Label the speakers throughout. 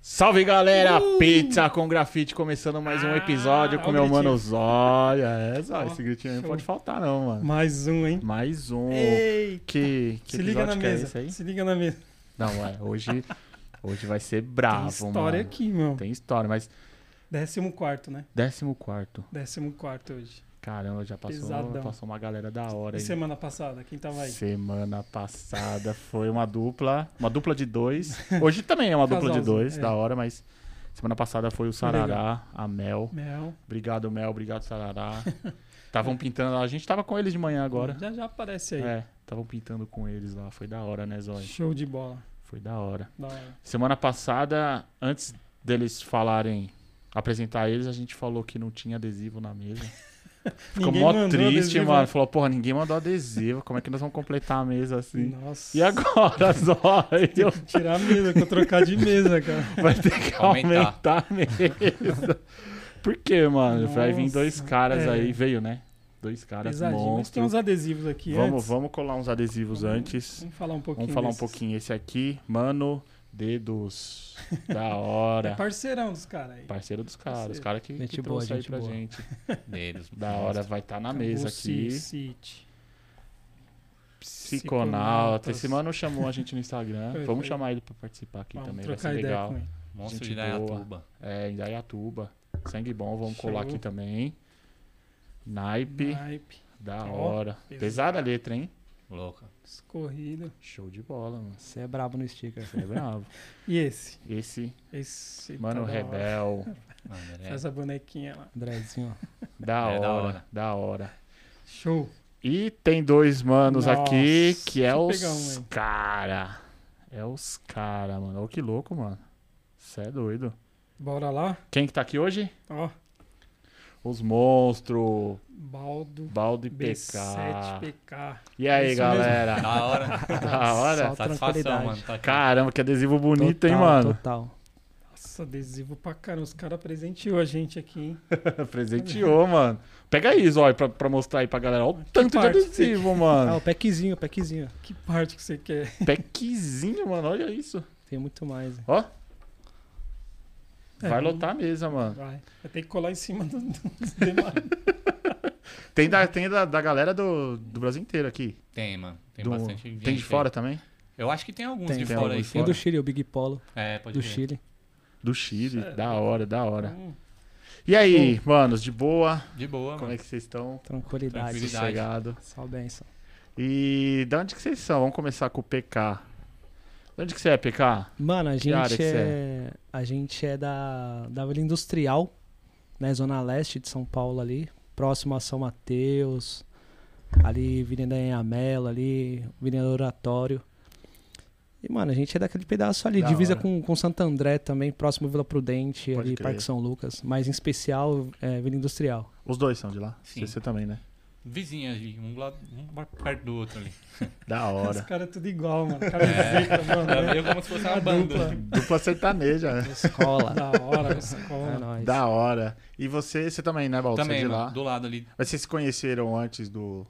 Speaker 1: Salve galera, pizza com grafite começando mais um episódio
Speaker 2: Ah,
Speaker 1: com
Speaker 2: ó o
Speaker 1: meu mano
Speaker 2: gritinho.
Speaker 1: Zóia. É, Zóia,
Speaker 2: Ó,
Speaker 1: esse gritinho aí não
Speaker 2: show.
Speaker 1: pode faltar não, mano.
Speaker 2: Mais um, hein?
Speaker 1: Mais um.
Speaker 2: Ei!
Speaker 1: Que, que
Speaker 2: se liga na
Speaker 1: episódio que é
Speaker 2: mesa.
Speaker 1: esse aí?
Speaker 2: se liga na mesa.
Speaker 1: Não, é, hoje, hoje vai ser
Speaker 2: Tem
Speaker 1: bravo,
Speaker 2: história
Speaker 1: mano.
Speaker 2: aqui, meu.
Speaker 1: Ah, Tem história, mas
Speaker 2: Décimo quarto, né?
Speaker 1: 14.
Speaker 2: Décimo quarto hoje.
Speaker 1: Caramba, já passou,
Speaker 2: Pesadão.
Speaker 1: passou uma galera da hora
Speaker 2: E
Speaker 1: aí.
Speaker 2: semana passada, quem tava aí?
Speaker 1: Semana passada foi uma dupla, uma dupla de dois. Hoje também é uma dupla de
Speaker 2: Casalzinho,
Speaker 1: dois,
Speaker 2: é.
Speaker 1: da hora, mas semana passada foi o Sarará, a Mel.
Speaker 2: Mel.
Speaker 1: Obrigado, Mel, obrigado, Sarará. Estavam pintando lá, a gente tava com eles de manhã agora.
Speaker 2: Já já aparece aí.
Speaker 1: É, estavam pintando com eles lá, foi da hora, né, Zói?
Speaker 2: Show de bola.
Speaker 1: Foi da hora.
Speaker 2: Da hora.
Speaker 1: Semana passada, antes deles falarem, apresentar eles, a gente falou que não tinha adesivo na mesa. Ficou
Speaker 2: Ninguém
Speaker 1: mó
Speaker 2: mandou
Speaker 1: triste,
Speaker 2: adesivo,
Speaker 1: mano.
Speaker 2: né?
Speaker 1: Falou, porra, ninguém mandou adesivo, como é que nós vamos completar a mesa assim?
Speaker 2: Nossa.
Speaker 1: E agora, Zóio?
Speaker 2: Tirar a mesa, que eu trocar de mesa, cara.
Speaker 1: Vai ter que aumentar,
Speaker 3: Aumentar.
Speaker 1: a mesa. Por quê, mano? Vai vir dois
Speaker 2: Nossa,
Speaker 1: caras
Speaker 2: é.
Speaker 1: aí, veio, né? Dois caras
Speaker 2: Pesadinho. Mas tem
Speaker 1: monstros.
Speaker 2: uns adesivos aqui
Speaker 1: Vamos,
Speaker 2: antes.
Speaker 1: vamos colar uns adesivos
Speaker 2: Vamos-
Speaker 1: antes.
Speaker 2: Vamos falar um pouquinho
Speaker 1: Vamos falar um
Speaker 2: desses.
Speaker 1: pouquinho. Esse aqui, mano, dedos. Da
Speaker 2: É
Speaker 1: hora. Tá
Speaker 2: parceirão dos caras aí.
Speaker 1: Parceiro dos caras, os
Speaker 2: Parceiro.
Speaker 1: caras que, que
Speaker 3: Gente boa,
Speaker 1: trouxe aí
Speaker 3: gente
Speaker 1: pra
Speaker 3: boa.
Speaker 1: gente.
Speaker 3: Deles.
Speaker 1: Da hora, vai estar na mesa aqui.
Speaker 2: City.
Speaker 1: Psiconauta.
Speaker 2: Psiconautas.
Speaker 1: Esse mano chamou a gente no Instagram.
Speaker 2: Foi,
Speaker 1: Vamos
Speaker 2: foi.
Speaker 1: chamar ele pra participar aqui
Speaker 2: Vamos
Speaker 1: também. Vai
Speaker 2: trocar
Speaker 1: ser
Speaker 2: ideia
Speaker 1: legal.
Speaker 2: com ele.
Speaker 3: Monstro
Speaker 1: Gente
Speaker 3: de Dayatuba.
Speaker 1: É, Indaiatuba. Sangue bom, vamos
Speaker 2: Show.
Speaker 1: colar aqui também. Naipe,
Speaker 2: Naipe,
Speaker 1: da
Speaker 2: Ó,
Speaker 1: hora. Pesada a letra, hein?
Speaker 3: Louca.
Speaker 2: escorrido.
Speaker 1: Show de bola, mano.
Speaker 4: Você é brabo no sticker.
Speaker 1: Você é bravo.
Speaker 2: E esse?
Speaker 1: Esse,
Speaker 2: Esse. tá
Speaker 1: mano,
Speaker 2: da hora.
Speaker 1: rebel.
Speaker 3: Mano, ele é-
Speaker 2: Essa bonequinha lá.
Speaker 4: Andrezinho, ó.
Speaker 1: Da,
Speaker 3: É, da
Speaker 1: hora,
Speaker 3: hora.
Speaker 1: da hora.
Speaker 2: Show.
Speaker 1: E tem dois manos
Speaker 2: Nossa,
Speaker 1: aqui que é
Speaker 2: deixa eu
Speaker 1: os
Speaker 2: pegar um aí.
Speaker 1: cara. É os cara, mano. Ô, que louco, mano. Cê é doido.
Speaker 2: Bora lá.
Speaker 1: Quem que tá aqui hoje?
Speaker 2: Ó.
Speaker 1: Os monstros.
Speaker 2: Baldo
Speaker 1: Balde PK.
Speaker 2: B7PK.
Speaker 1: E aí,
Speaker 2: Isso mesmo.
Speaker 1: galera?
Speaker 3: Da hora.
Speaker 1: Da hora.
Speaker 4: Só
Speaker 3: Satisfação,
Speaker 4: tranquilidade.
Speaker 3: mano. Tá aqui.
Speaker 1: Caramba, que adesivo bonito, hein,
Speaker 4: Total,
Speaker 1: mano?
Speaker 4: Total.
Speaker 2: Nossa, adesivo pra caramba. Os caras presenteou a gente aqui, hein?
Speaker 1: Presenteou, mano. Pega aí, Zói, pra, pra mostrar aí pra galera. Olha o tanto de
Speaker 2: parte
Speaker 1: adesivo,
Speaker 4: Ah, o
Speaker 1: mano.
Speaker 4: packzinho, o packzinho.
Speaker 2: Que parte que você quer?
Speaker 1: Packzinho, mano, olha isso.
Speaker 4: Tem muito mais. hein.
Speaker 1: Ó.
Speaker 2: É,
Speaker 1: Vai
Speaker 2: não-
Speaker 1: lotar a mesa, mano.
Speaker 2: Vai. Vai ter que colar em cima do- dos demais.
Speaker 1: Tem da, tem da, da galera do, do Brasil inteiro aqui.
Speaker 3: Tem, mano. Tem
Speaker 1: Do-
Speaker 3: bastante gente.
Speaker 1: Tem de
Speaker 3: aí.
Speaker 1: fora também?
Speaker 3: Eu acho que tem alguns
Speaker 4: Tem,
Speaker 3: de
Speaker 1: tem
Speaker 3: fora aí.
Speaker 1: alguns de
Speaker 4: Tem o
Speaker 1: Bora.
Speaker 4: do Chile, o Big Polo
Speaker 3: É, pode
Speaker 4: do
Speaker 3: crer.
Speaker 4: Chile.
Speaker 1: Do Chile.
Speaker 2: É.
Speaker 1: Da hora, da hora.
Speaker 2: Hum,
Speaker 1: E aí, manos, de boa?
Speaker 3: De boa,
Speaker 1: Como
Speaker 3: mano.
Speaker 1: é que vocês estão?
Speaker 4: Tranquilidade.
Speaker 3: Tranquilidade.
Speaker 1: Sossegado.
Speaker 4: Só benção.
Speaker 1: E da onde que vocês são? Vamos começar com o PK. De onde que você é, PK?
Speaker 4: Mano, a
Speaker 1: área
Speaker 4: gente
Speaker 1: que
Speaker 4: é. A gente é da, da Vila Industrial, né? Zona Leste de São Paulo ali. Próximo a São Mateus. Ali, Avenida Enhamelo, ali, Avenida Oratório. E, mano, a gente é daquele pedaço ali,
Speaker 1: Da
Speaker 4: divisa
Speaker 1: hora.
Speaker 4: com, com Santo André também, próximo à Vila Prudente,
Speaker 1: Pode
Speaker 4: ali,
Speaker 1: crer.
Speaker 4: Parque São Lucas. Mas em especial, é, Vila Industrial.
Speaker 1: Os dois são de lá.
Speaker 3: Sim.
Speaker 1: Você também, né?
Speaker 3: Vizinhas ali. Um lado, um perto do outro ali.
Speaker 1: Da
Speaker 2: Os
Speaker 1: hora.
Speaker 2: caras tudo igual, mano. Cara
Speaker 3: É.
Speaker 2: zica, mano.
Speaker 3: Era
Speaker 2: né?
Speaker 3: meio como se fosse uma
Speaker 2: A dupla.
Speaker 3: banda. né?
Speaker 1: Dupla sertaneja,
Speaker 3: É
Speaker 1: né?
Speaker 4: Escola.
Speaker 2: Da hora,
Speaker 4: é
Speaker 2: escola.
Speaker 4: nóis.
Speaker 1: Da hora. E você, você também, né, Baldo? Você é
Speaker 3: Também,
Speaker 1: de
Speaker 3: mano.
Speaker 1: lá.
Speaker 3: Do lado ali.
Speaker 1: Mas vocês se conheceram antes do.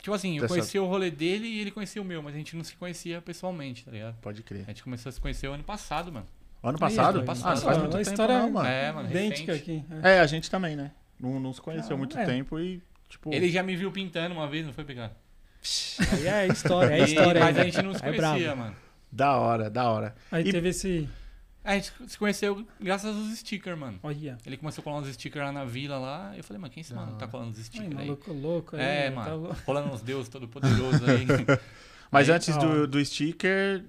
Speaker 3: Tipo assim, eu
Speaker 1: Dessa-
Speaker 3: conheci o rolê dele e ele conhecia o meu, mas a gente não se conhecia pessoalmente, tá ligado?
Speaker 1: Pode
Speaker 3: A
Speaker 1: crer.
Speaker 3: gente começou a se conhecer o ano passado, mano.
Speaker 1: Ano passado?
Speaker 4: ano
Speaker 1: Ah,
Speaker 3: passado.
Speaker 1: não faz
Speaker 2: Ah,
Speaker 1: muito
Speaker 2: a
Speaker 1: tempo,
Speaker 2: história
Speaker 1: não, mano.
Speaker 3: É, mano.
Speaker 2: Idêntica
Speaker 3: recente.
Speaker 2: aqui. é.
Speaker 1: É, a gente também, né? Não, não se conheceu há muito
Speaker 2: Caramba, é.
Speaker 1: tempo e, tipo.
Speaker 3: Ele já me viu pintando uma vez, não foi pegar?
Speaker 4: Aí é história, é
Speaker 3: E-
Speaker 4: história.
Speaker 3: Mas
Speaker 4: aí,
Speaker 3: a gente não se
Speaker 4: é brabo.
Speaker 3: conhecia, mano.
Speaker 1: Da hora, da hora.
Speaker 2: Aí
Speaker 1: E-
Speaker 2: teve esse.
Speaker 3: A gente se conheceu graças aos stickers, mano.
Speaker 2: Olha.
Speaker 3: Ele começou a colar uns stickers lá na vila lá. Eu falei, mano, quem esse mano tá colando uns
Speaker 2: Ai,
Speaker 3: stickers aí?
Speaker 2: maluco louco. aí,
Speaker 3: É,
Speaker 2: tá
Speaker 3: mano.
Speaker 2: louco.
Speaker 3: Colando uns deuses todo poderoso aí.
Speaker 1: Mas
Speaker 3: Aí,
Speaker 1: antes
Speaker 2: da
Speaker 1: do,
Speaker 2: hora.
Speaker 1: do sticker,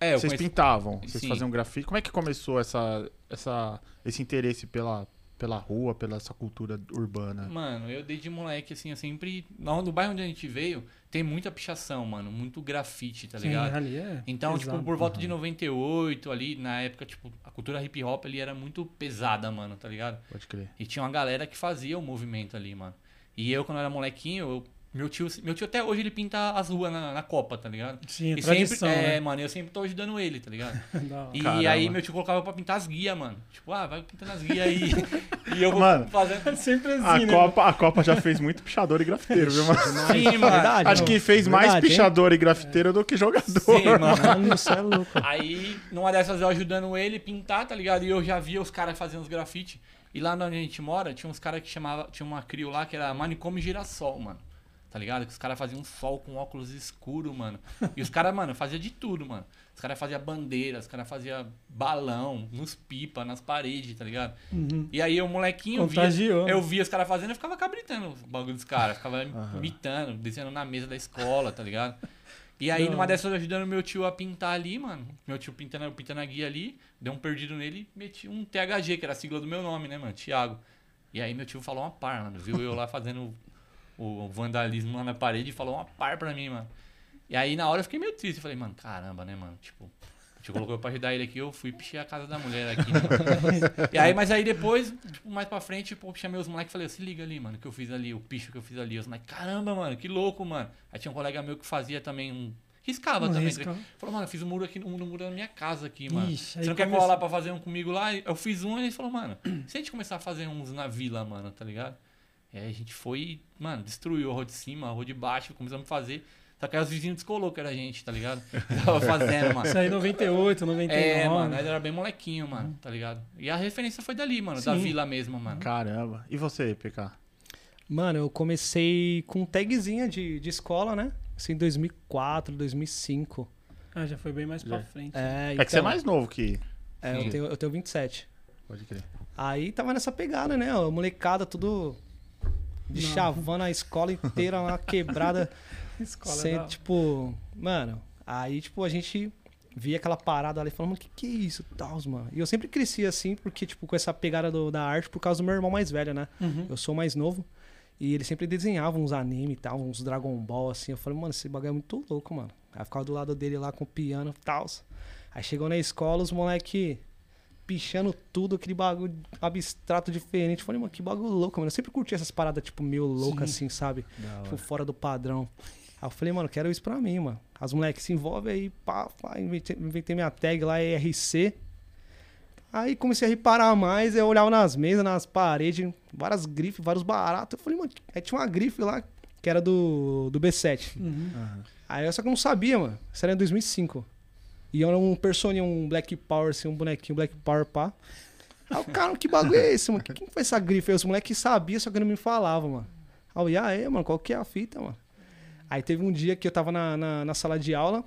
Speaker 3: É, eu
Speaker 1: vocês
Speaker 3: conheci...
Speaker 1: pintavam, vocês
Speaker 3: Sim.
Speaker 1: faziam grafite. Como é que começou essa, essa, esse interesse pela, pela rua, pela essa cultura urbana?
Speaker 3: Mano, eu desde moleque, assim, eu sempre... No, no bairro onde a gente veio, tem muita pichação, mano. Muito grafite, tá
Speaker 2: Sim,
Speaker 3: ligado?
Speaker 2: ali é.
Speaker 3: Então,
Speaker 2: pesado. Uhum.
Speaker 3: tipo, por volta de 98 ali, na época, tipo, a cultura hip hop ali era muito pesada, mano, tá ligado?
Speaker 1: Pode crer.
Speaker 3: E tinha uma galera que fazia o movimento ali, mano. E eu, quando era molequinho, eu Meu tio, meu tio até hoje ele pinta as ruas na, na Copa, tá ligado?
Speaker 2: Sim,
Speaker 3: E sempre,
Speaker 2: tradição,
Speaker 3: é,
Speaker 2: né?
Speaker 3: mano, eu sempre tô ajudando ele, tá ligado?
Speaker 2: Da hora.
Speaker 3: E
Speaker 1: Caramba.
Speaker 3: aí meu tio colocava pra pintar as guias, mano. Tipo, ah, vai pintando as guias aí. e eu vou
Speaker 1: Mano,
Speaker 3: fazendo.
Speaker 2: Sempre assim,
Speaker 1: A
Speaker 2: né?
Speaker 1: Copa, a Copa já fez muito pichador e grafiteiro, viu, mano? é
Speaker 3: Sim, mano.
Speaker 4: É Verdade,
Speaker 1: Acho
Speaker 4: não.
Speaker 1: que fez mais
Speaker 4: Verdade, hein?
Speaker 1: pichador e grafiteiro do que jogador.
Speaker 3: Sim, mano.
Speaker 4: Mano, isso é louco.
Speaker 3: Aí, numa dessas, eu ajudando ele pintar, tá ligado? E eu já via os caras fazendo os grafite. E lá onde a gente mora, tinha uns caras que chamava. Tinha uma crio lá que era manicômio girassol, mano. Tá ligado? Que os caras faziam um sol com óculos escuro, mano. E os caras, mano, fazia de tudo, mano. Os caras faziam bandeira, os caras faziam balão, nos pipa, nas paredes, tá ligado? E aí o molequinho via,
Speaker 2: Uhum. Contagiou.
Speaker 3: eu via os caras fazendo, eu ficava cabritando o bagulho dos caras, ficava imitando, desenhando na mesa da escola, tá ligado? E aí,
Speaker 2: Da
Speaker 3: numa
Speaker 2: hora.
Speaker 3: dessas, eu ajudando meu tio a pintar ali, mano. Meu tio pintando, eu pintando a guia ali, deu um perdido nele e meti um THG, que era a sigla do meu nome, né, mano? Thiago. E aí, meu tio falou uma par, mano. Viu eu lá fazendo o, o vandalismo lá na parede e falou uma par pra mim, mano. E aí, na hora, eu fiquei meio triste. Eu falei, mano, caramba, né, mano? Tipo, o tio colocou eu pra ajudar ele aqui, eu fui pichar a casa da mulher aqui, né, mano? E aí, mas aí depois, tipo, mais pra frente, tipo, eu chamei os moleques e falei, se liga ali, mano, o que eu fiz ali, o picho que eu fiz ali. Os moleques, caramba, mano, que louco, mano. Aí tinha um colega meu que fazia também um... Riscava
Speaker 2: Um
Speaker 3: também.
Speaker 2: risco.
Speaker 3: Falou, mano, eu fiz um muro aqui no, no muro da minha casa aqui, mano.
Speaker 2: Ixi, aí
Speaker 3: Você não quer
Speaker 2: começou.
Speaker 3: colar pra fazer um comigo lá? Eu fiz um e ele falou, mano, se a gente começar a fazer uns na vila, mano, tá ligado? E aí a gente foi, e, mano, destruiu a rua de cima, a rua de baixo, começamos a fazer. Só que aí os vizinhos descolou que era a gente, tá ligado? Tava fazendo, mano.
Speaker 2: Isso aí é 98, 99.
Speaker 3: É, mano, nós era bem molequinho, mano, tá ligado? E a referência foi dali, mano, da
Speaker 2: Sim.
Speaker 3: vila mesmo, mano.
Speaker 1: Caramba. E você, PK?
Speaker 4: Mano, eu comecei com tagzinha de, de escola, né? Assim, 2004, 2005.
Speaker 2: Ah, já foi bem mais pra
Speaker 1: Já.
Speaker 2: frente.
Speaker 4: É,
Speaker 3: Então-
Speaker 1: É que você é mais novo que.
Speaker 4: é,
Speaker 3: Sim.
Speaker 4: eu, tenho, eu tenho 27.
Speaker 1: Pode crer.
Speaker 4: Aí tava nessa pegada, né? A molecada tudo de
Speaker 2: Não.
Speaker 4: chavando a escola inteira, uma quebrada.
Speaker 2: Escola
Speaker 4: sem,
Speaker 2: da...
Speaker 4: tipo, mano, aí, tipo, a gente via aquela parada ali e falava, mano, que que é isso, tals, mano? E eu sempre cresci assim, porque, tipo, com essa pegada do- da arte por causa do meu irmão mais velho, né?
Speaker 2: Uhum.
Speaker 4: Eu sou mais novo. E ele sempre desenhava uns anime e tal, uns Dragon Ball, assim. Eu falei, mano, esse bagulho é muito louco, mano. Aí eu ficava do lado dele lá com o piano e tal. Aí chegou na escola, os moleque pichando tudo, aquele bagulho abstrato diferente. Eu falei, mano, que bagulho louco, mano. Eu sempre curti essas paradas, tipo, meio louca, assim, sabe? Tipo, fora do padrão. Aí eu falei, mano, quero isso pra mim, mano. As moleques se envolvem aí, pá, pá, inventei, inventei minha tag lá, RC. Aí comecei a reparar mais, eu olhava nas mesas, nas paredes, várias grifes, vários baratos. Eu falei, mano, aí tinha uma grife lá que era do, do B7.
Speaker 2: Uhum.
Speaker 4: Aí eu só que eu não sabia, mano. Isso era em 2005. E eu era um personagem, um Black Power, assim, um bonequinho Black Power, pá. Aí o cara, que bagulho é esse, mano? Quem que foi essa grife? Aí os moleques sabiam, só que não me falavam, mano. Aí eu, e aí, mano, qual que é a fita, mano? Aí teve um dia que eu tava na, na, na sala de aula,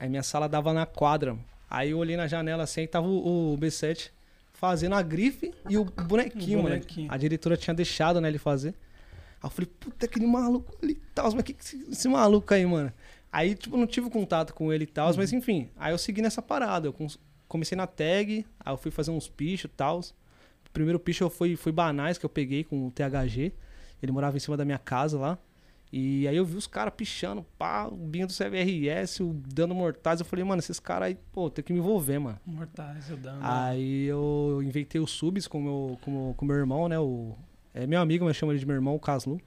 Speaker 4: aí minha sala dava na quadra. mano. Aí eu olhei na janela assim, e tava o, o B7 fazendo a grife e o bonequinho,
Speaker 2: O
Speaker 4: mano.
Speaker 2: bonequinho.
Speaker 4: A diretora tinha deixado, né, ele fazer. Aí eu falei, puta, aquele maluco ali e tal, mas que que esse, esse maluco aí, mano? Aí, tipo, não tive contato com ele e tal, mas enfim. Aí eu segui nessa parada. Eu cons- comecei na tag, aí eu fui fazer uns pichos e tal. O primeiro picho eu fui, fui banais que eu peguei com o THG. Ele morava em cima da minha casa lá. E aí eu vi os caras pichando, pá, o Binho do CVRS, o Dano Mortais. Eu falei, mano, esses caras aí, pô, tem que me envolver, mano.
Speaker 2: Mortais, eu dando.
Speaker 4: Aí eu inventei os subs com meu, com meu, com meu irmão, né? O, é meu amigo, mas chama ele de meu irmão, o Caslu.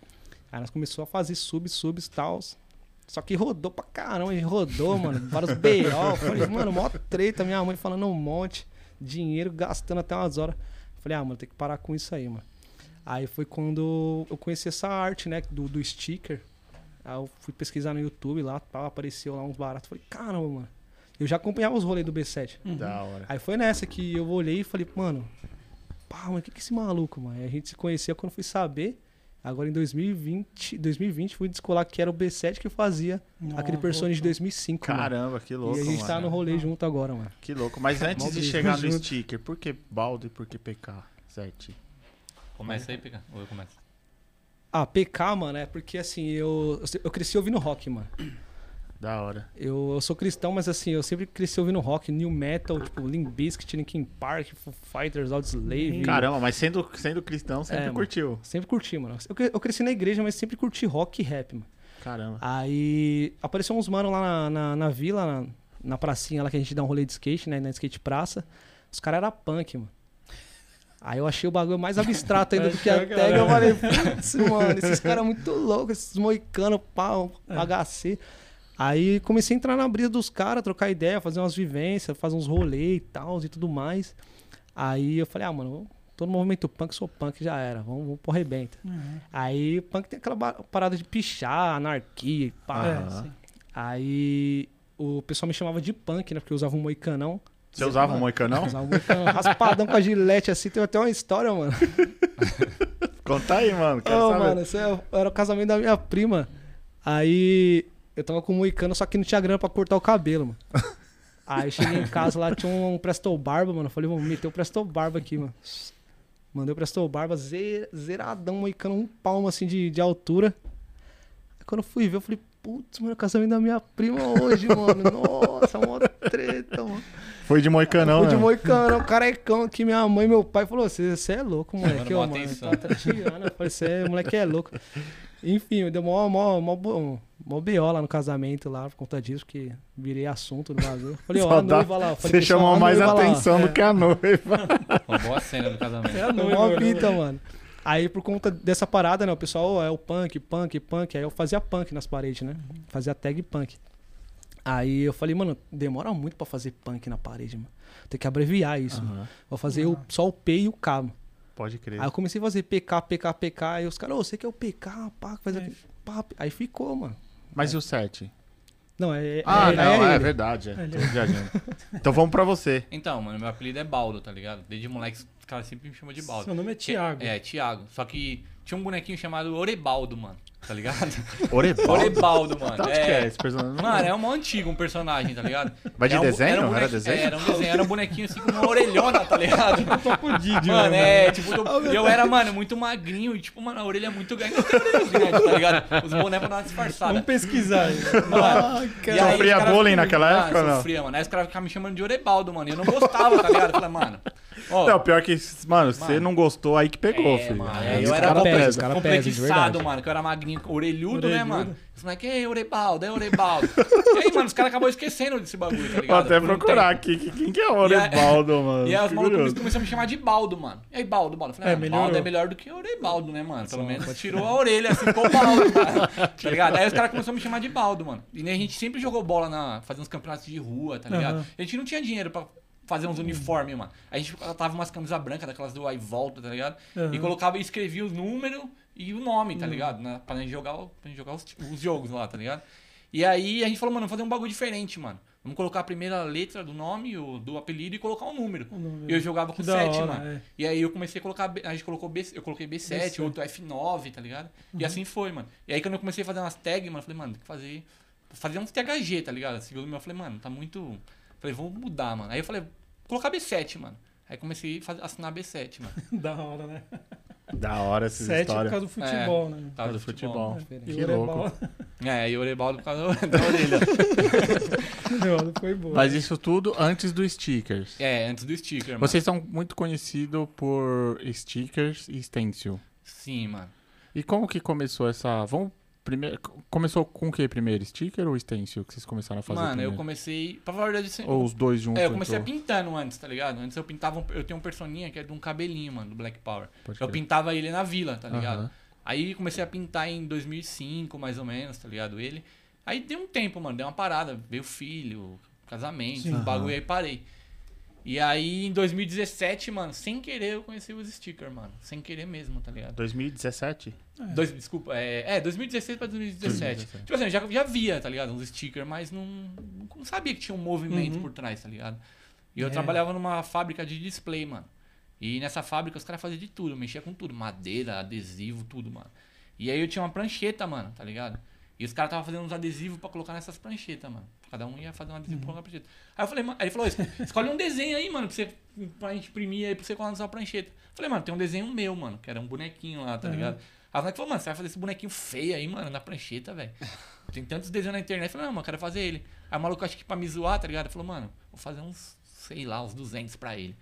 Speaker 4: Aí nós começou a fazer subs, subs e tal. Só que rodou pra caramba, e rodou, mano. Vários B.O. Falei, mano, mó treta. Minha mãe falando um monte. Dinheiro gastando até umas horas. Falei, ah, mano, tem que parar com isso aí, mano. Aí foi quando eu conheci essa arte, né? Do, do sticker. Aí eu fui pesquisar no YouTube lá, tal, apareceu lá uns baratos. Falei, caramba, mano. Eu já acompanhava os rolês do B7.
Speaker 3: Uhum.
Speaker 1: Da hora.
Speaker 4: É. Aí foi nessa que eu olhei e falei, mano, pá, mas o que que é esse maluco, mano? Aí a gente se conheceu quando fui saber. Agora em 2020, 2020 fui descolar que era o B7 que fazia
Speaker 2: Nossa,
Speaker 4: aquele personagem de
Speaker 2: voltou.
Speaker 4: 2005, mano.
Speaker 1: Caramba, que é louco.
Speaker 4: e a gente
Speaker 1: mano.
Speaker 4: tá no rolê junto agora, mano.
Speaker 1: Que louco. Mas antes de
Speaker 4: Maldito.
Speaker 1: chegar no
Speaker 2: Junto.
Speaker 1: sticker, por que baldo e por que PK? Certo.
Speaker 3: Começa aí, pegar. Ou eu começo.
Speaker 4: Ah, PK, mano, é porque assim, eu, eu se- eu cresci ouvindo rock, mano.
Speaker 1: Da hora.
Speaker 4: Eu, eu sou cristão, mas assim, eu sempre cresci ouvindo rock, new metal, tipo Limp Bizkit, Linkin Park, Foo Fighters, Audioslave.
Speaker 1: Caramba, mas sendo, sendo cristão, sempre
Speaker 4: É, mano.
Speaker 1: curtiu.
Speaker 4: Sempre curti, mano. Eu, cre- eu cresci na igreja, mas sempre curti rock e rap, mano.
Speaker 1: Caramba.
Speaker 4: Ah, Aí apareceu uns mano lá na, na, na vila, na, na pracinha lá que a gente dá um rolê de skate, né? Na skate praça. Os caras eram punk, mano. Aí eu achei o bagulho mais abstrato ainda do que a
Speaker 2: Achou,
Speaker 4: tag. Eu
Speaker 2: galera.
Speaker 4: falei, putz, mano, esses caras muito loucos, esses moicanos, pau, HC. Aí comecei a entrar na brisa dos caras, trocar ideia, fazer umas vivências, fazer uns rolês e tal e tudo mais. Aí eu falei, ah, mano, eu tô no movimento punk, sou punk, já era, vamos, vamos pro arrebenta.
Speaker 2: Uhum.
Speaker 4: Aí punk tem aquela ba- parada de pichar, anarquia e pá.
Speaker 2: É.
Speaker 1: Aham.
Speaker 4: Aí o pessoal me chamava de punk, né, porque eu usava um moicanão.
Speaker 1: Você usava um
Speaker 4: Eu
Speaker 1: moicanão?
Speaker 4: Usava um moicanão raspadão com a gilete assim, tem até uma história, mano.
Speaker 1: Conta aí, mano. Quero
Speaker 4: Ô,
Speaker 1: saber.
Speaker 4: mano, isso é- era o casamento da minha prima. Aí eu tava com o moicano, só que não tinha grana pra cortar o cabelo, mano. Aí eu cheguei em casa lá, tinha um, um Presto Barba, mano. Eu falei, vou meter o Presto Barba aqui, mano. Mandei o Presto Barba, ze- zeradão, moicano, um palmo assim de, de altura. Aí quando eu fui ver, eu falei, putz, mano, é o casamento da minha prima hoje, mano. Nossa, uma treta, mano.
Speaker 1: Foi de moicanão,
Speaker 4: Fui de
Speaker 1: né?
Speaker 4: moicano, carecão aqui, minha mãe e meu pai falou, você é louco,
Speaker 3: Mano,
Speaker 4: moleque. Eu,
Speaker 3: boa
Speaker 4: mano,
Speaker 3: atenção.
Speaker 4: tá trateando. Eu falei, você moleque é louco. Enfim, deu mó, mó, mó, bo- mó BO lá no casamento lá, por conta disso, porque virei assunto do bagulho. Falei, ó,
Speaker 1: Só
Speaker 4: a
Speaker 1: dá-
Speaker 4: noiva lá. eu Falei,
Speaker 1: Você
Speaker 4: pessoal,
Speaker 1: chamou
Speaker 4: a
Speaker 1: mais
Speaker 4: noiva lá. É.
Speaker 1: atenção do que a noiva.
Speaker 3: Roubou a cena do casamento.
Speaker 2: É a
Speaker 4: Foi
Speaker 2: noiva,
Speaker 4: mó
Speaker 2: né,
Speaker 4: fita,
Speaker 2: mano?
Speaker 4: mano. Aí, por conta dessa parada, né? O pessoal "Ô, é o punk, punk, punk. Aí eu fazia punk nas paredes, né? Fazia tag punk. Aí eu falei, mano, demora muito pra fazer punk na parede, mano. Tem que abreviar isso. mano. Vou fazer o- só o P e o K, mano.
Speaker 1: Pode crer.
Speaker 4: Aí eu comecei a fazer PK, PK, PK. Aí os caras, ô, você quer o PK, pá, faz aqui. pá, p- Aí ficou, mano.
Speaker 1: Mas e o 7?
Speaker 4: Não, é.
Speaker 1: Ah,
Speaker 4: é,
Speaker 1: não,
Speaker 4: é
Speaker 1: é,
Speaker 4: ele.
Speaker 1: verdade. é.
Speaker 2: Ele.
Speaker 1: Tô viajando. Então vamos pra você.
Speaker 3: Então, mano, meu apelido é Baldo, tá ligado? Desde moleque, os caras sempre me chamam de Baldo.
Speaker 2: Seu nome é
Speaker 3: Que-
Speaker 2: Thiago.
Speaker 3: É, Thiago. Só que tinha um bonequinho chamado Orebaldo, mano. Tá ligado?
Speaker 1: Orebaldo?
Speaker 3: Orebaldo, mano.
Speaker 1: Tanto que é
Speaker 3: É.
Speaker 1: esse personagem.
Speaker 3: Mano, é uma antiga um personagem, tá ligado?
Speaker 1: Mas de
Speaker 3: Era um-
Speaker 1: desenho?
Speaker 3: Era, um
Speaker 1: Era
Speaker 3: bonequinho-
Speaker 1: desenho?
Speaker 3: é, Era um desenho, era um bonequinho assim com uma orelhona, tá ligado?
Speaker 2: Papo Didi,
Speaker 3: Mano,
Speaker 2: mano.
Speaker 3: é, tipo,
Speaker 1: Ah,
Speaker 3: eu, eu era, mano, muito magrinho e, tipo, mano, a orelha é muito grande, grande, tá ligado? Os bonecos pra dar uma disfarçada.
Speaker 2: Vamos pesquisar. aí.
Speaker 3: Mano, e aí
Speaker 1: Um Sofria
Speaker 3: os caras
Speaker 1: bullying
Speaker 3: ficam-
Speaker 1: naquela
Speaker 3: Ah,
Speaker 1: época ou não?
Speaker 3: Sofria, mano. Aí os caras ficavam me chamando de Orebaldo, mano. E eu não gostava, tá ligado? Eu falei, mano. é Ó,
Speaker 1: Não, pior que, mano, você
Speaker 3: Mano.
Speaker 1: não gostou, aí que pegou,
Speaker 3: é,
Speaker 1: filho.
Speaker 3: mano,
Speaker 1: Aí
Speaker 3: aí
Speaker 1: os
Speaker 3: eu era
Speaker 1: cara
Speaker 4: pesa,
Speaker 1: pesa.
Speaker 4: os cara pesa, de
Speaker 3: complexado,
Speaker 4: verdade.
Speaker 3: mano, que eu era magrinho, orelhudo, né,
Speaker 2: Orelhudo.
Speaker 3: mano? Os moleques, é Orebaldo, é Orebaldo. e aí, mano, os caras acabam esquecendo desse bagulho, tá
Speaker 1: Vou
Speaker 3: ligado?
Speaker 1: até
Speaker 3: Por um
Speaker 1: procurar
Speaker 3: tempo.
Speaker 1: aqui. que- Quem que é o
Speaker 3: E a-
Speaker 1: Orebaldo, mano?
Speaker 3: E aí os
Speaker 1: Fiquei
Speaker 3: malucos
Speaker 1: curioso.
Speaker 3: começam a me chamar de Baldo, mano. E aí, Baldo, Baldo. Eu Falei,
Speaker 2: É,
Speaker 3: ah, Baldo
Speaker 2: melhorou.
Speaker 3: é melhor do que Orebaldo, né, mano? Pelo menos tirou a orelha, assim, ficou Baldo, mano. Tá ligado? Aí os caras começaram a me chamar de Baldo, mano. E né, a gente sempre jogou bola na. fazendo uns campeonatos de rua, tá ligado?
Speaker 2: Aham.
Speaker 3: A gente não tinha dinheiro pra. Fazer uns uniformes, mano. A gente tava umas camisas brancas, daquelas do Aí Volta, tá ligado? E
Speaker 2: Aham.
Speaker 3: colocava e escrevia os números e o nome, tá ligado? Na, pra gente jogar, o- pra gente jogar os, os jogos lá, tá ligado? E aí a gente falou, mano, vamos fazer um bagulho diferente, mano. Vamos colocar a primeira letra do nome, o- do apelido e colocar um número.
Speaker 2: O nome,
Speaker 3: E eu jogava com
Speaker 2: Que da
Speaker 3: 7,
Speaker 2: hora,
Speaker 3: mano.
Speaker 2: é.
Speaker 3: E aí eu comecei a colocar. B- A gente colocou B, eu coloquei B7,
Speaker 2: B7.
Speaker 3: outro F9, tá ligado? E assim foi, mano. E aí quando eu comecei a fazer umas tags, mano, eu falei, mano, tem que fazer. Fazer uns THG, tá ligado? Segundo meu, eu falei, mano, tá muito. Falei, vamos mudar, mano. Aí eu falei, colocar B7, mano. Aí comecei a faz- assinar B7, mano.
Speaker 2: Da hora, né?
Speaker 1: Da hora essa
Speaker 2: Sete é por
Speaker 1: história.
Speaker 2: causa do futebol, né?
Speaker 3: Tava
Speaker 1: do
Speaker 4: É
Speaker 1: futebol.
Speaker 2: E
Speaker 1: Que
Speaker 2: o Orebaldo-
Speaker 3: É, e o Orebaldo por causa da orelha.
Speaker 2: Não, foi boa.
Speaker 1: Mas isso tudo antes do stickers.
Speaker 3: É, antes do sticker, mano.
Speaker 1: Vocês são muito conhecidos por stickers e stencil.
Speaker 3: Sim, mano.
Speaker 1: E como que começou essa. Vamos. Primeiro, começou com o que primeiro? Sticker ou stencil que vocês começaram a fazer?
Speaker 3: mano, eu
Speaker 1: primeiro?
Speaker 3: comecei. Pra falar a verdade, sem-
Speaker 1: Ou um os dois juntos?
Speaker 3: É, eu comecei a
Speaker 1: pintar.
Speaker 3: pintando antes, tá ligado? Antes eu pintava. um- eu tenho um personinha que é de um cabelinho, mano, do Black Power. Eu pintava ele na vila, tá ligado?
Speaker 1: Aham.
Speaker 3: Aí comecei a pintar em 2005, mais ou menos, tá ligado? Ele. Aí deu um tempo, mano, deu uma parada. Veio filho, casamento,
Speaker 2: Sim.
Speaker 3: um bagulho, aí parei. E aí em 2017, mano, sem querer eu conheci os stickers, mano. Sem querer mesmo, tá ligado?
Speaker 1: 2017?
Speaker 3: Dois, desculpa, é, é 2016 pra 2017.
Speaker 1: 2017.
Speaker 3: Tipo assim, eu já, já via, tá ligado? Uns stickers, mas não, não sabia que tinha um movimento
Speaker 2: Uhum.
Speaker 3: por trás, tá ligado? E eu
Speaker 2: É.
Speaker 3: trabalhava numa fábrica de display, mano. E nessa fábrica os caras faziam de tudo, mexia com tudo, madeira, adesivo, tudo, mano. E aí eu tinha uma prancheta, mano, tá ligado? E os caras estavam fazendo uns adesivos pra colocar nessas pranchetas, mano. Cada um ia fazer um adesivo pra colocar na prancheta. Aí eu falei, mano, aí ele falou, "Es- escolhe um desenho aí, mano, pra você pra gente imprimir aí pra você colar na sua prancheta. Eu falei, mano, tem um desenho meu, mano, que era um bonequinho lá, tá ligado? Aí o moleque falou, mano, você vai fazer esse bonequinho feio aí, mano, na prancheta, velho. Tem tantos desenhos na internet. Eu falei, não, mano, eu quero fazer ele. Aí o maluco, acho que pra me zoar, tá ligado? Ele Falou, mano, vou fazer uns, sei lá, uns 200 pra ele.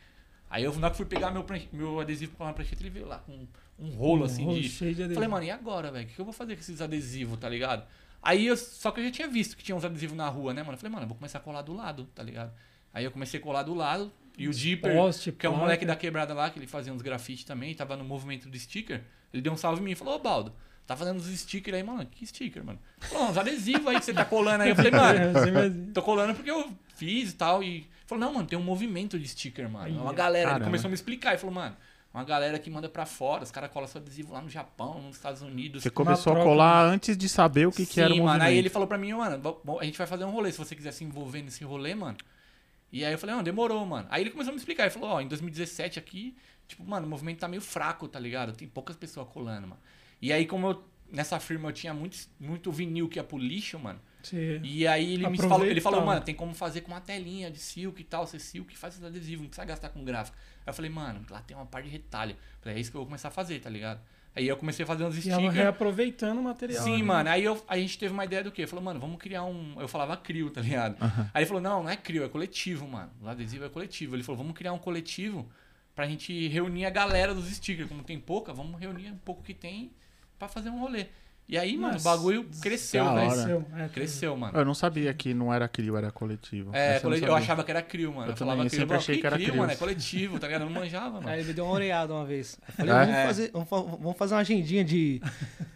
Speaker 3: Aí eu, na hora que fui pegar meu, pranche- meu adesivo pra uma prancheta, ele veio lá com um, rolo, assim,
Speaker 2: rolo
Speaker 3: de...
Speaker 2: cheio de
Speaker 3: Eu
Speaker 2: adesivo.
Speaker 3: Falei, mano, e agora, velho? O que eu vou fazer com esses adesivos, tá ligado? Aí, eu, só que eu já tinha visto que tinha uns adesivos na rua, né, mano? Eu falei, mano, eu vou começar a colar do lado, tá ligado? Aí eu comecei a colar do lado, E o Dipper,
Speaker 2: Poste,
Speaker 3: que é um
Speaker 2: placa.
Speaker 3: moleque da quebrada lá, que ele fazia uns grafites também, tava no movimento do sticker. Ele deu um salve em mim e falou, ô Baldo, tá fazendo uns stickers aí, mano. Que sticker, mano? Falou, uns adesivos aí que você tá colando aí. Eu falei, mano,
Speaker 2: É, assim mesmo.
Speaker 3: tô colando porque eu fiz e tal. E falou, não, mano, tem um movimento de sticker, mano. É uma galera.
Speaker 1: caramba.
Speaker 3: Ele começou a me explicar e falou, mano, uma galera que manda pra fora, os caras colam seu adesivo lá no Japão, nos Estados Unidos.
Speaker 1: Você começou a
Speaker 2: troca,
Speaker 1: colar antes de saber o que, que
Speaker 3: Sim,
Speaker 1: era o movimento.
Speaker 3: mano. Aí ele falou pra mim, mano, bo- bo- a gente vai fazer um rolê, se você quiser se envolver nesse rolê, mano. E aí eu falei, não, demorou, mano. Aí ele começou a me explicar, ele falou, ó, em 2017 aqui, tipo, mano, o movimento tá meio fraco, tá ligado? Tem poucas pessoas colando, mano. E aí como eu, nessa firma eu tinha muito, muito vinil que ia pro lixo, mano.
Speaker 2: Sim.
Speaker 3: E aí ele me falou, ele falou,
Speaker 2: Aproveitava.
Speaker 3: mano, tem como fazer com uma telinha de silk e tal, você silk, faz esse adesivo, não precisa gastar com gráfico. Aí eu falei, mano, lá tem uma parte de retalho. Falei, é isso que eu vou começar a fazer, tá ligado? Aí eu comecei a fazer uns
Speaker 2: E ela
Speaker 3: stickers.
Speaker 2: reaproveitando o material.
Speaker 3: Sim,
Speaker 2: né?
Speaker 3: mano. Aí eu- a gente teve uma ideia do quê? Falou, mano, vamos criar um. Eu falava crio, tá ligado? Aí ele falou, não, não é crio, é coletivo, mano. O adesivo é coletivo. Ele falou, vamos criar um coletivo pra gente reunir a galera dos stickers. Como tem pouca, vamos reunir um pouco que tem pra fazer um rolê. E aí, mano,
Speaker 2: Nossa,
Speaker 3: o bagulho cresceu,
Speaker 1: da
Speaker 3: velho.
Speaker 1: hora.
Speaker 2: Cresceu. é,
Speaker 3: Cresceu, mano.
Speaker 1: Eu não sabia que não era crio, era coletivo.
Speaker 3: É,
Speaker 1: Essa eu não
Speaker 3: cole- eu,
Speaker 1: sabia.
Speaker 3: achava que era crio, mano.
Speaker 1: Eu
Speaker 3: Eu, falava
Speaker 1: também, eu
Speaker 3: crio, eu
Speaker 1: sempre
Speaker 3: falava,
Speaker 1: achei
Speaker 3: "Que
Speaker 1: que era
Speaker 3: crio,
Speaker 1: crio."
Speaker 3: mano, é coletivo, tá ligado? Eu não manjava, mano.
Speaker 4: Aí ele me deu uma oreada uma vez. Eu falei,
Speaker 1: É?
Speaker 4: vamos,
Speaker 3: É.
Speaker 4: fazer, vamos, fa- vamos fazer uma agendinha de,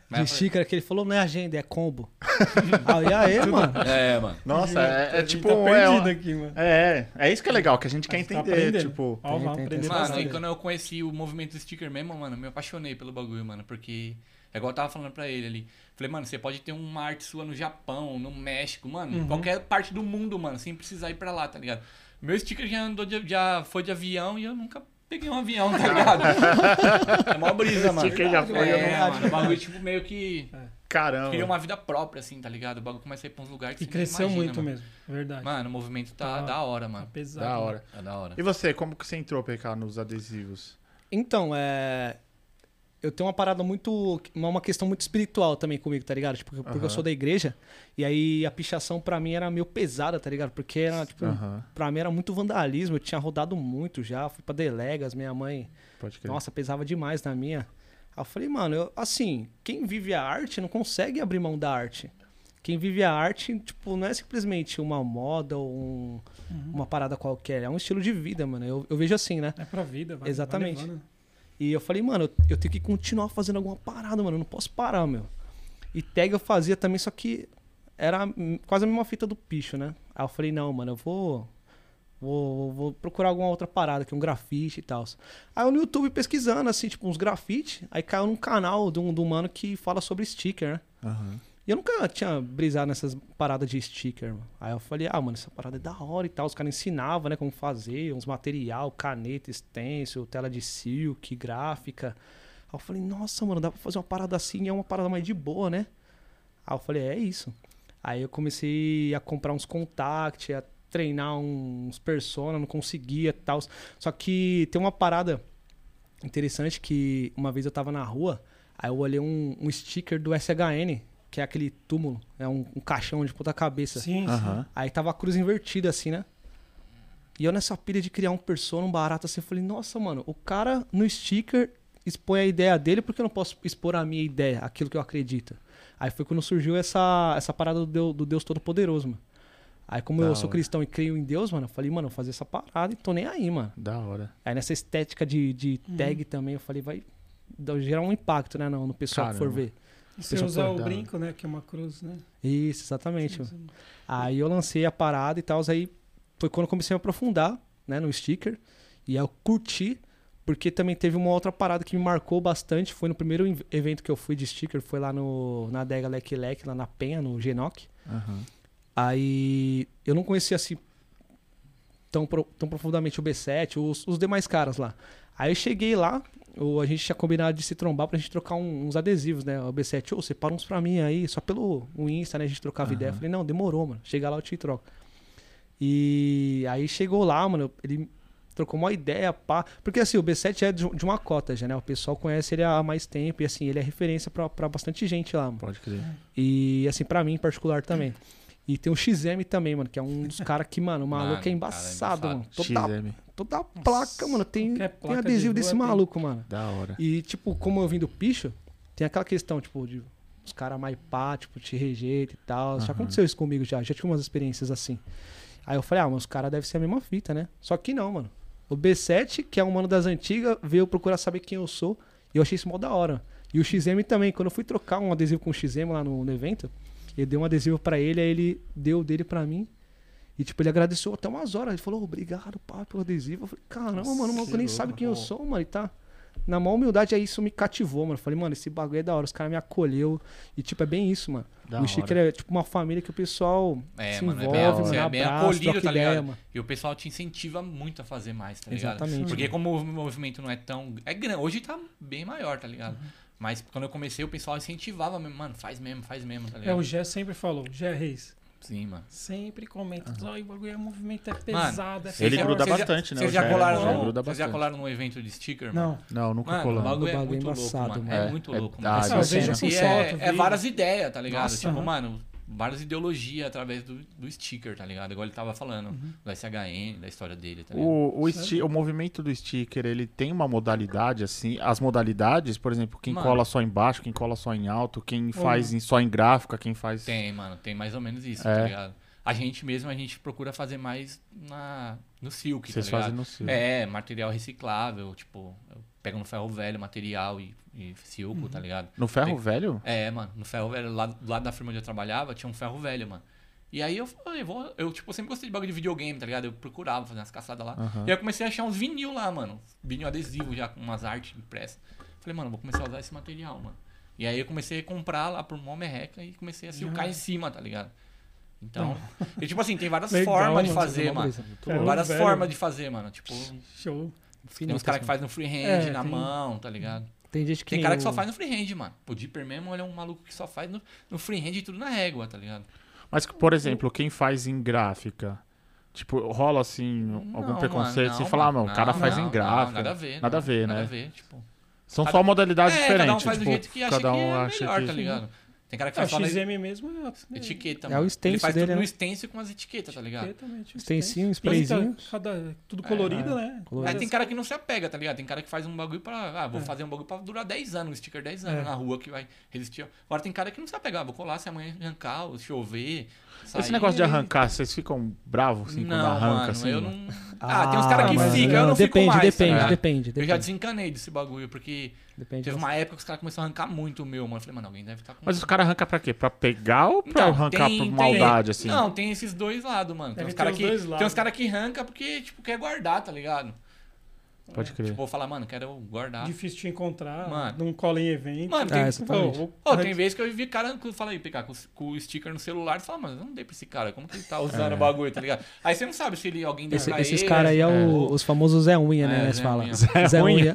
Speaker 3: Mas eu
Speaker 4: de xícara que ele falou, não é agenda, é combo. aí, aê, mano.
Speaker 3: É, mano.
Speaker 1: Nossa, é, é
Speaker 2: A gente
Speaker 1: tipo.
Speaker 2: Tá
Speaker 1: é,
Speaker 2: perdido aqui, mano.
Speaker 1: é, é isso que é legal, que a gente quer
Speaker 2: A gente tá
Speaker 1: entender.
Speaker 2: aprendendo.
Speaker 1: tipo,
Speaker 2: Ó,
Speaker 4: Tem,
Speaker 2: vamos
Speaker 4: tem,
Speaker 2: aprender
Speaker 4: tem.
Speaker 3: Mano,
Speaker 2: bastante.
Speaker 3: e quando eu conheci o movimento sticker mesmo, mano, eu me apaixonei pelo bagulho, mano, porque é igual eu tava falando pra ele ali. Falei, mano, você pode ter uma arte sua no Japão, no México, mano,
Speaker 1: Uhum.
Speaker 3: em qualquer parte do mundo, mano, sem precisar ir pra lá, tá ligado? Meu sticker já andou de, já foi de avião e eu nunca peguei um avião, tá ligado? é mó brisa, mano.
Speaker 1: sticker já foi, eu
Speaker 3: É,
Speaker 4: não-
Speaker 3: mano, o bagulho tipo meio que
Speaker 1: caramba.
Speaker 3: criou uma vida própria assim, tá ligado? O bagulho começa a ir pra uns lugares é que
Speaker 2: E
Speaker 3: você
Speaker 2: cresceu
Speaker 3: não imagina,
Speaker 2: muito
Speaker 3: mano.
Speaker 2: mesmo, é verdade.
Speaker 3: Mano, o movimento tá
Speaker 2: Tá-
Speaker 3: da hora,
Speaker 2: Tá
Speaker 3: mano.
Speaker 2: pesado.
Speaker 1: Da hora.
Speaker 3: Tá da hora.
Speaker 1: E você, como que você entrou, PK, nos adesivos?
Speaker 4: Então, é. Eu tenho uma parada muito. Uma uma questão muito espiritual também comigo, tá ligado? Tipo, porque
Speaker 1: Aham.
Speaker 4: eu sou da igreja. E aí a pichação pra mim era meio pesada, tá ligado? Porque era, tipo,
Speaker 1: Aham,
Speaker 4: pra mim era muito vandalismo. Eu tinha rodado muito já. Fui pra Delegas, minha mãe.
Speaker 1: pode crer.
Speaker 4: Nossa, pesava demais na minha. Aí eu falei, mano, eu- assim, quem vive a arte não consegue abrir mão da arte. Quem vive a arte, tipo, não é simplesmente uma moda ou um- uma parada qualquer. É um estilo de vida, mano. Eu, eu vejo assim, né?
Speaker 2: Uhum. É pra vida, vai. vai
Speaker 4: Exatamente.
Speaker 2: levando. né?
Speaker 4: E eu falei, mano, eu, eu tenho que continuar fazendo alguma parada, mano. Eu não posso parar, meu. E tag eu fazia também, só que era hum, quase a mesma fita do picho, né? Aí eu falei, não, mano, eu vou. Vou, vou procurar alguma outra parada, que um grafite e tal. Aí eu no YouTube pesquisando, assim, tipo, uns grafite. Aí caiu num canal de um, de um mano que fala sobre sticker, né?
Speaker 1: Aham.
Speaker 4: E eu nunca tinha brisado nessas paradas de sticker, mano. Aí eu falei, ah, mano, essa parada é da hora e tal. Os caras ensinavam, né, como fazer, uns material, caneta, stencil, tela de silk, gráfica. Aí eu falei, nossa, mano, dá pra fazer uma parada assim, é uma parada mais de boa, né? Aí eu falei, é isso. Aí eu comecei a comprar uns contact, a treinar uns persona, não conseguia e tal. Só que tem uma parada interessante que uma vez eu tava na rua, aí eu olhei um, um sticker do SHN, que é aquele túmulo, é um, um caixão de ponta cabeça.
Speaker 2: Sim, sim.
Speaker 1: Aham.
Speaker 4: Aí tava a cruz invertida, assim, né? E eu nessa pilha de criar um persona, um barato, assim, eu falei, nossa, mano, o cara no sticker expõe a ideia dele, porque eu não posso expor a minha ideia, aquilo que eu acredito. Aí foi quando surgiu essa, essa parada do Deus, do Deus Todo-Poderoso, mano. Aí como
Speaker 1: Da
Speaker 4: eu sou
Speaker 1: hora.
Speaker 4: cristão e creio em Deus, mano, eu falei, mano, eu vou fazer essa parada e tô nem aí, mano.
Speaker 1: Da hora.
Speaker 4: Aí nessa estética de, de
Speaker 1: Uhum.
Speaker 4: tag também, eu falei, vai dar- gerar um impacto, né, no, no pessoal que for
Speaker 1: Caramba.
Speaker 4: ver.
Speaker 2: E você
Speaker 4: Pessoa
Speaker 2: usa o
Speaker 1: acordada.
Speaker 2: brinco, né? Que é uma cruz, né?
Speaker 4: Isso,
Speaker 1: Tipo.
Speaker 4: exatamente. mano.
Speaker 2: Sim, sim.
Speaker 4: Aí eu lancei a parada e tal, aí foi quando eu comecei a me aprofundar, né, no sticker. E aí eu curti, porque também teve uma outra parada que me marcou bastante, foi no primeiro ev- evento que eu fui de sticker, foi lá no, na adega Leque Leque, lá na Penha, no Genoc.
Speaker 1: Aham.
Speaker 4: Aí eu não conhecia assim tão, pro- tão profundamente o B7, os, os demais caras lá. Aí eu cheguei lá, o, a gente tinha combinado de se trombar pra gente trocar um- uns adesivos, né? O B7, ô, separa uns pra mim aí, só pelo o Insta, né? A gente trocava ideia. Eu Falei, não, demorou, mano. Chega lá, eu te troco. E aí chegou lá, mano, ele trocou uma ideia, pá. Porque assim, o B7 é de, de uma cota já, né? O pessoal conhece ele há mais tempo e assim, ele é referência pra, pra bastante gente lá, mano.
Speaker 1: Pode crer.
Speaker 4: E assim, pra mim em particular também. E tem o XM também, mano, que é um dos caras que, mano, o maluco
Speaker 3: Mano,
Speaker 4: é
Speaker 3: cara,
Speaker 4: embaçado,
Speaker 3: é
Speaker 4: mano. Toda,
Speaker 1: XM.
Speaker 4: toda a placa, mano, tem,
Speaker 2: qualquer
Speaker 4: tem
Speaker 2: placa de
Speaker 4: adesivo
Speaker 2: rua
Speaker 4: desse
Speaker 2: tem.
Speaker 4: maluco, mano.
Speaker 1: Da hora.
Speaker 4: E, tipo, como eu vim do picho, tem aquela questão, tipo, de os caras mais pá, tipo, te rejeita e tal. Já aconteceu isso comigo já, já tive umas experiências assim. Aí eu falei, ah, mas os caras devem ser a mesma fita, né? Só que não, mano. O B7, que é um mano das antigas, veio procurar saber quem eu sou. E eu achei isso mó da hora. E o XM também, quando eu fui trocar um adesivo com o XM lá no, no evento, eu dei um adesivo pra ele, aí ele deu o dele pra mim. E, tipo, ele agradeceu até umas horas. Ele falou, obrigado, pá, pelo adesivo. Eu falei, caramba, mano, o maluco nem sabe quem eu sou, mano. E tá. Na maior humildade, aí isso me cativou, mano. Eu falei, mano, esse bagulho é da hora. Os caras me acolheu. E, tipo, é bem isso, mano.
Speaker 1: Da
Speaker 4: o Chique é, tipo, uma família que o pessoal
Speaker 3: É,
Speaker 4: se
Speaker 3: mano, é
Speaker 4: envolve,
Speaker 3: bem,
Speaker 1: mano,
Speaker 3: você é bem
Speaker 4: abraça,
Speaker 3: acolhido,
Speaker 4: troca
Speaker 3: tá
Speaker 4: ideia,
Speaker 3: ligado?
Speaker 4: mano.
Speaker 3: E o pessoal te incentiva muito a fazer mais, tá ligado?
Speaker 4: Exatamente.
Speaker 3: Porque como o movimento não é tão. É grande. Hoje tá bem maior, tá ligado? Mas quando eu comecei, o pessoal incentivava mesmo, mano, faz mesmo, faz mesmo, tá
Speaker 2: É,
Speaker 3: ligado?
Speaker 2: o Gé sempre falou, Gé Reis.
Speaker 3: Sim, mano.
Speaker 2: Sempre comenta, ai, o bagulho é movimento, é pesado, é
Speaker 1: Ele
Speaker 2: forte."
Speaker 1: gruda
Speaker 3: Vocês já-
Speaker 1: bastante, né?
Speaker 3: Vocês
Speaker 1: O
Speaker 3: já
Speaker 1: Jair- o Jair
Speaker 3: colaram no-
Speaker 1: gruda
Speaker 3: vocês já
Speaker 1: bastante.
Speaker 3: colaram num evento de sticker, mano?
Speaker 2: Não,
Speaker 1: Não, nunca
Speaker 3: Mano, o
Speaker 1: colamos.
Speaker 3: bagulho é
Speaker 4: Bagulho
Speaker 3: muito
Speaker 4: embaçado,
Speaker 3: louco, mano.
Speaker 1: mano.
Speaker 3: É,
Speaker 1: É,
Speaker 3: muito
Speaker 1: é-
Speaker 3: louco,
Speaker 1: ah,
Speaker 3: mano.
Speaker 1: isso
Speaker 2: eu sei,
Speaker 3: E
Speaker 2: né?
Speaker 3: é-
Speaker 2: Com
Speaker 3: é,
Speaker 2: foto, vídeo.
Speaker 3: várias ideias, tá ligado?
Speaker 2: Nossa,
Speaker 3: tipo,
Speaker 2: aham.
Speaker 3: mano, várias ideologias através do, do sticker, tá ligado? Igual ele tava falando, do SHN, da história dele, tá ligado?
Speaker 1: O, o, sti- o movimento do sticker, ele tem uma modalidade, assim. As modalidades, por exemplo, quem
Speaker 3: Mano. Uhum.
Speaker 1: cola só embaixo, quem cola só em alto, quem faz em- só em gráfica, quem faz.
Speaker 3: Tem, mano, tem mais ou menos isso,
Speaker 1: É.
Speaker 3: tá ligado? A gente mesmo, a gente procura fazer mais na, no silk,
Speaker 1: Vocês
Speaker 3: tá ligado?
Speaker 1: fazem no silk.
Speaker 3: É, material reciclável, tipo, eu pego no ferro velho material e, e silco, tá ligado?
Speaker 1: No ferro
Speaker 3: Tem-
Speaker 1: velho?
Speaker 3: É, mano, no ferro velho, lá do lado da firma onde eu trabalhava, tinha um ferro velho, mano. E aí eu falei, vou, eu, tipo, sempre gostei de bagulho de videogame, tá ligado? Eu procurava fazer umas caçadas lá. E aí eu comecei a achar uns vinil lá, mano. Vinil adesivo já, com umas artes impressas. Falei, mano, vou começar a usar esse material, mano. E aí eu comecei a comprar lá por mó merreca e comecei a silcar em
Speaker 2: Uhum.
Speaker 3: cima, tá ligado? Então, e tipo assim, tem várias
Speaker 2: Legal,
Speaker 3: formas
Speaker 2: mano,
Speaker 3: de
Speaker 4: É
Speaker 3: fazer, mano.
Speaker 2: louco.
Speaker 3: várias
Speaker 2: Velho.
Speaker 3: formas de fazer, mano. Tipo,
Speaker 2: show.
Speaker 3: tem uns
Speaker 4: assim.
Speaker 3: caras que fazem no freehand,
Speaker 2: É,
Speaker 3: na
Speaker 2: tem-
Speaker 3: mão, tá ligado?
Speaker 4: Tem gente que.
Speaker 3: Tem cara que só
Speaker 4: o-
Speaker 3: faz no freehand, mano. O Dipper mesmo ele é um maluco que só faz no, no freehand e tudo na régua, tá ligado?
Speaker 1: Mas, por exemplo, quem faz em gráfica? Tipo, rola assim algum
Speaker 3: Não,
Speaker 1: preconceito?
Speaker 3: mano,
Speaker 1: Você
Speaker 3: não,
Speaker 1: fala, ah, mano,
Speaker 3: mano,
Speaker 1: o cara
Speaker 3: não,
Speaker 1: faz
Speaker 3: não,
Speaker 1: em
Speaker 3: não,
Speaker 1: gráfica.
Speaker 3: nada a ver,
Speaker 1: Nada a
Speaker 3: não,
Speaker 1: ver,
Speaker 3: Nada
Speaker 1: né?
Speaker 3: a ver, tipo.
Speaker 1: São
Speaker 3: Cada-
Speaker 1: só modalidades
Speaker 3: é,
Speaker 1: diferentes.
Speaker 3: cada um faz
Speaker 1: tipo,
Speaker 3: do jeito que acha
Speaker 1: cada um
Speaker 3: que é
Speaker 1: acha
Speaker 3: melhor,
Speaker 1: que-
Speaker 3: tá ligado? Tem cara que
Speaker 2: Ah, o
Speaker 3: faz só na
Speaker 2: XM mesmo é outro, né?
Speaker 3: etiqueta,
Speaker 4: É
Speaker 3: mano.
Speaker 4: o
Speaker 3: Ele
Speaker 4: stencil
Speaker 3: faz tudo
Speaker 4: dele,
Speaker 3: no
Speaker 4: né?
Speaker 3: steticeta, com as etiquetas, tá ligado?
Speaker 2: Completamente, o
Speaker 4: Sprayzinho,
Speaker 2: stencil. E
Speaker 4: sprayzinho.
Speaker 2: tá cada- tudo colorido, né?
Speaker 4: Colorido.
Speaker 3: É. Aí tem cara que não se apega, tá ligado? Tem cara que faz um bagulho pra.
Speaker 4: É.
Speaker 3: Ah, vou fazer um bagulho pra durar 10 anos, um sticker 10 anos
Speaker 2: É.
Speaker 3: na rua que vai resistir. Agora tem cara que não se apega, ah, vou colar se amanhã arrancar, ou chover.
Speaker 1: assim. Esse
Speaker 3: sair,
Speaker 1: negócio de
Speaker 3: aí-
Speaker 1: arrancar, vocês ficam bravos assim, quando
Speaker 3: Não,
Speaker 1: arranca?
Speaker 3: mano,
Speaker 1: assim,
Speaker 3: eu não. Ah, tem uns caras que
Speaker 4: mas
Speaker 3: ficam,
Speaker 2: é,
Speaker 3: eu não
Speaker 4: depende,
Speaker 3: fico mais. tá
Speaker 4: Depende,
Speaker 3: ligado?
Speaker 4: depende,
Speaker 3: Eu
Speaker 4: depende.
Speaker 3: já desencanei desse bagulho, porque
Speaker 4: Depende
Speaker 3: teve
Speaker 4: da-
Speaker 3: uma época que os caras começaram a arrancar muito o meu, mano. Eu falei, mano, alguém deve estar com.
Speaker 1: Mas os caras arrancam pra quê? Pra pegar ou pra
Speaker 3: Então,
Speaker 1: arrancar
Speaker 3: tem-
Speaker 1: por
Speaker 3: tem-
Speaker 1: maldade, assim?
Speaker 3: Não, tem esses dois lados, mano. Tem
Speaker 2: Deve
Speaker 3: uns
Speaker 2: ter
Speaker 3: caras
Speaker 2: os
Speaker 3: que,
Speaker 2: dois
Speaker 3: tem
Speaker 2: lados.
Speaker 3: uns cara que arranca porque, tipo, quer guardar, tá ligado?
Speaker 1: Pode crer.
Speaker 3: Tipo, falar, mano, quero guardar.
Speaker 2: É Difícil de encontrar,
Speaker 3: Mano.
Speaker 2: não cola em evento. Então,
Speaker 3: Mano, tem,
Speaker 1: É,
Speaker 4: Ah, exatamente.
Speaker 2: Pô,
Speaker 3: Ô, tem vezes que eu vi cara, que fala aí, PK, com, com o sticker no celular, e fala, mano, eu não dei pra esse cara, como que ele tá
Speaker 1: É.
Speaker 3: usando o bagulho, tá ligado? Aí você não sabe se ele, alguém deu
Speaker 4: Esse-
Speaker 3: pra
Speaker 4: esses
Speaker 3: ele, né?
Speaker 4: caras aí é, o-
Speaker 3: ou-
Speaker 4: os famosos Zé Unha, né?
Speaker 3: É,
Speaker 4: nós
Speaker 3: Zé
Speaker 4: fala.
Speaker 3: Unha.
Speaker 1: Zé Unha.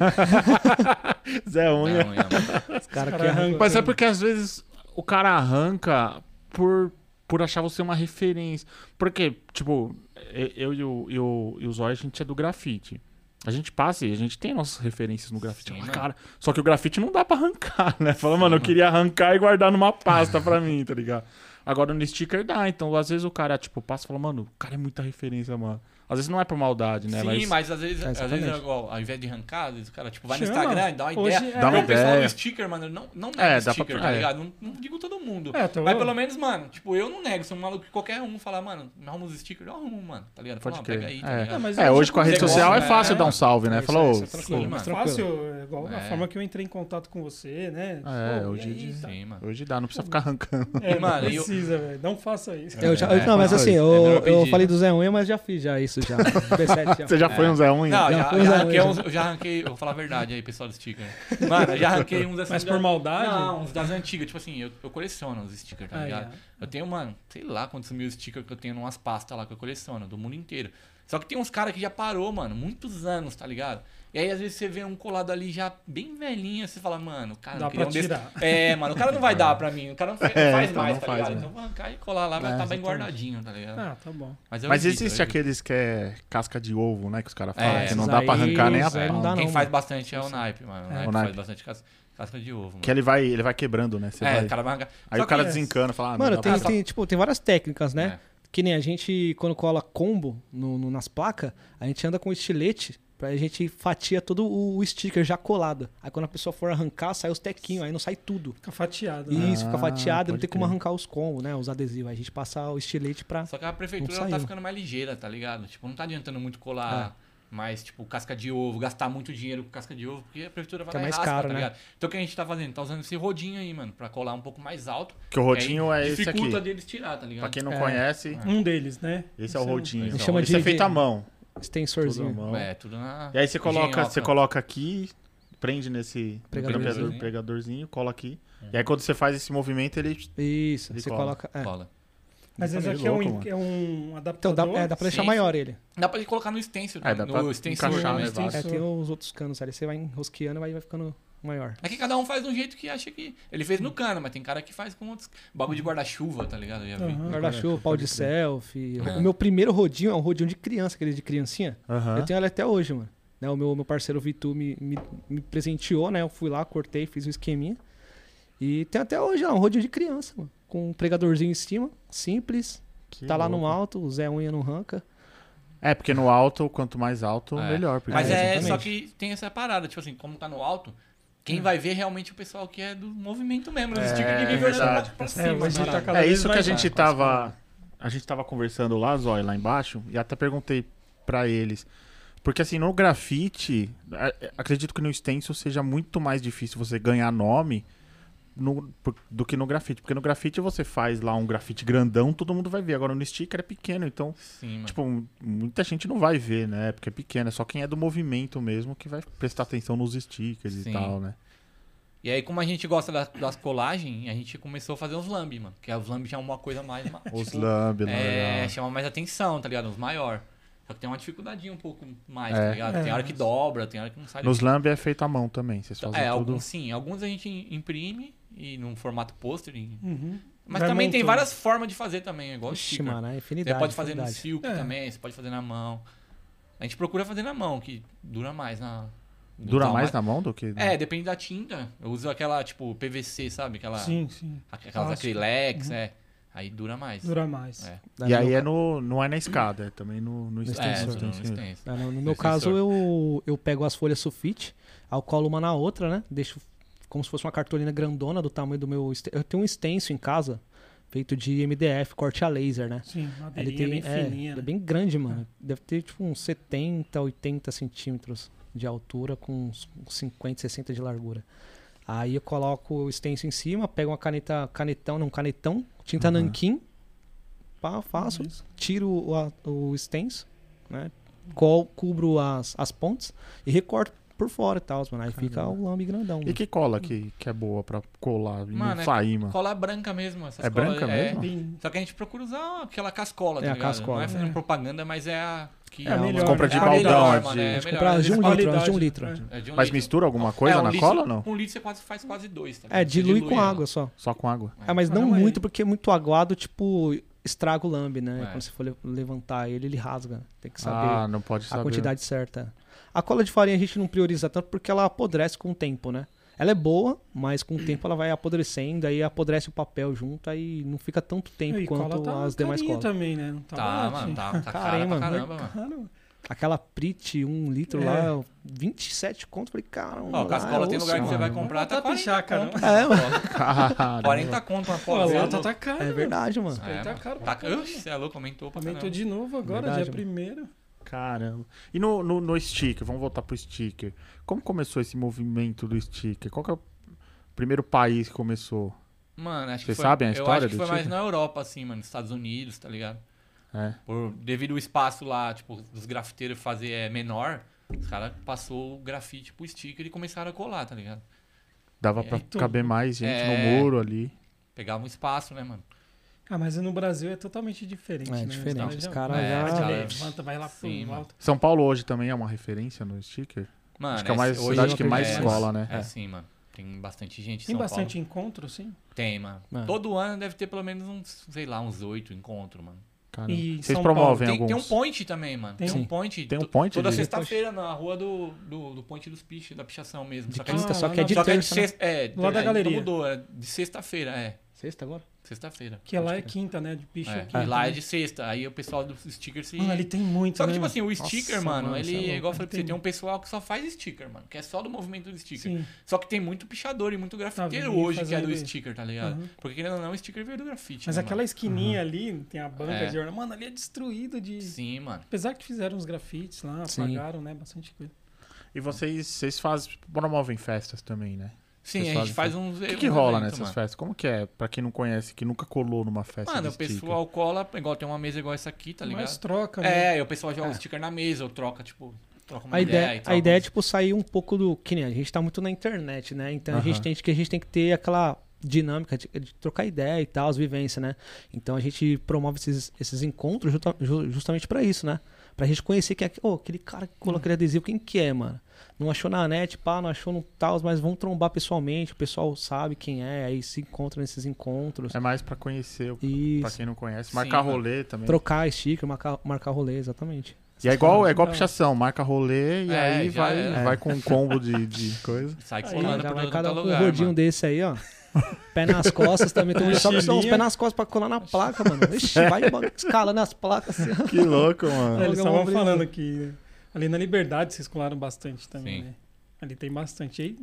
Speaker 1: Zé
Speaker 3: Não,
Speaker 1: Unha.
Speaker 3: não, não.
Speaker 4: Os caras que
Speaker 2: cara
Speaker 4: arrancam.
Speaker 2: arranca.
Speaker 1: Mas é porque às vezes o cara arranca por, por achar você uma referência. Porque, tipo, e- eu e o, e o, e o Zóia, a gente é do grafite. A gente passa e a gente tem nossas referências no grafite.
Speaker 3: Sim,
Speaker 1: Ah,
Speaker 3: mano.
Speaker 1: cara, só que o grafite não dá pra arrancar, né? Fala, mano, eu queria arrancar e guardar numa pasta pra mim, tá ligado? Agora no sticker dá, então às vezes o cara, tipo, passa e fala, mano, o cara é muita referência, mano. Às vezes não é por maldade, né?
Speaker 3: Sim, mas, às vezes,
Speaker 4: É,
Speaker 3: às vezes
Speaker 4: exatamente.
Speaker 3: igual, ao invés de arrancar, às vezes o cara tipo, vai no
Speaker 2: Chama.
Speaker 3: Instagram e dá uma
Speaker 2: Hoje
Speaker 3: ideia.
Speaker 2: é-
Speaker 1: Dá uma
Speaker 3: Porque o pessoal
Speaker 1: ideia.
Speaker 3: do sticker, mano, não, não nega
Speaker 1: É, dá pra-
Speaker 3: sticker, tá
Speaker 1: é.
Speaker 3: ligado? Não, não digo todo mundo.
Speaker 2: É, tô-
Speaker 3: Mas pelo menos, mano, tipo, eu não nego. Sou um maluco que qualquer um falar, mano, me arruma uns stickers, eu arrumo, mano, tá ligado? Fala,
Speaker 1: Pode
Speaker 3: "Ah,
Speaker 1: crer.
Speaker 3: pega aí, tá
Speaker 1: é,
Speaker 3: ligado?
Speaker 2: mas
Speaker 1: É,
Speaker 2: hoje
Speaker 1: hoje com a rede
Speaker 3: negócio,
Speaker 1: social é
Speaker 3: né?
Speaker 1: fácil dar um salve, né?
Speaker 4: É, isso
Speaker 1: Fala,
Speaker 4: aí,
Speaker 1: ô,
Speaker 4: isso é tranquilo,
Speaker 1: pô,
Speaker 4: mas
Speaker 2: mais fácil, é igual a
Speaker 3: É.
Speaker 2: forma que eu entrei em contato com você, né?
Speaker 1: É,
Speaker 2: Pô, e
Speaker 1: hoje
Speaker 2: aí,
Speaker 1: em dia-
Speaker 2: tá?
Speaker 3: Sim, mano.
Speaker 1: hoje dá, não precisa ficar arrancando.
Speaker 2: É, não
Speaker 3: Mano, e eu-
Speaker 2: precisa, velho. Não faça isso.
Speaker 4: Eu já- eu-
Speaker 3: É,
Speaker 4: não, mas
Speaker 1: fala
Speaker 4: assim,
Speaker 1: isso.
Speaker 4: eu,
Speaker 3: É melhor
Speaker 4: eu
Speaker 3: pedir,
Speaker 4: falei
Speaker 3: né?
Speaker 4: do Zé Unha, mas já fiz já isso já. B7 já.
Speaker 1: Você já foi um Zé Unha?
Speaker 3: Não, já,
Speaker 4: foi
Speaker 3: já
Speaker 4: usar
Speaker 3: arranquei
Speaker 4: hoje.
Speaker 3: uns, eu já arranquei, eu vou falar a verdade aí, pessoal do sticker. Mano, eu já arranquei uns assim.
Speaker 2: Mas
Speaker 3: da-
Speaker 2: por maldade?
Speaker 3: Não, uns das antigas. Tipo assim, eu, eu coleciono os stickers, tá
Speaker 2: Ah,
Speaker 3: ligado?
Speaker 2: é.
Speaker 3: Eu tenho, mano, sei lá quantos mil stickers que eu tenho numas pastas lá que eu coleciono, do mundo inteiro. Só que tem uns caras que já parou, mano, muitos anos, tá ligado? E aí, às vezes, você vê um colado ali já bem velhinho, você fala, mano, o cara
Speaker 2: Dá
Speaker 3: não queria
Speaker 2: pra
Speaker 3: um desse-
Speaker 2: tirar.
Speaker 3: É, mano, o cara não vai dar pra mim, o cara não fe-
Speaker 1: É,
Speaker 3: faz
Speaker 1: então,
Speaker 3: mais,
Speaker 1: não
Speaker 3: tá
Speaker 1: faz,
Speaker 3: ligado?
Speaker 1: né?
Speaker 3: Então, vou arrancar e colar lá, vai
Speaker 1: É,
Speaker 3: estar bem
Speaker 1: exatamente.
Speaker 3: guardadinho, tá ligado? é
Speaker 2: Ah, tá bom.
Speaker 3: eu
Speaker 1: Mas
Speaker 3: evito,
Speaker 1: existe
Speaker 3: eu evito.
Speaker 1: aqueles que é casca de ovo, né? Que os caras
Speaker 3: É,
Speaker 1: falam, que não
Speaker 4: esses
Speaker 1: dá pra
Speaker 4: aí,
Speaker 1: arrancar nem a
Speaker 4: esses aí
Speaker 1: pau.
Speaker 4: não dá
Speaker 3: Quem
Speaker 4: não,
Speaker 3: faz
Speaker 4: mano.
Speaker 3: bastante é o naipe, mano. O naipe faz
Speaker 1: naipe.
Speaker 3: bastante cas- casca de ovo, mano.
Speaker 1: Que ele vai, ele vai quebrando, né? Você
Speaker 3: é,
Speaker 1: vai-
Speaker 3: o cara vai arrancar.
Speaker 1: Aí
Speaker 3: Só
Speaker 1: o cara
Speaker 3: que-
Speaker 1: desencana,
Speaker 3: é
Speaker 1: fala, ah, não
Speaker 4: Mano,
Speaker 1: dá
Speaker 4: tem,
Speaker 1: pra-
Speaker 4: tem, tipo, tem várias técnicas, né? Que nem a gente, quando cola combo no, no- nas placas, a gente anda com estilete pra gente fatia todo o, o sticker já colado. Aí quando a pessoa for arrancar, sai os tequinhos, aí não sai tudo.
Speaker 2: Fica fatiado, né?
Speaker 4: Isso, fica
Speaker 1: Ah,
Speaker 4: fatiado, não
Speaker 1: pode
Speaker 4: tem como
Speaker 1: crer.
Speaker 4: arrancar os combos, né? Os adesivos. Aí a gente passa o estilete pra.
Speaker 3: Só que a prefeitura
Speaker 4: Não
Speaker 3: ela tá
Speaker 4: saiu.
Speaker 3: ficando mais ligeira, tá ligado? Tipo, não tá adiantando muito colar
Speaker 4: É.
Speaker 3: Mas, tipo, casca de ovo, gastar muito dinheiro com casca de ovo, porque a prefeitura vai
Speaker 4: Que é
Speaker 3: lá e
Speaker 4: mais
Speaker 3: raspa,
Speaker 4: caro,
Speaker 3: tá
Speaker 4: né?
Speaker 3: ligado? Então o que a gente tá fazendo? Tá usando esse rodinho aí, mano, pra colar um pouco mais alto.
Speaker 1: Que o
Speaker 3: que aí
Speaker 1: rodinho é esse
Speaker 3: Dificulta
Speaker 1: aqui.
Speaker 3: deles tirar, tá ligado?
Speaker 1: Pra quem não
Speaker 4: É.
Speaker 1: conhece,
Speaker 2: Um deles, né?
Speaker 1: esse é o
Speaker 2: Esse é um-
Speaker 1: rodinho.
Speaker 3: Esse
Speaker 1: Esse,
Speaker 3: é um-
Speaker 4: chama de-
Speaker 1: é feito à mão. Tudo à
Speaker 4: Extensorzinho.
Speaker 1: mão.
Speaker 3: É, tudo na.
Speaker 1: E aí você coloca,
Speaker 3: engenhoca.
Speaker 1: você coloca aqui, prende nesse no
Speaker 4: Pregadorzinho.
Speaker 1: pregador- pregadorzinho, cola aqui. E aí quando você faz esse movimento, ele
Speaker 4: Isso,
Speaker 1: Ele
Speaker 4: você
Speaker 1: cola.
Speaker 4: coloca. é.
Speaker 3: Cola.
Speaker 2: Mas esse
Speaker 3: tá
Speaker 1: Meio
Speaker 2: aqui é um,
Speaker 1: louco, mano.
Speaker 2: é um
Speaker 4: Então
Speaker 2: adaptador.
Speaker 4: dá, é, dá pra deixar
Speaker 3: Sim,
Speaker 4: maior ele.
Speaker 3: Dá pra ele colocar no extensor,
Speaker 1: É,
Speaker 3: né?
Speaker 1: dá pra
Speaker 3: no extensor,
Speaker 1: encaixar,
Speaker 3: né?
Speaker 1: né,
Speaker 3: no extensor.
Speaker 2: Isso.
Speaker 4: É, tem os outros canos ali. Você vai enrosqueando e vai vai ficando maior.
Speaker 3: É que cada um faz de um jeito que acha que. Ele fez no cano, mas tem cara que faz com outros. Bagulho de guarda-chuva, tá ligado? Eu já vi.
Speaker 1: Ah,
Speaker 2: Aham.
Speaker 4: Guarda-chuva, pau de selfie.
Speaker 3: É.
Speaker 4: O meu primeiro rodinho é um rodinho de criança, aquele de criancinha.
Speaker 1: Aham.
Speaker 4: Eu tenho ele até hoje, mano. Né, o meu, meu parceiro Vitu me, me, me presenteou, né? Eu fui lá, cortei, fiz o esqueminha. E tem até hoje lá, um rodinho de criança, mano. Com um pregadorzinho em cima, simples.
Speaker 1: Que
Speaker 4: tá lá no
Speaker 1: louco.
Speaker 4: alto, o Zé Unha não arranca.
Speaker 1: É, porque no alto, quanto mais alto,
Speaker 3: É.
Speaker 1: melhor. porque- tá
Speaker 3: Mas
Speaker 4: É,
Speaker 3: é,
Speaker 4: exatamente.
Speaker 3: só que tem essa parada, tipo assim, como tá no alto, quem vai ver realmente é o pessoal que é do movimento mesmo,
Speaker 1: Hum.
Speaker 3: tipo
Speaker 1: É,
Speaker 3: os stickers que vivem
Speaker 1: verdade.
Speaker 3: olhando pra- pra cima.
Speaker 2: É, hoje
Speaker 3: né?
Speaker 2: tá cada
Speaker 1: É
Speaker 2: vez
Speaker 1: isso que
Speaker 2: mais
Speaker 1: a gente
Speaker 2: alto.
Speaker 1: tava. A gente tava conversando lá, Zói, lá embaixo, e até perguntei pra eles. Porque assim, no grafite, a- acredito que no stencil seja muito mais difícil você ganhar nome no- por- do que no grafite. Porque no grafite você faz lá um grafite grandão, todo mundo vai ver. Agora no sticker é pequeno, então,
Speaker 3: Sim, mano.
Speaker 1: tipo, muita gente não vai ver, né? Porque é pequeno, é só quem é do movimento mesmo que vai prestar atenção nos stickers e
Speaker 3: Sim.
Speaker 1: tal, né?
Speaker 3: E aí, como a gente gosta da- das colagens, a gente começou a fazer os lambi, mano. Que os lambi já é uma coisa mais. ma-
Speaker 1: Os
Speaker 3: tipo,
Speaker 1: lambe,
Speaker 3: É, chama mais atenção, tá ligado? Uns maior. Só que tem uma dificuldadinha um pouco mais,
Speaker 1: É.
Speaker 3: tá ligado? Tem hora que dobra, tem hora que não sai.
Speaker 1: Nos lambe é feito à mão também, vocês fazem
Speaker 3: É,
Speaker 1: tudo.
Speaker 3: alguns sim. Alguns a gente imprime e num formato pôster. e-
Speaker 2: Uhum.
Speaker 3: Mas
Speaker 2: Vai
Speaker 3: também tem
Speaker 2: montando.
Speaker 3: várias formas de fazer também, é igual o
Speaker 4: Oxi,
Speaker 3: sticker.
Speaker 4: mano, é
Speaker 3: Você
Speaker 4: infinidade.
Speaker 3: pode fazer no
Speaker 4: infinidade.
Speaker 3: silk
Speaker 2: É.
Speaker 3: também, você pode fazer na mão. A gente procura fazer na mão, que dura mais na.
Speaker 1: Dura
Speaker 3: então,
Speaker 1: mais na mão do que.
Speaker 3: É, depende da tinta. Eu uso aquela, tipo, PVC, sabe? Aquela,
Speaker 2: Sim, sim.
Speaker 3: Aquelas
Speaker 2: Plástico.
Speaker 3: acrylex, é. Aí dura mais.
Speaker 2: Dura mais.
Speaker 3: É.
Speaker 4: Da
Speaker 1: E
Speaker 4: minha
Speaker 1: aí é no, não é na escada, é também no, no
Speaker 3: É,
Speaker 1: extensor.
Speaker 3: dura no
Speaker 1: Extensor.
Speaker 3: extenso.
Speaker 4: Ah, No, no meu
Speaker 3: Extensor.
Speaker 4: caso, eu, eu pego as folhas sulfite, aí eu colo uma na outra, né? Deixo como se fosse uma cartolina grandona do tamanho do meu. este- Eu tenho um extenso em casa, feito de MDF, corte a laser, né?
Speaker 2: Sim,
Speaker 4: Aí
Speaker 2: madeirinha bem
Speaker 4: é,
Speaker 2: fininha.
Speaker 4: ele é
Speaker 2: né?
Speaker 4: bem grande, mano. Deve ter tipo uns 70, 80 centímetros de altura, com uns 50, 60 de largura. Aí eu coloco o extenso em cima, pego uma caneta, canetão, não, canetão, tinta
Speaker 1: Aham.
Speaker 4: nanquim, pá, faço,
Speaker 2: Isso.
Speaker 4: tiro o, a- o extenso, né? Col, cubro as, as pontas e recorto por fora e tal, mano. Aí fica o lambe grandão.
Speaker 1: E que cola que, que é boa pra colar e
Speaker 3: um Mano,
Speaker 1: não
Speaker 3: é
Speaker 1: sair, mano?
Speaker 3: Cola branca mesmo. Essas
Speaker 1: É
Speaker 3: colas-
Speaker 1: branca
Speaker 4: Ah,
Speaker 1: mesmo?
Speaker 4: um
Speaker 2: Bem-
Speaker 3: Só que a gente procura usar aquela cascola,
Speaker 4: É,
Speaker 3: tá
Speaker 4: a
Speaker 3: ligado? Não
Speaker 4: cascola.
Speaker 3: é fazendo
Speaker 2: É.
Speaker 3: propaganda, mas é a que...
Speaker 2: É a melhor,
Speaker 1: compra
Speaker 2: né?
Speaker 1: de
Speaker 2: É a
Speaker 1: baldão,
Speaker 2: melhor.
Speaker 1: é
Speaker 3: mano,
Speaker 1: de-
Speaker 3: é melhor.
Speaker 4: comprar
Speaker 3: Às
Speaker 4: de um
Speaker 3: vezes
Speaker 4: litro, as de um
Speaker 2: qualidade,
Speaker 4: litro.
Speaker 2: né?
Speaker 4: as de-
Speaker 3: É de um
Speaker 1: Mas
Speaker 3: litro.
Speaker 1: mistura alguma
Speaker 3: É,
Speaker 1: coisa
Speaker 3: um
Speaker 1: na
Speaker 3: litro-
Speaker 1: cola ou não?
Speaker 3: Um litro você quase, faz quase dois, tá
Speaker 4: É,
Speaker 3: ligado? Você
Speaker 4: dilui com
Speaker 3: ela.
Speaker 4: água só.
Speaker 1: Só com água.
Speaker 4: Ah, mas
Speaker 2: Ah,
Speaker 4: não,
Speaker 2: não, é.
Speaker 4: muito, porque muito aguado, tipo, estraga o lambe, né?
Speaker 3: É.
Speaker 4: Quando você for le- levantar ele, ele rasga. Tem que saber
Speaker 1: Ah, não pode
Speaker 4: a
Speaker 1: saber.
Speaker 4: quantidade certa. A cola de farinha a gente não prioriza tanto porque ela apodrece com o tempo, né? Ela é boa, mas com o tempo ela vai apodrecendo, aí apodrece o papel junto, aí não fica tanto tempo
Speaker 2: E
Speaker 4: quanto
Speaker 2: cola tá
Speaker 4: um as demais
Speaker 2: carinha
Speaker 4: colas.
Speaker 2: também, né? Não tá,
Speaker 3: Tá,
Speaker 2: barato,
Speaker 3: mano,
Speaker 2: gente.
Speaker 3: tá, tá
Speaker 4: Cara,
Speaker 3: cara
Speaker 4: hein,
Speaker 3: pra
Speaker 4: mano?
Speaker 3: caramba, mano.
Speaker 2: Caramba.
Speaker 4: Aquela Prit, um litro
Speaker 2: tá? É.
Speaker 4: lá, 27 conto, falei, caramba.
Speaker 3: Ó, cascola
Speaker 4: lá é
Speaker 3: tem lugar que
Speaker 4: osso,
Speaker 3: você vai
Speaker 4: mano.
Speaker 3: comprar
Speaker 2: Tá
Speaker 3: até 40
Speaker 2: pichar, cara.
Speaker 3: conto.
Speaker 4: É, mano.
Speaker 3: 40 conto uma
Speaker 2: Pô, a
Speaker 3: cola.
Speaker 2: lata tá cara.
Speaker 4: É verdade, mano.
Speaker 2: Isso aí
Speaker 3: né? É,
Speaker 2: tá
Speaker 3: mano.
Speaker 2: caro pra
Speaker 3: Tá,
Speaker 2: caramba.
Speaker 3: Oxi, você é louco, aumentou pra
Speaker 2: Aumentou
Speaker 3: caramba.
Speaker 2: de novo agora,
Speaker 4: Verdade,
Speaker 2: dia
Speaker 4: mano.
Speaker 2: primeiro.
Speaker 1: Caramba. E no, no, no sticker, vamos voltar pro sticker. Como começou esse movimento do sticker? Qual que é o primeiro país que começou?
Speaker 3: Mano, acho
Speaker 1: Vocês
Speaker 3: que foi,
Speaker 1: sabem a
Speaker 3: Eu
Speaker 1: história
Speaker 3: acho que
Speaker 1: do tipo?
Speaker 3: foi mais
Speaker 1: Tigre?
Speaker 3: na Europa, assim, mano. nos Estados Unidos, tá ligado?
Speaker 1: É.
Speaker 3: Por, devido ao espaço lá, tipo, dos grafiteiros fazer é menor, os caras passou o grafite pro sticker e começaram a colar, tá ligado?
Speaker 1: Dava
Speaker 3: E
Speaker 1: pra
Speaker 3: aí tu-
Speaker 1: caber mais gente
Speaker 3: É.
Speaker 1: no muro ali.
Speaker 3: Pegava um espaço, né, mano?
Speaker 2: Ah, mas no Brasil é totalmente diferente,
Speaker 4: É
Speaker 2: né?
Speaker 4: diferente, os caras
Speaker 3: É,
Speaker 4: já...
Speaker 3: os caras-
Speaker 2: Levanta, vai lá pro
Speaker 3: Sim, mano.
Speaker 2: alto.
Speaker 1: São Paulo hoje também é uma referência no sticker?
Speaker 3: Mano,
Speaker 1: Acho que é a
Speaker 3: esse-
Speaker 1: mais-
Speaker 3: hoje
Speaker 1: cidade
Speaker 3: em
Speaker 1: que
Speaker 3: dia
Speaker 1: mais
Speaker 3: é-
Speaker 1: cola, né?
Speaker 3: É,
Speaker 1: É.
Speaker 3: sim, mano. Tem bastante gente em
Speaker 2: Tem
Speaker 3: São
Speaker 2: bastante
Speaker 3: Paulo.
Speaker 2: encontro, sim?
Speaker 3: Tem, mano.
Speaker 4: Mano.
Speaker 3: Todo ano deve ter pelo menos uns, sei lá, uns oito encontros, mano.
Speaker 1: Caramba.
Speaker 2: E
Speaker 1: Vocês
Speaker 2: São
Speaker 1: promovem
Speaker 3: Tem,
Speaker 1: alguns?
Speaker 3: tem um point também, mano. Tem,
Speaker 2: Tem
Speaker 4: um-
Speaker 3: um point.
Speaker 1: Tem um
Speaker 3: to-
Speaker 1: point
Speaker 3: Toda
Speaker 1: de-
Speaker 3: sexta-feira na rua do, do, do ponte dos piches, da pichação mesmo.
Speaker 4: De
Speaker 3: Só que a
Speaker 2: quinta,
Speaker 4: quinta,
Speaker 2: Ah,
Speaker 4: só
Speaker 2: lá
Speaker 4: que é
Speaker 2: na-
Speaker 4: de
Speaker 3: Só que é de
Speaker 4: terça. né?
Speaker 3: sexta. É,
Speaker 2: Do lado da
Speaker 3: é,
Speaker 2: galeria.
Speaker 3: Mudou, é de sexta-feira, é.
Speaker 4: Sexta agora?
Speaker 3: Sexta-feira.
Speaker 2: Que lá é quinta, né? De bicho
Speaker 3: É,
Speaker 2: quinta.
Speaker 3: E lá é
Speaker 2: né?
Speaker 3: de sexta. Aí o pessoal do sticker se.
Speaker 2: Mano, ele tem muito,
Speaker 3: Só que,
Speaker 2: né?
Speaker 3: tipo assim, o
Speaker 4: Nossa,
Speaker 3: sticker, mano,
Speaker 4: mano, isso é
Speaker 3: ele
Speaker 4: louco.
Speaker 3: é igual eu falei pra você,
Speaker 2: Entendi.
Speaker 3: tem um pessoal que só faz sticker, mano, que é só do movimento do sticker.
Speaker 2: Sim.
Speaker 3: Só que tem muito pichador e muito grafiteiro
Speaker 2: vive
Speaker 3: hoje que é
Speaker 2: fazendo
Speaker 3: do
Speaker 2: isso.
Speaker 3: sticker, tá ligado?
Speaker 2: Uhum.
Speaker 3: Porque querendo ou não, o sticker veio do grafite.
Speaker 2: Mas
Speaker 3: né,
Speaker 2: aquela
Speaker 3: mano?
Speaker 2: esquininha ali, tem a banca
Speaker 3: É.
Speaker 2: de jornal. Mano, ali é destruído de.
Speaker 3: Sim, mano.
Speaker 2: Apesar que fizeram uns grafites lá,
Speaker 4: Sim.
Speaker 2: apagaram, né? Bastante coisa.
Speaker 1: E vocês, vocês fazem, tipo, promovem festas também, né?
Speaker 3: Sim,
Speaker 1: Vocês
Speaker 3: a gente
Speaker 1: fazem-
Speaker 3: faz uns.
Speaker 1: O que, que rola nessas
Speaker 3: mano.
Speaker 1: festas? Como que é? Pra quem não conhece, que nunca colou numa festa
Speaker 3: Mano,
Speaker 1: de
Speaker 3: o
Speaker 1: sticker.
Speaker 3: pessoal cola, igual tem uma mesa igual essa aqui, tá
Speaker 2: Mas
Speaker 3: ligado?
Speaker 2: troca, né?
Speaker 3: É, e o pessoal joga o sticker na mesa, ou troca, tipo, troca uma
Speaker 4: A
Speaker 3: ideia, e
Speaker 4: ideia,
Speaker 3: tal.
Speaker 4: a ideia é, tipo, sair um pouco do. Que nem a gente tá muito na internet, né? Então a gente
Speaker 1: Aham.
Speaker 4: tem que a gente tem que ter aquela dinâmica de, de trocar ideia e tal, as vivências, né? Então a gente promove esses, esses encontros justa- ju- justamente pra isso, né? Pra gente conhecer quem é. Ô, aquele cara que colou
Speaker 3: Uhum.
Speaker 4: aquele adesivo, quem que é, mano? Não achou na net, pá, não achou no tal, mas vão trombar pessoalmente, o pessoal sabe quem é, aí se encontra nesses encontros.
Speaker 1: É mais pra conhecer,
Speaker 3: É,
Speaker 1: o- pra
Speaker 4: Isso.
Speaker 1: quem não conhece.
Speaker 3: Sim,
Speaker 1: Marcar
Speaker 3: mano.
Speaker 1: rolê também.
Speaker 4: Trocar sticker, marcar, marcar rolê, exatamente.
Speaker 1: E é igual, é igual
Speaker 2: Então-
Speaker 1: pichação, marca rolê e
Speaker 3: É,
Speaker 1: aí
Speaker 3: já
Speaker 1: vai,
Speaker 3: era.
Speaker 1: vai com um combo de, de coisa.
Speaker 3: Sai
Speaker 2: Aí
Speaker 3: colando
Speaker 4: já
Speaker 3: pra
Speaker 4: vai
Speaker 3: todo
Speaker 4: cada
Speaker 3: cada
Speaker 4: um com um
Speaker 3: lugar.
Speaker 4: gordinho
Speaker 3: mano.
Speaker 4: desse aí, ó. Pé nas costas também. Tem um só que são os
Speaker 2: Mochilinha.
Speaker 4: pés nas costas pra colar na placa, mano. Ixi, vai escalando as placas assim. ó.
Speaker 1: Que louco, mano.
Speaker 2: É, Eles
Speaker 4: Olha,
Speaker 3: um
Speaker 2: estavam
Speaker 4: uma brisa.
Speaker 2: falando que ali na Liberdade vocês colaram bastante também,
Speaker 3: Sim.
Speaker 2: né? Ali tem bastante. Aí,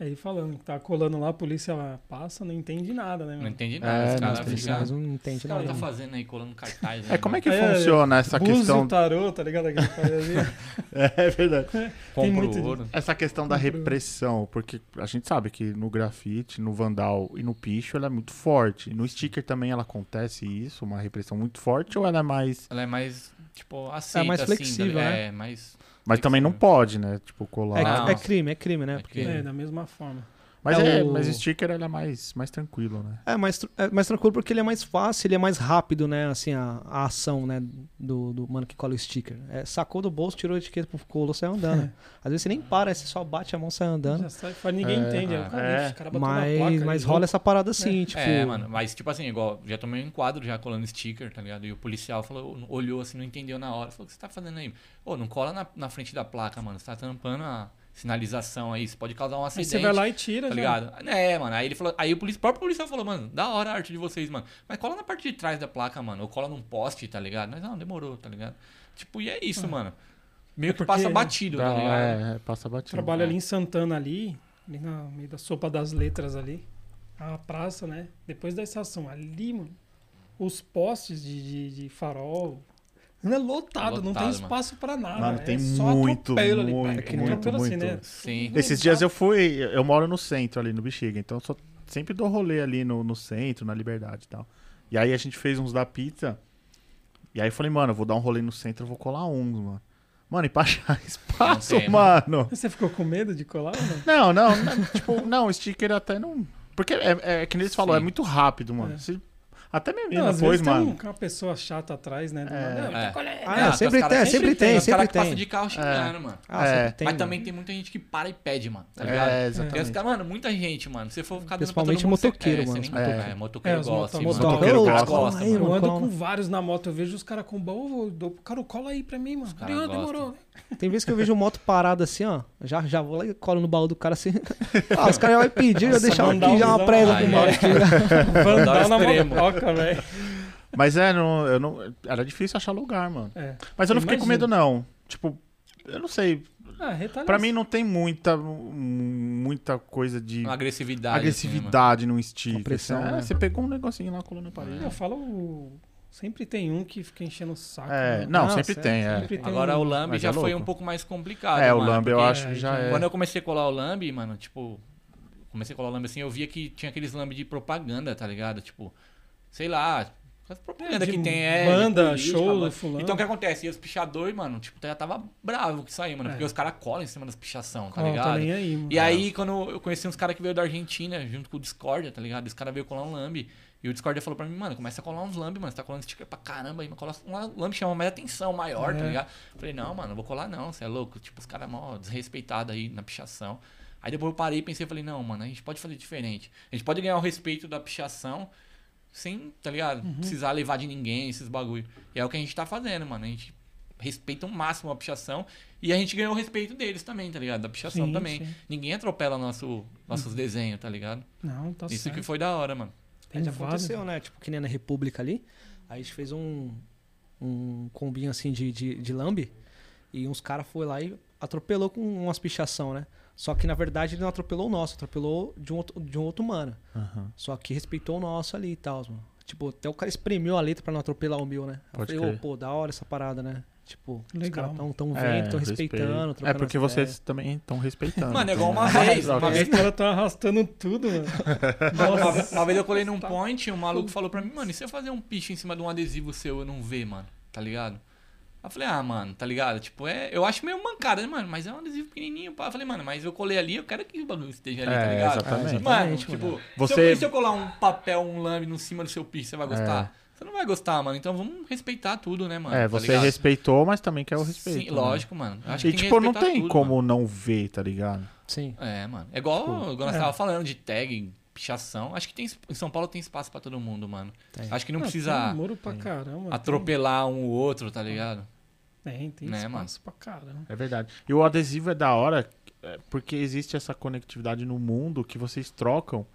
Speaker 2: aí falando que tá colando lá, a polícia lá passa, não entende nada, né?
Speaker 3: Não
Speaker 2: mano?
Speaker 3: entendi
Speaker 1: É,
Speaker 3: nada. os
Speaker 1: não
Speaker 3: caras
Speaker 1: entendi
Speaker 4: Os
Speaker 3: ficam.
Speaker 4: caras
Speaker 3: O
Speaker 4: não entende
Speaker 3: que ela
Speaker 4: nada.
Speaker 3: tá
Speaker 4: né?
Speaker 3: fazendo aí, colando cartaz? né,
Speaker 1: É, como é que
Speaker 2: É,
Speaker 1: funciona essa
Speaker 2: Búzio,
Speaker 1: questão?
Speaker 2: tarô, tá ligado? Aquele cara ali.
Speaker 1: É verdade.
Speaker 2: tem
Speaker 3: Compra
Speaker 2: muito
Speaker 3: o
Speaker 2: disso.
Speaker 3: ouro.
Speaker 1: Essa questão da repressão, porque a gente sabe que no grafite, no vandal e no picho ela é muito forte. No sticker também ela acontece isso, uma repressão muito forte, ou ela é mais.
Speaker 3: Ela é mais, tipo, aceita,
Speaker 4: mais
Speaker 3: assim,
Speaker 4: flexível,
Speaker 3: tá ligado?
Speaker 4: né?
Speaker 3: É, mais...
Speaker 1: Mas também não pode, né? Tipo, colar.
Speaker 4: É, é
Speaker 3: assim, Não.
Speaker 4: crime, é crime, né?
Speaker 3: É
Speaker 4: Porque
Speaker 2: É, da mesma forma.
Speaker 1: Mas,
Speaker 4: é
Speaker 1: é,
Speaker 4: o-
Speaker 1: mas sticker ela é mais, mais tranquilo, né?
Speaker 4: é mais, tru- é mais tranquilo porque ele é mais fácil, ele é mais rápido, né? Assim, a, a ação, né? Do, do mano que cola o sticker. É, sacou do bolso, tirou a etiqueta pro colo, sai
Speaker 3: É.
Speaker 4: andando. Às vezes você nem para, aí você só bate a mão, sai andando.
Speaker 2: Já sai fora, ninguém
Speaker 1: É,
Speaker 2: entende. Aí
Speaker 3: é.
Speaker 2: o cara, "Ixi, o cara bateu na
Speaker 4: Mas,
Speaker 2: placa,
Speaker 4: mas
Speaker 2: ele
Speaker 4: rola essa parada assim, tipo.
Speaker 3: É, mano, mas tipo assim, igual, já tomei um enquadro já colando sticker, tá ligado? E o policial falou, olhou assim, não entendeu na hora, falou, o que você tá fazendo aí? Ô, não cola na, na frente da placa, mano, você tá tampando a sinalização aí, isso pode causar um
Speaker 2: Aí
Speaker 3: acidente.
Speaker 2: você vai lá e tira,
Speaker 3: Tá
Speaker 2: já.
Speaker 3: ligado? É, mano. Aí ele falou. Aí o polici- próprio policial falou, mano, da hora a arte de vocês, mano. Mas cola na parte de trás da placa, mano. Ou cola num poste, tá ligado? Mas não, demorou, tá ligado? Tipo, e é isso, mano. Meio
Speaker 2: É
Speaker 3: que passa
Speaker 2: porque-
Speaker 3: batido, tá
Speaker 1: Dá-
Speaker 3: ligado?
Speaker 1: é, passa batido.
Speaker 2: Trabalho ali em Santana ali, ali no meio da sopa das letras ali. A praça, né? Depois da estação. Ali, mano, os postes de, de, de farol. Não é lotado, não
Speaker 3: Lotado,
Speaker 2: tem
Speaker 3: mano.
Speaker 2: espaço pra nada.
Speaker 1: Mano,
Speaker 2: é
Speaker 1: tem
Speaker 2: só
Speaker 1: muito,
Speaker 2: atropelo ali,
Speaker 1: muito,
Speaker 2: cara, que nem
Speaker 1: muito,
Speaker 2: atropelo
Speaker 1: muito.
Speaker 2: né?
Speaker 3: Sim.
Speaker 1: Esses dias
Speaker 3: tá?
Speaker 1: eu fui, eu moro no centro ali no Bexiga, então eu só sempre dou rolê ali no, no centro, na Liberdade e tal. E aí a gente fez uns da pizza. E aí eu falei, mano, eu vou dar um rolê no centro, eu vou colar uns, mano. Mano, e pra achar espaço,
Speaker 3: Não tem, né?
Speaker 1: mano.
Speaker 2: Você ficou com medo de colar, mano?
Speaker 1: Não, não, não, tipo, não, sticker até não. Porque é, é que nem eles falaram,
Speaker 3: Sim.
Speaker 1: é muito rápido, mano.
Speaker 2: É.
Speaker 1: Se- até minha
Speaker 2: Não,
Speaker 1: menina
Speaker 2: às
Speaker 1: foi,
Speaker 2: vezes
Speaker 1: mano.
Speaker 2: tem um- uma pessoa chata atrás, né? do
Speaker 1: É.
Speaker 2: lado. Não,
Speaker 3: É.
Speaker 2: tá colhendo.
Speaker 4: Ah,
Speaker 3: os
Speaker 4: sempre
Speaker 3: caras
Speaker 4: tem, sempre tem,
Speaker 3: Os caras
Speaker 4: sempre
Speaker 3: que passam
Speaker 4: tem. É.
Speaker 3: de carro xingando, mano.
Speaker 4: Ah,
Speaker 1: É.
Speaker 4: sempre tem.
Speaker 3: Mas
Speaker 4: mano.
Speaker 3: também tem muita gente que para e pede, mano, tá ligado?
Speaker 1: é,
Speaker 3: Tem os
Speaker 1: exatamente.
Speaker 3: caras, mano, muita gente, mano. Se você for ficar dando pra
Speaker 4: Principalmente
Speaker 3: todo mundo, você-
Speaker 4: motoqueiro,
Speaker 3: é, você
Speaker 4: mano.
Speaker 3: nem-
Speaker 1: Motoqueiro.
Speaker 3: É, motoqueiro
Speaker 2: É, os
Speaker 3: gosta,
Speaker 2: motoqueiros
Speaker 3: mano.
Speaker 1: gostam.
Speaker 3: Os caras
Speaker 1: Motoqueiro
Speaker 3: gostam,
Speaker 4: gosta.
Speaker 3: mano.
Speaker 2: Eu ando
Speaker 4: cola,
Speaker 2: com
Speaker 4: né?
Speaker 2: vários na moto, eu vejo os caras com bom, eu dou pro cara, cola aí pra mim, mano.
Speaker 3: caras
Speaker 2: Leandro,
Speaker 3: gostam.
Speaker 2: demorou.
Speaker 4: Tem vezes que eu vejo moto parada assim, ó. Já, já vou lá e colo no baú do cara assim. Ah, os caras já vão pedir, já
Speaker 2: Nossa,
Speaker 4: deixar
Speaker 2: mandar
Speaker 4: aqui, já uma
Speaker 2: um-
Speaker 4: presa pro
Speaker 3: Aí,
Speaker 4: moto.
Speaker 3: é.
Speaker 2: Vandal na
Speaker 3: extremo.
Speaker 2: motoca, velho.
Speaker 1: Mas é, não, eu não, era difícil achar lugar, mano.
Speaker 2: É.
Speaker 1: Mas eu não fiquei com medo,
Speaker 2: Imagino.
Speaker 1: não. Tipo, eu não sei.
Speaker 2: Ah, retalha
Speaker 1: Pra mim não tem muita muita coisa de
Speaker 3: Uma agressividade. assim, né,
Speaker 1: agressividade no stick.
Speaker 4: Opressão,
Speaker 1: assim. É,
Speaker 4: né?
Speaker 1: Você pegou um negocinho lá,
Speaker 3: Ah,
Speaker 1: colou na parede.
Speaker 2: Eu falo. o- Sempre tem um que fica enchendo o saco.
Speaker 1: É,
Speaker 2: né?
Speaker 1: não,
Speaker 4: Não,
Speaker 1: sempre
Speaker 4: certo.
Speaker 1: tem, é.
Speaker 2: Sempre
Speaker 3: mano?
Speaker 2: tem
Speaker 3: Agora
Speaker 2: um.
Speaker 3: o Lambi
Speaker 1: Mas
Speaker 3: já
Speaker 1: é
Speaker 3: foi
Speaker 1: louco.
Speaker 3: um pouco mais complicado.
Speaker 1: É, o
Speaker 3: mano,
Speaker 1: Lamb eu
Speaker 3: porque-
Speaker 1: acho que já é.
Speaker 3: Quando eu comecei a colar o Lambi, mano, tipo. Comecei a colar o Lambi assim, eu via que tinha aqueles Lambi de propaganda, tá ligado? Tipo, sei lá. As propaganda
Speaker 2: de
Speaker 3: que tem é. de
Speaker 2: banda,
Speaker 3: política,
Speaker 2: show,
Speaker 3: mano.
Speaker 2: fulano.
Speaker 3: Então o que acontece? E os pichadores, mano, tipo, já tava bravo que saiu, mano.
Speaker 2: É.
Speaker 3: Porque os caras colam em cima das pichação, tá
Speaker 2: Ó,
Speaker 3: ligado?
Speaker 2: nem aí, mano.
Speaker 3: E aí, quando eu conheci uns caras que veio da Argentina, junto com o Discordia, tá ligado? Esse cara veio colar um lambe. E o Discordia falou pra mim, mano, começa a colar uns lambe, mano. Você tá colando sticker pra caramba aí, mas cola um lambe, chama mais atenção, maior, tá
Speaker 2: É.
Speaker 3: ligado? Eu Falei, não, mano, não vou colar não, você é louco. Tipo, os caras mó desrespeitados aí na pichação. Aí depois eu parei e pensei, falei, não, mano, a gente pode fazer diferente. A gente pode ganhar o respeito da pichação sem, tá ligado?
Speaker 2: Uhum.
Speaker 3: Precisar levar de ninguém, esses bagulho. E é o que a gente tá fazendo, mano. A gente respeita o máximo a pichação e a gente ganhou o respeito deles também, tá ligado? Da pichação
Speaker 2: Sim,
Speaker 3: também.
Speaker 2: sim. Uhum.
Speaker 3: Ninguém atropela nosso, nossos desenhos, tá ligado?
Speaker 2: Não, tá
Speaker 3: Isso
Speaker 2: certo.
Speaker 3: que foi da hora, mano.
Speaker 4: Aí já
Speaker 2: Inválido.
Speaker 4: aconteceu, né? Tipo, que nem na República ali. Aí a gente fez um, um combinho assim de, de, de lambe. E uns caras foi lá e atropelou com umas pichação, né? Só que na verdade ele não atropelou o nosso, atropelou de um outro, de um outro mano.
Speaker 1: Aham.
Speaker 3: Uhum.
Speaker 4: Só que respeitou o nosso ali e tal, mano. Tipo, até o cara espremeu a letra pra não atropelar o meu, né? Aí Eu
Speaker 1: Pode
Speaker 4: falei, ô,
Speaker 1: crer.
Speaker 4: pô, da hora essa parada, né? Tipo, os
Speaker 2: Legal,
Speaker 4: caras tão, tão vendo,
Speaker 1: É,
Speaker 4: tão respeitando,
Speaker 1: respeito. É
Speaker 4: trocando
Speaker 1: porque
Speaker 4: ideia.
Speaker 1: vocês também estão respeitando. assim, né?
Speaker 3: Mano, é igual
Speaker 1: Ah, Tem
Speaker 3: uma
Speaker 1: nada.
Speaker 3: vez, uma
Speaker 1: Droga.
Speaker 3: vez
Speaker 2: Os caras estão tá arrastando tudo, mano. Tá-
Speaker 3: Uma, ve- uma vez eu colei num point e um maluco falou pra mim, mano, e se eu fazer um picho em cima de um adesivo seu eu não ver, mano? Tá ligado? Aí eu falei, ah, mano, tá ligado? Tipo, é, eu acho meio mancada, né, mano? Mas é um adesivo pequenininho, pá. Eu falei, mano, mas eu colei ali, eu quero que o bagulho esteja ali, tá
Speaker 1: É,
Speaker 3: ligado?
Speaker 1: exatamente.
Speaker 3: Mano,
Speaker 4: Exatamente,
Speaker 3: tipo,
Speaker 1: Você-
Speaker 3: se, eu, e se eu colar um papel, um lame no cima do seu picho, você vai gostar? Você não vai gostar, mano. Então vamos respeitar tudo, né, mano?
Speaker 1: É,
Speaker 3: Tá
Speaker 1: você
Speaker 3: ligado?
Speaker 1: respeitou, mas também quer o respeito.
Speaker 3: Sim,
Speaker 1: né?
Speaker 3: lógico, mano. Eu acho
Speaker 1: E
Speaker 3: que
Speaker 1: tipo, não
Speaker 3: respeitar
Speaker 1: tem
Speaker 3: tudo,
Speaker 1: como não ver, tá ligado?
Speaker 4: Sim.
Speaker 3: é, mano. É igual igual nós
Speaker 2: é.
Speaker 3: tava falando de tag, pichação. Acho que tem, em São Paulo tem espaço pra todo mundo, mano.
Speaker 4: Tem.
Speaker 3: Acho que não
Speaker 2: Ah,
Speaker 3: precisa
Speaker 2: Tem muro pra caramba. tem-
Speaker 3: atropelar um ou outro, tá ligado?
Speaker 2: Tem, tem
Speaker 3: Né, mano?
Speaker 2: espaço pra caramba.
Speaker 1: É verdade. E o adesivo é da hora é, porque existe essa conectividade no mundo que vocês trocam.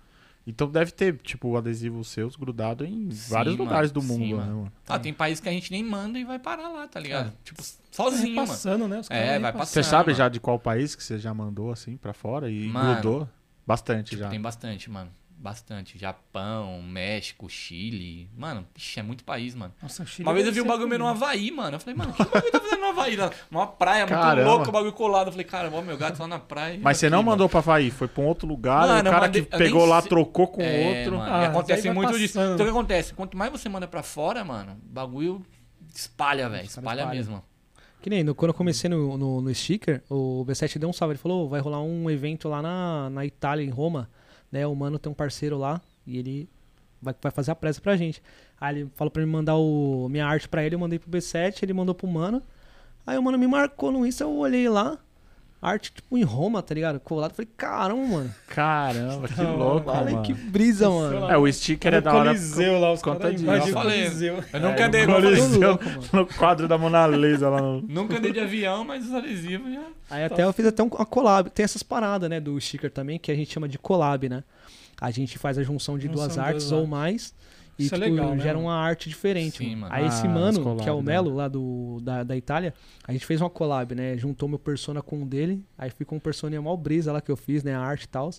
Speaker 1: Então deve ter, tipo, adesivos seus grudado em
Speaker 3: Sim,
Speaker 1: vários
Speaker 3: mano.
Speaker 1: lugares do
Speaker 3: Sim,
Speaker 1: mundo, né,
Speaker 3: mano.
Speaker 1: mano?
Speaker 3: Ah, tem país que a gente nem manda e vai parar lá, tá ligado? Tipo,
Speaker 2: Vai
Speaker 3: sozinho, mano.
Speaker 2: passando, né? Os caras
Speaker 3: É,
Speaker 2: vão
Speaker 3: vai
Speaker 1: Você
Speaker 3: Sim,
Speaker 1: sabe
Speaker 3: mano.
Speaker 1: já de qual país que você já mandou assim pra fora e
Speaker 3: Mano.
Speaker 1: grudou? Bastante
Speaker 3: Tipo,
Speaker 1: já.
Speaker 3: tem bastante, mano. Bastante. Japão, México, Chile. Mano, ixi, é muito país, mano.
Speaker 2: Nossa, o Chile
Speaker 3: Uma vez eu
Speaker 2: deve
Speaker 3: vi um
Speaker 2: ser
Speaker 3: bagulho meio no
Speaker 2: fodido.
Speaker 3: Havaí, mano. Eu falei, mano, o que o bagulho tá fazendo no Havaí? Lá? Uma praia, muito
Speaker 1: Caramba.
Speaker 3: louco, o bagulho colado. Eu falei, cara, ó, meu gato lá na praia.
Speaker 1: Mas
Speaker 3: aqui,
Speaker 1: você não
Speaker 3: mano.
Speaker 1: mandou pra Havaí, foi pra um outro lugar,
Speaker 3: Mano,
Speaker 1: e o
Speaker 3: eu
Speaker 1: cara
Speaker 3: mandei-
Speaker 1: que
Speaker 3: eu nem
Speaker 1: pegou lá,
Speaker 3: sei-
Speaker 1: trocou com
Speaker 3: É,
Speaker 1: outro.
Speaker 3: Mano,
Speaker 2: Ah, daí
Speaker 3: acontece
Speaker 2: vai
Speaker 3: muito disso.
Speaker 2: passando.
Speaker 3: Então o que acontece? Quanto mais você manda pra fora, mano, o bagulho espalha, velho.
Speaker 4: Os caras
Speaker 3: Espalha,
Speaker 4: espalham.
Speaker 3: mesmo.
Speaker 4: Que nem no- quando eu comecei no, no, no sticker, o B7 deu um salve. Ele falou: "Ô, vai rolar um evento lá na, na Itália, em Roma. Né? O mano tem um parceiro lá e ele vai, vai fazer a presa pra gente. Aí ele falou pra me mandar o, minha arte pra ele. Eu mandei pro B7, ele mandou pro mano. Aí o mano me marcou no Insta, eu olhei lá. Arte, tipo, em Roma, tá ligado? Colado. Falei: caramba, mano.
Speaker 1: Caramba, que
Speaker 2: Da hora.
Speaker 1: louco,
Speaker 4: Falei:
Speaker 1: mano.
Speaker 4: que brisa, mano.
Speaker 1: É, o sticker é
Speaker 2: No
Speaker 1: da hora.
Speaker 2: Coliseu lá, os
Speaker 1: conta
Speaker 2: caras tá
Speaker 1: disso.
Speaker 2: invadem
Speaker 1: Eu
Speaker 2: o
Speaker 3: falei.
Speaker 2: Coliseu.
Speaker 3: Eu não
Speaker 1: É,
Speaker 3: cadê,
Speaker 1: no
Speaker 3: não falei-
Speaker 1: Coliseu,
Speaker 4: louco, mano.
Speaker 1: no quadro da Mona Lisa lá no...
Speaker 3: Nunca andei de avião, mas os adesivos já.
Speaker 4: Aí até eu fiz até um- uma collab. Tem essas paradas, né, do sticker também, que a gente chama de collab, né? A gente faz a junção de
Speaker 2: Junção
Speaker 4: duas
Speaker 2: de
Speaker 4: artes
Speaker 2: duas
Speaker 4: ou
Speaker 2: artes.
Speaker 4: mais. E
Speaker 2: Isso é
Speaker 4: tipo,
Speaker 2: legal, né,
Speaker 4: gera
Speaker 2: mano?
Speaker 4: uma arte diferente.
Speaker 3: Sim,
Speaker 4: mano.
Speaker 3: mano.
Speaker 4: Aí esse
Speaker 1: Ah,
Speaker 4: mano,
Speaker 1: as collab,
Speaker 4: que é o
Speaker 1: né?
Speaker 4: Melo, lá do, da, da Itália, a gente fez uma collab, né? Juntou meu persona com o dele. Aí ficou um personinha mal brisa lá que eu fiz, né? A arte e tal.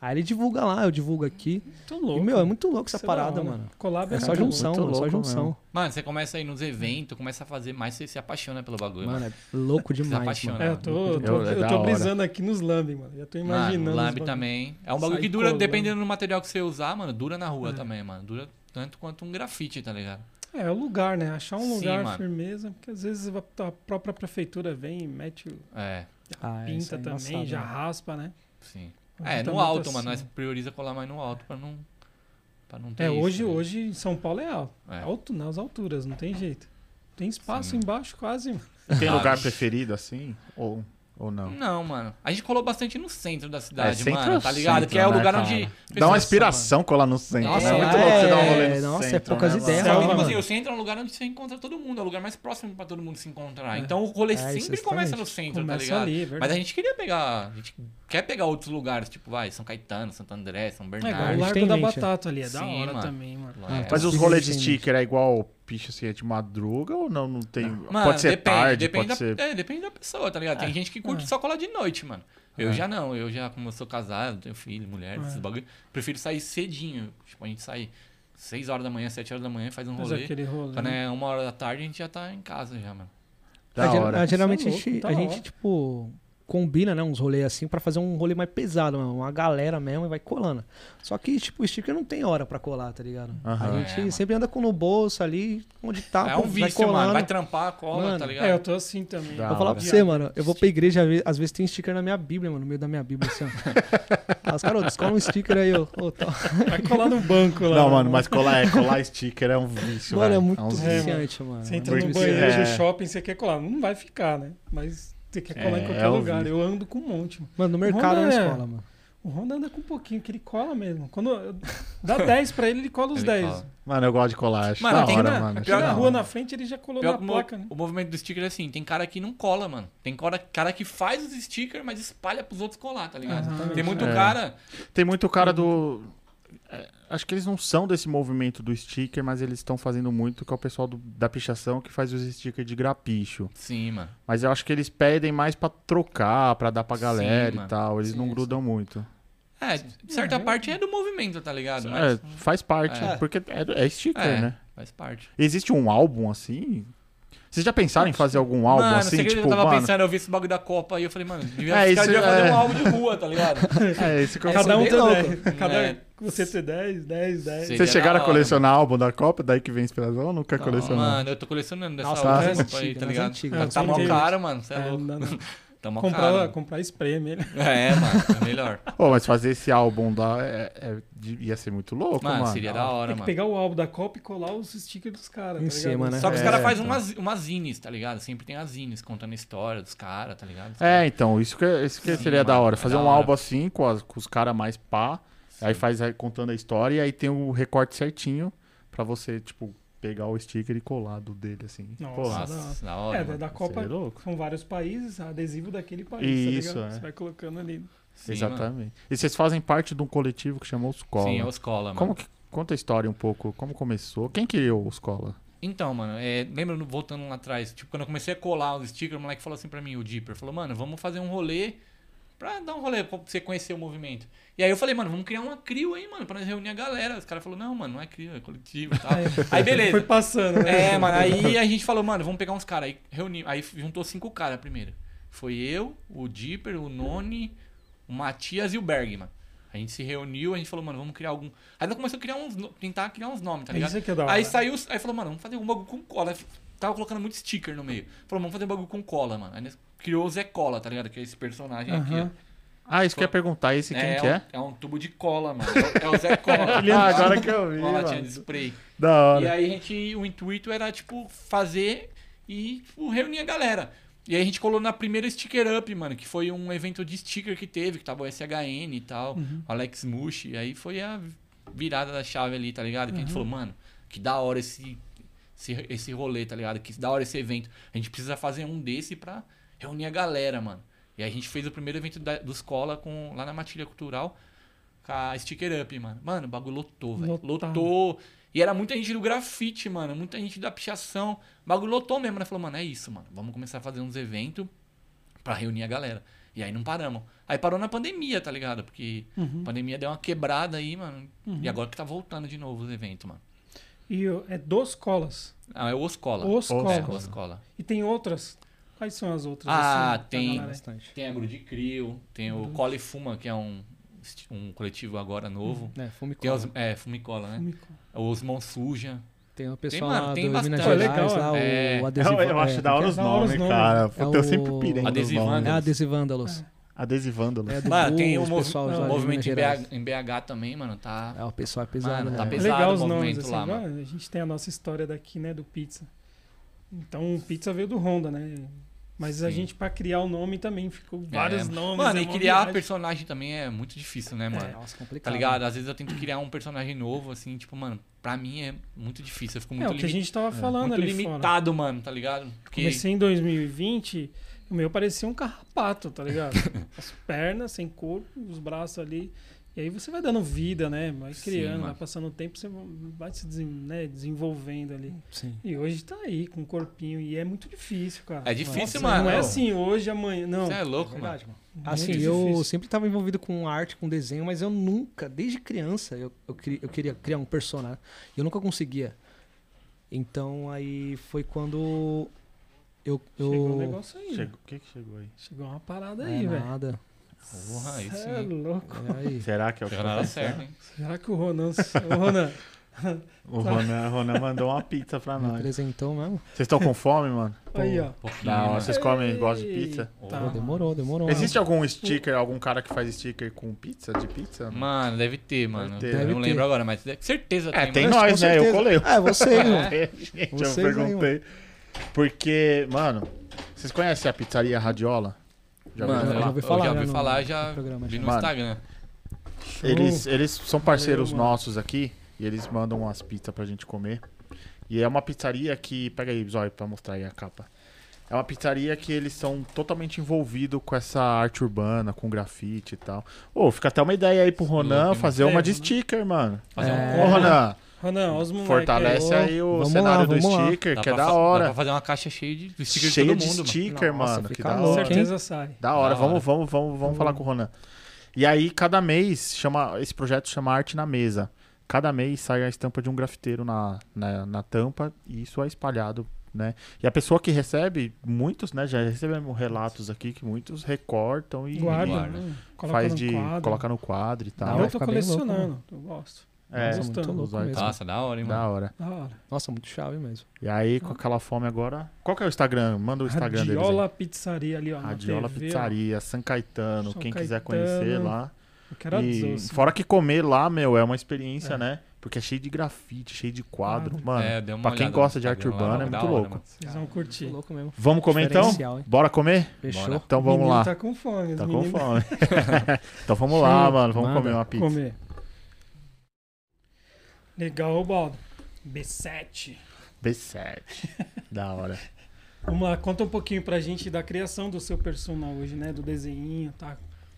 Speaker 4: Aí ele divulga lá, eu divulgo aqui.
Speaker 2: Muito
Speaker 4: e,
Speaker 2: louco.
Speaker 4: meu, é muito louco essa
Speaker 2: Isso é da
Speaker 4: parada,
Speaker 2: hora.
Speaker 4: mano.
Speaker 2: Collab
Speaker 4: É, só
Speaker 2: muito
Speaker 4: junção,
Speaker 1: muito
Speaker 4: mano. Só
Speaker 1: louco
Speaker 4: junção.
Speaker 3: Mano, você começa a ir nos eventos, começa a fazer mais, você se apaixona pelo bagulho, mano.
Speaker 4: Mano, é louco demais,
Speaker 3: apaixona.
Speaker 2: louco.
Speaker 4: mano.
Speaker 2: É, eu tô, eu tô,
Speaker 1: Eu- é
Speaker 2: eu
Speaker 1: da
Speaker 2: tô
Speaker 1: hora.
Speaker 2: brisando aqui nos lambe, mano. Já tô imaginando.
Speaker 3: Mano,
Speaker 2: os
Speaker 3: lab
Speaker 2: bagulho.
Speaker 3: também. É um bagulho
Speaker 2: Sai
Speaker 3: que dura,
Speaker 2: colando.
Speaker 3: dependendo do material que você usar, mano, dura na rua
Speaker 2: É.
Speaker 3: também, mano. Dura tanto quanto um grafite, tá ligado?
Speaker 2: É, é o lugar, né? Achar um
Speaker 3: Sim,
Speaker 2: lugar
Speaker 3: mano.
Speaker 2: firmeza, porque às vezes a a própria prefeitura vem e mete, o-
Speaker 3: É,
Speaker 4: Ah, isso
Speaker 2: pinta
Speaker 4: é
Speaker 2: também,
Speaker 4: embaçado,
Speaker 2: já
Speaker 4: né?
Speaker 2: raspa, né?
Speaker 3: sim.
Speaker 2: Hoje
Speaker 3: É,
Speaker 2: tá
Speaker 3: no
Speaker 2: muito
Speaker 3: alto, mano. Nós
Speaker 2: assim.
Speaker 3: prioriza colar mais no alto pra não. Pra não ter.
Speaker 2: É,
Speaker 3: isso,
Speaker 2: hoje,
Speaker 3: né?
Speaker 2: hoje em São Paulo é alto.
Speaker 3: É.
Speaker 2: Alto nas alturas, não tem jeito. Tem espaço
Speaker 3: Sim.
Speaker 2: embaixo quase, mano.
Speaker 1: Tem
Speaker 3: Ah,
Speaker 1: lugar
Speaker 3: bicho.
Speaker 1: preferido assim? Ou, ou não?
Speaker 3: Não, mano. A gente colou bastante no centro da cidade,
Speaker 1: centro é
Speaker 3: mano, tá
Speaker 1: o
Speaker 3: ligado?
Speaker 1: centro,
Speaker 3: que é o
Speaker 1: né,
Speaker 3: lugar
Speaker 1: cara?
Speaker 3: onde.
Speaker 1: Dá uma
Speaker 3: pessoas-
Speaker 1: inspiração colar no centro.
Speaker 3: Nossa,
Speaker 1: né?
Speaker 3: é.
Speaker 1: muito louco você dar um rolê no
Speaker 4: Nossa, é
Speaker 1: centro,
Speaker 4: poucas
Speaker 1: né,
Speaker 4: ideias,
Speaker 1: mano?
Speaker 2: Selva,
Speaker 3: Então, tipo
Speaker 2: mano.
Speaker 3: assim, o centro é um lugar onde você encontra todo mundo, é o lugar mais próximo pra todo mundo se encontrar.
Speaker 1: É.
Speaker 3: Então o rolê
Speaker 4: isso,
Speaker 3: sempre
Speaker 4: exatamente.
Speaker 3: começa no centro, tá
Speaker 2: É, Começa
Speaker 3: ligado?
Speaker 2: ali, é verdade.
Speaker 3: Mas a gente queria pegar. A gente quer pegar outros lugares, tipo, vai, São Caetano, Santo André, São
Speaker 2: É igual
Speaker 4: Ah,
Speaker 2: o
Speaker 4: eles
Speaker 3: Bernardo.
Speaker 2: Largo
Speaker 4: têm
Speaker 2: da
Speaker 4: mente,
Speaker 2: Batata ali, é da
Speaker 3: né? Sim,
Speaker 2: hora
Speaker 3: mano.
Speaker 2: tambes também, mano.
Speaker 3: É.
Speaker 1: Mas os rolês de
Speaker 4: Sim,
Speaker 1: sticker é igual picho assim, é de madruga ou não? Não tem.
Speaker 3: Mano,
Speaker 1: pode ser
Speaker 3: depende,
Speaker 1: tarde,
Speaker 3: depende
Speaker 1: pode ser.
Speaker 3: da, É, depende da pessoa, tá ligado? Tem gente que curte
Speaker 2: É.
Speaker 3: só colar de noite, mano. Eu
Speaker 1: É.
Speaker 3: já não, eu já, como eu sou casado, tenho filho, mulher, esses
Speaker 2: É.
Speaker 3: bagulho, prefiro sair cedinho. Tipo, a gente sai 6 horas da manhã, 7 horas da manhã, faz um
Speaker 2: Mas é
Speaker 3: rolê.
Speaker 2: aquele rolê. né?
Speaker 3: Quando é uma hora da tarde, a gente já tá em casa já, mano.
Speaker 1: Da
Speaker 4: É, gera-
Speaker 1: hora.
Speaker 4: é, geralmente
Speaker 2: Isso é louco,
Speaker 3: tá
Speaker 4: a gente,
Speaker 2: da
Speaker 4: a gente,
Speaker 2: hora.
Speaker 4: tipo, combina, né, uns rolês assim pra fazer um rolê mais pesado, mano, uma galera mesmo e vai colando. Só que, tipo, o sticker não tem hora pra colar, tá ligado? A
Speaker 1: Aham.
Speaker 3: É,
Speaker 4: gente
Speaker 3: mano.
Speaker 4: sempre anda com no bolso ali, onde tá,
Speaker 3: é
Speaker 4: pô,
Speaker 3: um
Speaker 4: vai
Speaker 3: vício,
Speaker 4: colando.
Speaker 3: mano. Vai trampar, cola,
Speaker 4: Mano,
Speaker 3: tá ligado?
Speaker 2: É, eu tô assim também.
Speaker 1: Da
Speaker 4: Vou falar
Speaker 1: hora.
Speaker 4: pra você, mano. Eu vou pra igreja, às vezes- às vezes tem sticker na minha Bíblia, mano, no meio da minha Bíblia, assim, ó. Ah, Os caras, ó, descola um sticker aí, ó. Ô, tá.
Speaker 2: Vai colar no banco lá. né?
Speaker 1: Não, mano, mas colar, é, colar sticker é um vício.
Speaker 4: Mano, é
Speaker 1: velho.
Speaker 4: muito
Speaker 1: um vício.
Speaker 2: É,
Speaker 4: viciante, mano.
Speaker 2: Você
Speaker 4: É
Speaker 2: entra
Speaker 4: muito
Speaker 2: no
Speaker 1: Porque-
Speaker 4: viciante.
Speaker 2: banheiro do
Speaker 1: é.
Speaker 2: shopping, você quer colar. Não vai ficar, né? Mas você quer colar
Speaker 1: É,
Speaker 2: em qualquer
Speaker 1: eu
Speaker 2: lugar.
Speaker 1: vi.
Speaker 2: Eu ando com um monte, mano.
Speaker 4: Mano, no mercado, na
Speaker 2: Mano, é-
Speaker 4: escola, mano.
Speaker 2: O Ronda anda com um pouquinho, que ele cola mesmo. Quando eu- dá 10 pra ele, ele cola os
Speaker 3: Ele
Speaker 2: 10.
Speaker 3: cola.
Speaker 1: Mano, eu gosto de colar. Acho
Speaker 3: Mano,
Speaker 1: da
Speaker 3: tem
Speaker 1: hora,
Speaker 2: na,
Speaker 1: mano. acho
Speaker 2: pior
Speaker 1: da
Speaker 2: na
Speaker 1: hora.
Speaker 2: rua, na frente, ele já colou
Speaker 3: Pior
Speaker 2: na
Speaker 3: que o mo-
Speaker 2: placa, né?
Speaker 3: O movimento do sticker é assim, tem cara que não cola, mano. Tem cora- cara que faz os stickers, mas espalha pros outros colar, tá ligado?
Speaker 2: Exatamente.
Speaker 3: Tem muito
Speaker 1: É.
Speaker 3: cara.
Speaker 1: Tem muito cara do. é, acho que eles não são desse movimento do sticker, mas eles estão fazendo muito, que é o pessoal do- da pichação que faz os stickers de grapicho.
Speaker 3: Sim, mano.
Speaker 1: Mas eu acho que eles pedem mais pra trocar, pra dar pra
Speaker 3: Sim,
Speaker 1: galera e
Speaker 3: mano.
Speaker 1: tal. Eles
Speaker 5: Sim,
Speaker 1: não
Speaker 5: sim.
Speaker 1: grudam muito.
Speaker 3: É, de certa
Speaker 2: É,
Speaker 3: parte é do movimento, tá ligado?
Speaker 1: É,
Speaker 3: Mas
Speaker 1: faz parte,
Speaker 5: É.
Speaker 1: porque é, é sticker,
Speaker 3: É.
Speaker 1: né?
Speaker 3: faz parte.
Speaker 1: Existe um álbum assim? Vocês já pensaram em fazer algum álbum
Speaker 3: mano,
Speaker 1: assim?
Speaker 3: sei que
Speaker 1: Tipo,
Speaker 3: eu tava
Speaker 1: mano,
Speaker 3: pensando, eu vi esse bagulho da Copa e eu falei, mano, devia,
Speaker 1: É,
Speaker 3: os caras
Speaker 1: isso
Speaker 3: deviam fazer
Speaker 1: é.
Speaker 3: um álbum de rua, tá ligado?
Speaker 1: é, isso que eu
Speaker 2: Cada um
Speaker 5: bem
Speaker 2: tem
Speaker 5: louco.
Speaker 2: 10. Cada
Speaker 3: É.
Speaker 2: Você tem 10, 10, 10.
Speaker 3: Sim.
Speaker 1: Vocês
Speaker 3: Seria
Speaker 1: chegaram
Speaker 3: da
Speaker 1: a
Speaker 3: hora.
Speaker 1: colecionar álbum da Copa, daí que vem a inspiração ou nunca colecionou?
Speaker 3: Mano, eu tô colecionando dessa
Speaker 4: Nossa,
Speaker 3: última
Speaker 1: nas
Speaker 3: Copa aí,
Speaker 1: é
Speaker 4: antigas,
Speaker 3: tá
Speaker 4: nas
Speaker 3: ligado?
Speaker 4: antigas.
Speaker 3: Tá-
Speaker 2: Nas
Speaker 3: tá mó
Speaker 2: antigas.
Speaker 3: caro, mano, você é,
Speaker 2: É,
Speaker 3: louco.
Speaker 2: não, não.
Speaker 3: Tá mó
Speaker 2: comprar,
Speaker 3: caro.
Speaker 2: comprar spray melhor.
Speaker 1: né?
Speaker 3: É, mano, é melhor.
Speaker 1: Pô, mas fazer esse álbum da, é- é- de- ia ser muito louco, mano.
Speaker 3: Mano, seria da hora,
Speaker 2: Tem que
Speaker 3: mano.
Speaker 2: pegar o álbum da Copa e colar os stickers dos caras.
Speaker 4: Em
Speaker 2: tá ligado?
Speaker 4: cima, né?
Speaker 3: Só que os
Speaker 1: É,
Speaker 3: caras fazem
Speaker 1: então.
Speaker 3: umas, umas zines, tá ligado? Sempre tem as zines contando a história dos caras, tá ligado? Os
Speaker 1: É, então, isso que, isso que
Speaker 3: Sim,
Speaker 1: seria
Speaker 3: mano,
Speaker 1: da hora.
Speaker 3: é
Speaker 1: Fazer
Speaker 3: da
Speaker 1: um
Speaker 3: hora.
Speaker 1: álbum assim, com, as- com os caras mais pá, aí
Speaker 3: Sim.
Speaker 1: faz aí contando a história e aí tem o recorte certinho pra você, tipo, pegar o sticker e colar do dele, assim.
Speaker 2: Nossa,
Speaker 1: Pô,
Speaker 2: da
Speaker 3: Nossa, da
Speaker 2: É,
Speaker 3: hora.
Speaker 2: da,
Speaker 3: mano.
Speaker 2: da Copa
Speaker 1: seria louco.
Speaker 2: são vários países, adesivo daquele país,
Speaker 1: Isso,
Speaker 2: tá ligado?
Speaker 1: é.
Speaker 2: Você vai colocando ali.
Speaker 3: Sim, mano.
Speaker 1: Exatamente. E vocês fazem parte de um coletivo que chamou Os é. Cola.
Speaker 3: Sim, é os cola, mano.
Speaker 1: Como que- Conta a história um pouco, como começou? Quem criou os Cola?
Speaker 3: Então, mano, é, lembra no- voltando lá atrás, tipo, quando eu comecei a colar os stickers, o moleque falou assim pra mim, o Dipper, falou, mano, vamos fazer um rolê pra dar um rolê pra você conhecer o movimento. E aí eu falei, mano, vamos criar uma crio aí, mano, pra nós reunir a galera. Os caras falaram, não, mano, não é crio, é coletivo e tal. aí
Speaker 2: Foi
Speaker 3: beleza.
Speaker 2: passando, né?
Speaker 3: É, mano, aí a gente falou, mano, vamos pegar uns caras. Aí reuni, aí juntou cinco caras primeiro. Foi eu, o Dipper, o Noni, o Matias e o Bergman. A gente se reuniu, a gente falou, mano, vamos criar algum. Aí nós começamos a criar uns. no- Tentar criar uns nomes, tá ligado?
Speaker 2: Isso aqui é
Speaker 1: Então,
Speaker 2: da hora.
Speaker 3: Aí saiu, aí falou, mano, vamos fazer um bagulho com cola. Tava colocando muito sticker no meio. Falou, vamos fazer um bagulho com cola, mano. Aí nós criou o Zé Cola, tá ligado? Que é esse personagem aqui.
Speaker 2: Aham.
Speaker 3: ó.
Speaker 1: Ah, isso que eu ia perguntar, esse quem
Speaker 3: é,
Speaker 1: que é?
Speaker 3: um, um tubo de cola, mano. É o- É o Zé Cola.
Speaker 1: Ah, agora que eu vi,
Speaker 3: Uma latinha de
Speaker 1: mano.
Speaker 3: spray.
Speaker 1: Da
Speaker 3: E
Speaker 1: hora.
Speaker 3: aí a gente, o intuito era, tipo, fazer e tipo, reunir a galera. E aí a gente colou na primeira Sticker Up, mano, que foi um evento de sticker que teve, que tava o SHN e tal,
Speaker 1: Uhum.
Speaker 3: o Alex Mushi. Aí foi a virada da chave ali, tá ligado? Que a gente
Speaker 1: Uhum.
Speaker 3: falou, mano, que da hora esse, esse, esse rolê, tá ligado? Que da hora esse evento. A gente precisa fazer um desse pra reunir a galera, mano. E aí a gente fez o primeiro evento da, do Escola com, lá na Matilha Cultural com a Sticker Up, mano. Mano, o bagulho lotou, velho.
Speaker 2: Lotado.
Speaker 3: Lotou. E era muita gente do grafite, mano. Muita gente da pichação. O bagulho lotou mesmo, né? Falou, mano, é isso, mano. Vamos começar a fazer uns eventos pra reunir a galera. E aí não paramos. Aí parou na pandemia, tá ligado? Porque a pandemia deu uma quebrada aí, mano. E agora que tá voltando de novo os eventos, mano.
Speaker 2: E o- é dos colas.
Speaker 3: Ah, é o Oscola.
Speaker 2: Os
Speaker 3: É,
Speaker 2: colas.
Speaker 3: o Oscola.
Speaker 2: E tem outras. Quais são as outras?
Speaker 3: Ah,
Speaker 2: assim, pra
Speaker 3: tem.
Speaker 2: galera aí?
Speaker 4: Bastante.
Speaker 3: Tem a Grude Crio, tem
Speaker 2: Uhum.
Speaker 3: o Cola e Fuma, que é um, um coletivo agora
Speaker 2: Uhum.
Speaker 3: novo.
Speaker 4: É, fume
Speaker 3: Tem
Speaker 4: cola.
Speaker 3: os, é, Fumicola, né?
Speaker 2: Me conta.
Speaker 3: Os Mão Suja.
Speaker 4: Tem o pessoal
Speaker 3: mano,
Speaker 4: lá
Speaker 3: tem
Speaker 4: do Minas
Speaker 3: bastante.
Speaker 4: Gerais,
Speaker 2: Legal,
Speaker 4: lá,
Speaker 3: é.
Speaker 4: o adesivo...
Speaker 1: eu acho
Speaker 4: é,
Speaker 1: da hora
Speaker 4: é?
Speaker 1: os
Speaker 2: da hora
Speaker 1: nomes,
Speaker 2: os nomes.
Speaker 1: cara.
Speaker 4: É
Speaker 1: Puta, eu sempre
Speaker 4: o-
Speaker 1: pirei nos
Speaker 3: Adesivando.
Speaker 1: nomes.
Speaker 4: É adesivândalos.
Speaker 1: Adesivândalos.
Speaker 4: É do
Speaker 3: Mano, tem o
Speaker 4: Bulls,
Speaker 3: mov-
Speaker 4: pessoal
Speaker 3: o
Speaker 4: lá de Minas
Speaker 3: movimento em
Speaker 4: Gerais.
Speaker 3: BH, em BH também, mano, tá...
Speaker 4: É, o pessoal é pesado.
Speaker 3: Mano, tá
Speaker 4: né?
Speaker 2: É
Speaker 3: pesado
Speaker 2: legal
Speaker 3: o
Speaker 2: os nomes,
Speaker 3: movimento
Speaker 2: assim,
Speaker 3: lá,
Speaker 2: igual
Speaker 3: mano.
Speaker 2: a gente tem a nossa história daqui, né, do pizza. Então, o pizza veio do Honda, né? Mas a
Speaker 3: Sim.
Speaker 2: gente, pra criar o nome também, ficou vários
Speaker 3: É.
Speaker 2: nomes.
Speaker 3: Mano,
Speaker 2: é
Speaker 3: e
Speaker 2: uma
Speaker 3: criar
Speaker 2: viagem.
Speaker 3: personagem também é muito difícil, né, mano?
Speaker 4: Nossa, complicado.
Speaker 3: Tá ligado? Às vezes eu tento criar um personagem novo, assim, tipo, mano, pra mim é muito difícil. Eu fico
Speaker 2: É,
Speaker 3: muito,
Speaker 2: o que a
Speaker 3: limi-
Speaker 2: gente tava falando
Speaker 3: muito
Speaker 2: ali fora.
Speaker 3: limitado, mano, tá ligado? Porque
Speaker 2: Comecei em 2020, o meu parecia um carrapato, tá ligado? As pernas sem corpo, os braços ali. E aí você vai dando vida, né? Vai
Speaker 3: Sim,
Speaker 2: criando, vai
Speaker 3: mano.
Speaker 2: passando o tempo, você vai se desen- né, desenvolvendo ali.
Speaker 4: Sim.
Speaker 2: E hoje tá aí, com o corpinho. E é muito difícil, cara.
Speaker 3: é difícil,
Speaker 2: Não
Speaker 3: mano.
Speaker 2: é assim hoje, amanhã. Não.
Speaker 3: Você é louco, mano.
Speaker 2: Muito
Speaker 4: Assim, eu
Speaker 2: difícil.
Speaker 4: sempre estava envolvido com arte, com desenho, mas eu nunca, desde criança, eu, eu, cri- eu queria criar um personagem. E eu nunca conseguia. Então aí foi quando eu. eu
Speaker 2: Chegou um negócio aí.
Speaker 1: Chegou- O que que chegou aí?
Speaker 2: Chegou uma parada
Speaker 4: é,
Speaker 2: aí, velho.
Speaker 4: nada.
Speaker 3: Porra, aí
Speaker 2: Cê
Speaker 3: sim.
Speaker 2: é louco.
Speaker 4: É, aí.
Speaker 1: Será que é o que
Speaker 3: Chegou na hora certa, hein?
Speaker 2: Será que o Ronan. Ô, Ronan,
Speaker 1: O Ronan, Ronan mandou uma pizza pra
Speaker 4: Me
Speaker 1: nós.
Speaker 4: apresentou mesmo.
Speaker 1: Vocês estão com fome, mano?
Speaker 2: aí, ó.
Speaker 3: Um pouquinho,
Speaker 1: Da hora.
Speaker 3: mano.
Speaker 1: Vocês comem, gostam de pizza?
Speaker 2: Tá.
Speaker 4: Pô, demorou, demorou.
Speaker 1: Existe algum sticker, algum cara que faz sticker com pizza, de pizza?
Speaker 3: Mano, deve ter, mano.
Speaker 1: ter.
Speaker 3: eu
Speaker 4: Deve
Speaker 3: não
Speaker 4: ter.
Speaker 3: lembro agora, mas certeza
Speaker 1: É, tem
Speaker 3: mano.
Speaker 4: Com
Speaker 1: nós, né? Eu
Speaker 4: certeza.
Speaker 1: colei.
Speaker 4: É, você, mano.
Speaker 1: Gente, eu
Speaker 4: Vocês aí,
Speaker 1: perguntei. porque, mano, vocês conhecem a pizzaria Radiola? Já ouviu
Speaker 3: Mano,
Speaker 1: falar?
Speaker 4: já ouvi
Speaker 3: já
Speaker 4: falar, já
Speaker 3: ouvi
Speaker 4: no-
Speaker 3: falar,
Speaker 4: no
Speaker 3: já
Speaker 4: programa,
Speaker 3: vi
Speaker 4: já.
Speaker 3: no
Speaker 1: Mano.
Speaker 3: Instagram.
Speaker 1: Eles, eles são parceiros
Speaker 2: Valeu, mano.
Speaker 1: nossos aqui e eles mandam umas pizzas pra gente comer. E é uma pizzaria que. Pega aí, Zóio, pra mostrar aí a capa. É uma pizzaria que eles são totalmente envolvidos com essa arte urbana, com grafite e tal. Ô, fica até uma ideia aí pro Ronan
Speaker 3: Louco,
Speaker 1: fazer
Speaker 2: hein?
Speaker 1: uma
Speaker 2: É,
Speaker 1: de
Speaker 2: Ronan.
Speaker 1: sticker, mano.
Speaker 3: Fazer um né?
Speaker 4: É.
Speaker 1: Ô,
Speaker 2: É.
Speaker 1: Ronan,
Speaker 2: Ronan, olha os moleques.
Speaker 1: fortalece
Speaker 4: Ô,
Speaker 1: aí o
Speaker 4: vamos
Speaker 1: cenário
Speaker 4: lá,
Speaker 1: do
Speaker 4: é vamos lá.
Speaker 1: sticker,
Speaker 3: Dá
Speaker 1: que é
Speaker 3: pra
Speaker 1: da
Speaker 3: fa-
Speaker 1: hora.
Speaker 3: Dá pra fazer uma caixa cheia de de sticker
Speaker 1: Cheia
Speaker 3: de todo
Speaker 1: de
Speaker 3: mundo, mano.
Speaker 1: sticker,
Speaker 4: Nossa,
Speaker 1: mano. Que
Speaker 4: fica
Speaker 1: da
Speaker 2: Com
Speaker 4: louco,
Speaker 1: hora.
Speaker 4: hein?
Speaker 2: certeza sai.
Speaker 1: Da hora,
Speaker 3: Da hora.
Speaker 1: vamos, vamos, vamos, vamos falar com o Ronan. E aí, cada mês, chama, esse projeto chama Arte na Mesa. Cada mês sai a estampa de um grafiteiro na, na, na tampa e isso é espalhado, né? E a pessoa que recebe, muitos, né? Já recebemos relatos aqui que muitos recortam e,
Speaker 2: Guarda,
Speaker 3: guarda.
Speaker 2: né?
Speaker 1: e
Speaker 2: Coloca
Speaker 1: faz
Speaker 2: num
Speaker 1: de.
Speaker 2: quadro.
Speaker 1: Coloca no quadro e
Speaker 4: Da
Speaker 1: tal.
Speaker 4: hora.
Speaker 2: Ah, Eu
Speaker 4: vai
Speaker 2: tô
Speaker 4: ficar bem
Speaker 1: né?
Speaker 4: louco,
Speaker 2: colecionando, eu gosto.
Speaker 1: É,
Speaker 4: Nossa, muito
Speaker 2: gostando.
Speaker 4: louco
Speaker 1: Vai
Speaker 4: mesmo.
Speaker 3: Nossa, da hora, hein, Tá, mano.
Speaker 1: da hora.
Speaker 2: Da hora.
Speaker 4: Nossa, muito chave mesmo.
Speaker 1: E aí, com aquela fome agora. Qual que é o Instagram? Manda o Instagram deles. aí.
Speaker 2: Radiola Pizzaria ali, ó. na
Speaker 1: Radiola
Speaker 2: TV, ó.
Speaker 1: Pizzaria, San Caetano,
Speaker 2: São
Speaker 1: quem quiser
Speaker 2: Caetano.
Speaker 1: conhecer lá.
Speaker 2: Eu quero
Speaker 1: E
Speaker 2: dizer, assim,
Speaker 1: fora que comer lá, meu, é uma experiência,
Speaker 2: É.
Speaker 1: né? Porque é cheio de grafite, cheio de quadro.
Speaker 2: Quadro.
Speaker 1: Mano,
Speaker 3: É, deu uma
Speaker 1: pra quem
Speaker 3: olhada
Speaker 1: gosta
Speaker 3: no
Speaker 1: de arte
Speaker 3: Instagram lá,
Speaker 1: urbana, é
Speaker 3: da
Speaker 1: muito
Speaker 3: hora,
Speaker 1: louco.
Speaker 3: mano.
Speaker 2: vocês vão curtir.
Speaker 4: Muito louco mesmo.
Speaker 1: Vamos comer então?
Speaker 4: Diferencial, hein?
Speaker 1: Bora comer?
Speaker 4: Fechou.
Speaker 3: Bora.
Speaker 1: Então vamos
Speaker 2: Menino
Speaker 1: lá.
Speaker 2: tá com fome. os
Speaker 1: Tá com
Speaker 2: meninos
Speaker 1: fome. então vamos lá,
Speaker 4: Show.
Speaker 1: mano. Vamos
Speaker 4: Manda.
Speaker 1: comer uma pizza.
Speaker 2: comer. Legal, Baldo. B7.
Speaker 1: B7. da hora.
Speaker 2: Vamos lá, conta um pouquinho pra gente da criação do seu personal hoje, né? Do desenho, tá?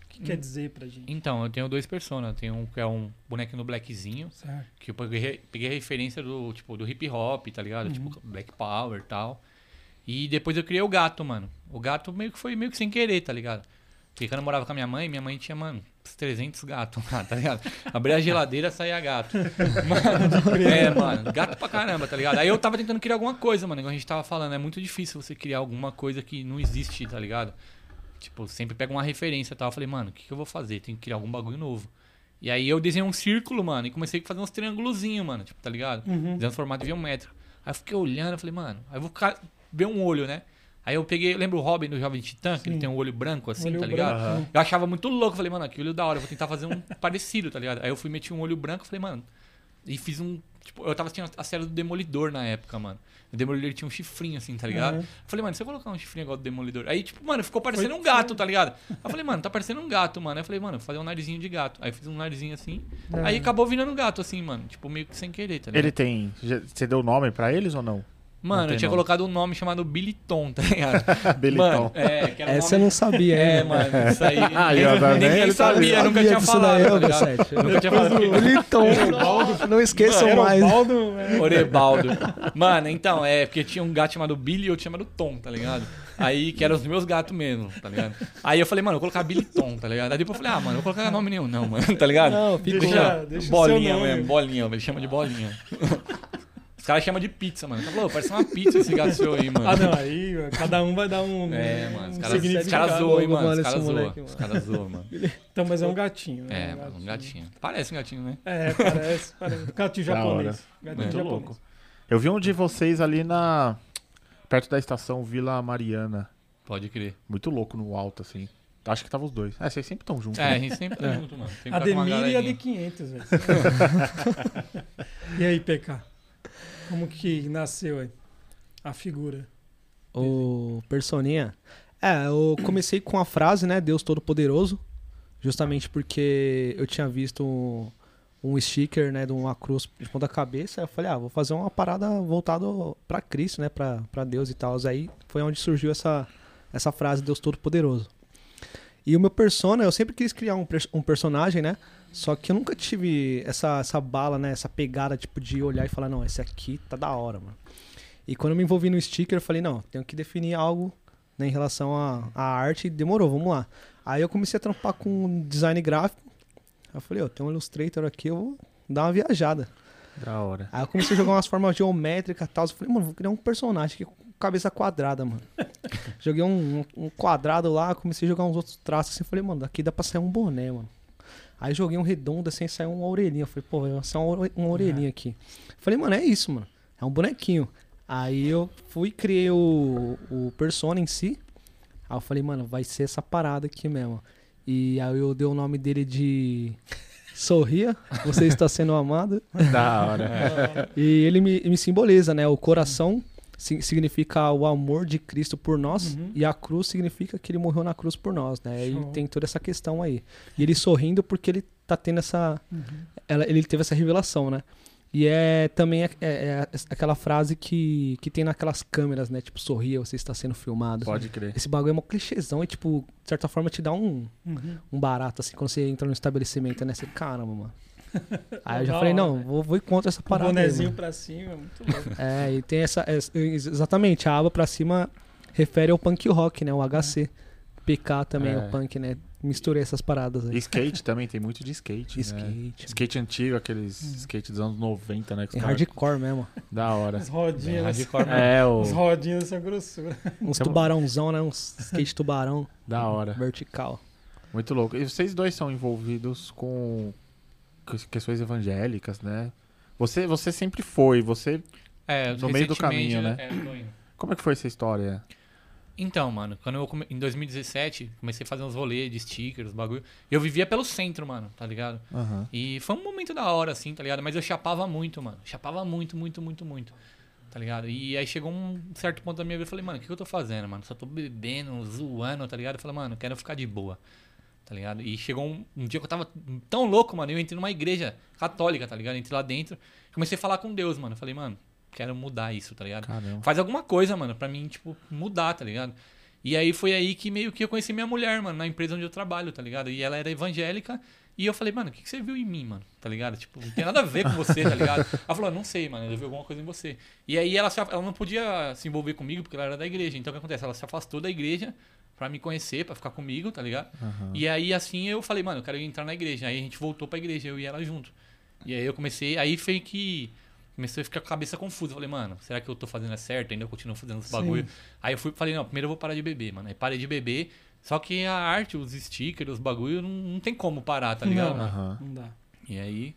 Speaker 2: O que quer dizer pra gente?
Speaker 3: Então, eu tenho dois personas. Tem um que é um bonequinho do Blackzinho,
Speaker 2: Certo.
Speaker 3: que eu peguei, peguei a referência do, tipo, do hip hop, tá ligado?
Speaker 1: Uhum.
Speaker 3: Tipo, Black Power e tal. E depois eu criei o gato, mano. O gato meio que foi meio que sem querer, tá ligado? Porque quando eu morava com a minha mãe, minha mãe tinha, mano, uns 300 gatos lá, tá ligado? Abria a geladeira, saía gato. Mano, é, mano, gato pra caramba, tá ligado? Aí eu tava tentando criar alguma coisa, mano, igual a gente tava falando. É muito difícil você criar alguma coisa que não existe, tá ligado? Tipo, sempre pega uma referência e tal. Eu falei, mano, o que, que eu vou fazer? Tem que criar algum bagulho novo. E aí eu desenhei um círculo, mano, e comecei a fazer uns triângulozinhos, mano, tipo, tá ligado?
Speaker 2: Uhum.
Speaker 3: Desenhando formato geométrico. Aí eu fiquei olhando, eu falei, mano, aí eu vou ficar, ver um olho, né? Aí eu peguei, lembra o Robin do Jovem Titã, que ele
Speaker 2: Sim.
Speaker 3: tem um olho branco assim,
Speaker 2: Olho
Speaker 3: tá ligado?
Speaker 2: branco, né?
Speaker 3: Eu achava muito louco, falei, mano, que olho da hora, eu vou tentar fazer um parecido, tá ligado? Aí eu fui meti um olho branco, falei, mano, e fiz um. Tipo, eu tava assistindo a série do Demolidor na época, mano. O Demolidor tinha um chifrinho assim, tá ligado?
Speaker 2: Uhum.
Speaker 3: Eu falei, mano, se eu colocar um chifrinho igual do Demolidor. Aí, tipo, mano, ficou parecendo um gato, tá ligado? Aí eu falei, mano, tá parecendo um gato, mano. Aí eu falei, mano, vou fazer um narizinho de gato. Aí eu fiz um narizinho assim.
Speaker 2: Ah.
Speaker 3: Aí acabou virando um gato, assim, mano. Tipo, meio que sem querer, tá ligado?
Speaker 1: Ele tem. já- Você deu nome pra eles ou não? não
Speaker 3: Mano,
Speaker 1: tem
Speaker 3: eu tinha
Speaker 1: nome.
Speaker 3: colocado um nome chamado Billy Tom, tá ligado?
Speaker 1: Belitão.
Speaker 3: Mano, é, que era um
Speaker 4: Essa eu
Speaker 3: nome-
Speaker 4: não sabia, hein?
Speaker 3: É,
Speaker 4: mano?
Speaker 3: mano, isso aí.
Speaker 1: Aí, ó, tá vendo?
Speaker 3: ninguém
Speaker 1: Ele
Speaker 3: ninguém
Speaker 1: tá
Speaker 3: sabia,
Speaker 4: Eu
Speaker 3: nunca
Speaker 4: sabia
Speaker 3: tinha
Speaker 4: disso daí,
Speaker 3: falado, tá
Speaker 4: ô,
Speaker 3: ligado?
Speaker 4: Bessete.
Speaker 3: Nunca tinha falado.
Speaker 4: O Liton. Não um esqueçam mais.
Speaker 2: Baldo, é.
Speaker 3: Orebaldo. Mano, então, é, porque tinha um gato chamado Billy e outro chamado Tom, tá ligado? Aí, que eram os meus gatos mesmo, tá ligado? Aí eu falei, mano, eu vou colocar Billy Tom, tá ligado? Aí depois eu falei, ah, mano, eu vou colocar nome nenhum, não, mano, tá ligado?
Speaker 4: Não, fica
Speaker 2: lá, deixa o seu
Speaker 3: bolinha
Speaker 2: nome.
Speaker 3: mesmo, bolinha, ele chama de bolinha. Os caras chamam de pizza, mano. Tá falou, parece uma pizza esse gato seu aí, mano.
Speaker 2: Ah, não, aí ó, cada um vai dar um.
Speaker 3: É,
Speaker 2: um
Speaker 3: mano, os caras os
Speaker 2: significado.
Speaker 3: caras zoam, hein,
Speaker 4: Logo,
Speaker 3: mano. Os
Speaker 4: mano,
Speaker 3: caras
Speaker 4: esse
Speaker 3: zoam.
Speaker 4: moleque,
Speaker 3: Os caras zoam, mano.
Speaker 2: Então, mas é um gatinho, né?
Speaker 3: É, mano, um gatinho. Parece um gatinho, né?
Speaker 2: É, parece, parece. Gatinho
Speaker 1: Da
Speaker 2: japonês. Um
Speaker 1: É
Speaker 2: Gatinho
Speaker 3: Muito
Speaker 2: japonês.
Speaker 1: louco. Eu vi um de vocês ali na. Perto da estação Vila Mariana.
Speaker 3: Pode crer.
Speaker 1: Muito louco no alto, assim. Acho que tava os dois. É, vocês sempre estão juntos.
Speaker 3: É, a
Speaker 1: né?
Speaker 3: gente sempre tá junto, mano. Sempre tá com uma
Speaker 2: Ademir e a
Speaker 3: galerinha.
Speaker 2: de 500, velho. e aí, PK? Como que nasceu aí? A figura.
Speaker 4: O Personinha. É, eu comecei com a frase, né? Deus Todo-Poderoso. Justamente porque eu tinha visto um, um sticker, né? De uma cruz de ponta cabeça. Eu falei, ah, vou fazer uma parada voltada pra Cristo, né? Pra, pra Deus e tal. Aí foi onde surgiu essa, essa frase, Deus Todo-Poderoso. E o meu persona, eu sempre quis criar um, pers- um personagem, né? Só que eu nunca tive essa, essa bala, né? Essa pegada, tipo, de olhar e falar, não, esse aqui tá da hora, mano. E quando eu me envolvi no sticker, eu falei, não, tenho que definir algo né, em relação à, à arte. E demorou, vamos lá. Aí eu comecei a trampar com design gráfico. Aí eu falei, ó, tem um Illustrator aqui, eu vou dar uma viajada.
Speaker 1: Da hora.
Speaker 4: Aí eu comecei a jogar umas formas geométricas e tal. Eu falei, mano, vou criar um personagem aqui com cabeça quadrada, mano. Joguei um, um quadrado lá, comecei a jogar uns outros traços assim. Falei, mano, daqui dá pra sair um boné, mano. Aí joguei um redondo assim, saiu uma orelhinha. Eu Falei, pô, vai sair uma, ore- uma orelhinha aqui. Falei, mano, é isso, mano. É um bonequinho. Aí eu fui e criei o, o persona em si. Aí eu falei, mano, vai ser essa parada aqui mesmo. E aí eu dei o nome dele de... Sorria, você está sendo amado.
Speaker 1: Da
Speaker 3: É.
Speaker 1: hora.
Speaker 2: Ah,
Speaker 4: E ele me, me simboliza, né? O coração si- significa o amor de Cristo por nós
Speaker 2: Uhum.
Speaker 4: e a cruz significa que ele morreu na cruz por nós, né? Ele
Speaker 2: Show.
Speaker 4: tem toda essa questão aí. E ele sorrindo porque ele tá tendo essa... ela- ele teve essa revelação, né? E é também é- é- é aquela frase que, que tem naquelas câmeras, né? Tipo, sorria, você está sendo filmado.
Speaker 1: Pode crer.
Speaker 4: Esse bagulho é mó clichêzão e, tipo, de certa forma te dá um,
Speaker 2: Uhum.
Speaker 4: um barato, assim, quando você entra no estabelecimento, né? Você, caramba, mano. Aí eu
Speaker 2: Da
Speaker 4: já falei,
Speaker 2: hora.
Speaker 4: não, vou, vou ir contra essa
Speaker 2: O
Speaker 4: parada. aí,
Speaker 2: bonezinho
Speaker 4: mano.
Speaker 2: pra cima, muito louco.
Speaker 4: É, e tem essa. essa- ex- exatamente, a aba pra cima refere ao punk rock, né? O HC. PK também,
Speaker 1: É.
Speaker 4: o punk, né? Misturei essas paradas
Speaker 1: E
Speaker 4: aí.
Speaker 1: skate também, tem muito de skate. Hum. né?
Speaker 4: Skate.
Speaker 1: Skate antigo, aqueles skate dos anos 90, né? Que
Speaker 4: É
Speaker 1: os caras-
Speaker 4: hardcore mesmo.
Speaker 1: Da hora.
Speaker 2: As rodinhas, dessa-
Speaker 3: Hardcore, né?
Speaker 1: É, o...
Speaker 2: as rodinhas dessa grossura.
Speaker 4: Uns
Speaker 1: Então-
Speaker 4: tubarãozão, né? Uns skate tubarão
Speaker 1: da hora.
Speaker 4: vertical.
Speaker 1: Muito louco. E vocês dois são envolvidos com que- questões evangélicas, né? Você, você sempre foi, você...
Speaker 3: É,
Speaker 1: No meio do
Speaker 3: recentemente,
Speaker 1: caminho, né?
Speaker 3: é, tô indo.
Speaker 1: Como é que foi essa história?
Speaker 3: Então, mano, quando eu come- em 2017, comecei a fazer uns rolês de stickers, bagulho. Eu vivia pelo centro, mano, tá ligado?
Speaker 1: Aham.
Speaker 3: E foi um momento da hora, assim, tá ligado? Mas eu chapava muito, mano. Chapava muito, muito, muito, muito. Tá ligado? E aí chegou um certo ponto da minha vida, eu falei, mano, o que que eu tô fazendo, mano? Só tô bebendo, zoando, tá ligado? Eu falei, mano, eu quero ficar de boa. Tá ligado? E chegou um, um dia que eu tava tão louco, mano, eu entrei numa igreja católica, tá ligado? Entrei lá dentro, comecei a falar com Deus, mano. Eu falei, mano, quero mudar isso, tá ligado?
Speaker 1: Caramba.
Speaker 3: Faz alguma coisa, mano, pra mim, tipo, mudar, tá ligado? E aí foi aí que meio que eu conheci minha mulher, mano, na empresa onde eu trabalho, tá ligado? E ela era evangélica. E eu falei, mano, o que, que você viu em mim, mano? Tá ligado? Tipo, não tem nada a ver com você, tá ligado? Ela falou, não sei, mano, eu vi alguma coisa em você. E aí ela, se af- ela não podia se envolver comigo porque ela era da igreja. Então o que acontece? Ela se afastou da igreja pra me conhecer, pra ficar comigo, tá ligado?
Speaker 1: Aham.
Speaker 3: E aí, assim, eu falei, mano, eu quero entrar na igreja. Aí a gente voltou pra igreja, eu e ela junto. E aí eu comecei, aí foi que comecei a ficar com a cabeça confusa. Eu Falei, mano, será que eu tô fazendo certo? Ainda eu continuo fazendo esse bagulho. Aí eu fui, falei, não, primeiro eu vou parar de beber, mano. Aí parei de beber. Só que a arte, os stickers, os bagulho, não, não tem como parar, tá
Speaker 2: Não.
Speaker 3: ligado? mano?
Speaker 1: Aham.
Speaker 2: Não dá.
Speaker 3: E aí.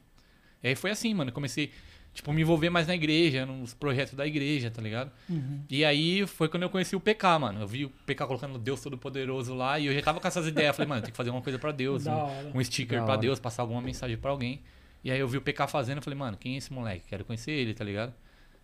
Speaker 3: E aí foi assim, mano. eu Comecei, tipo, me envolver mais na igreja, nos projetos da igreja, tá ligado?
Speaker 2: Uhum.
Speaker 3: E aí foi quando eu conheci o PK, mano. Eu vi o PK colocando Deus Todo-Poderoso lá e eu já tava com essas ideias. Falei, mano, tem que fazer alguma coisa pra Deus.
Speaker 2: Da
Speaker 3: um-
Speaker 2: hora.
Speaker 3: um sticker
Speaker 1: Da
Speaker 3: pra
Speaker 1: hora.
Speaker 3: Deus, passar alguma mensagem pra alguém. E aí eu vi o PK fazendo, eu falei, mano, quem é esse moleque? Quero conhecer ele, tá ligado?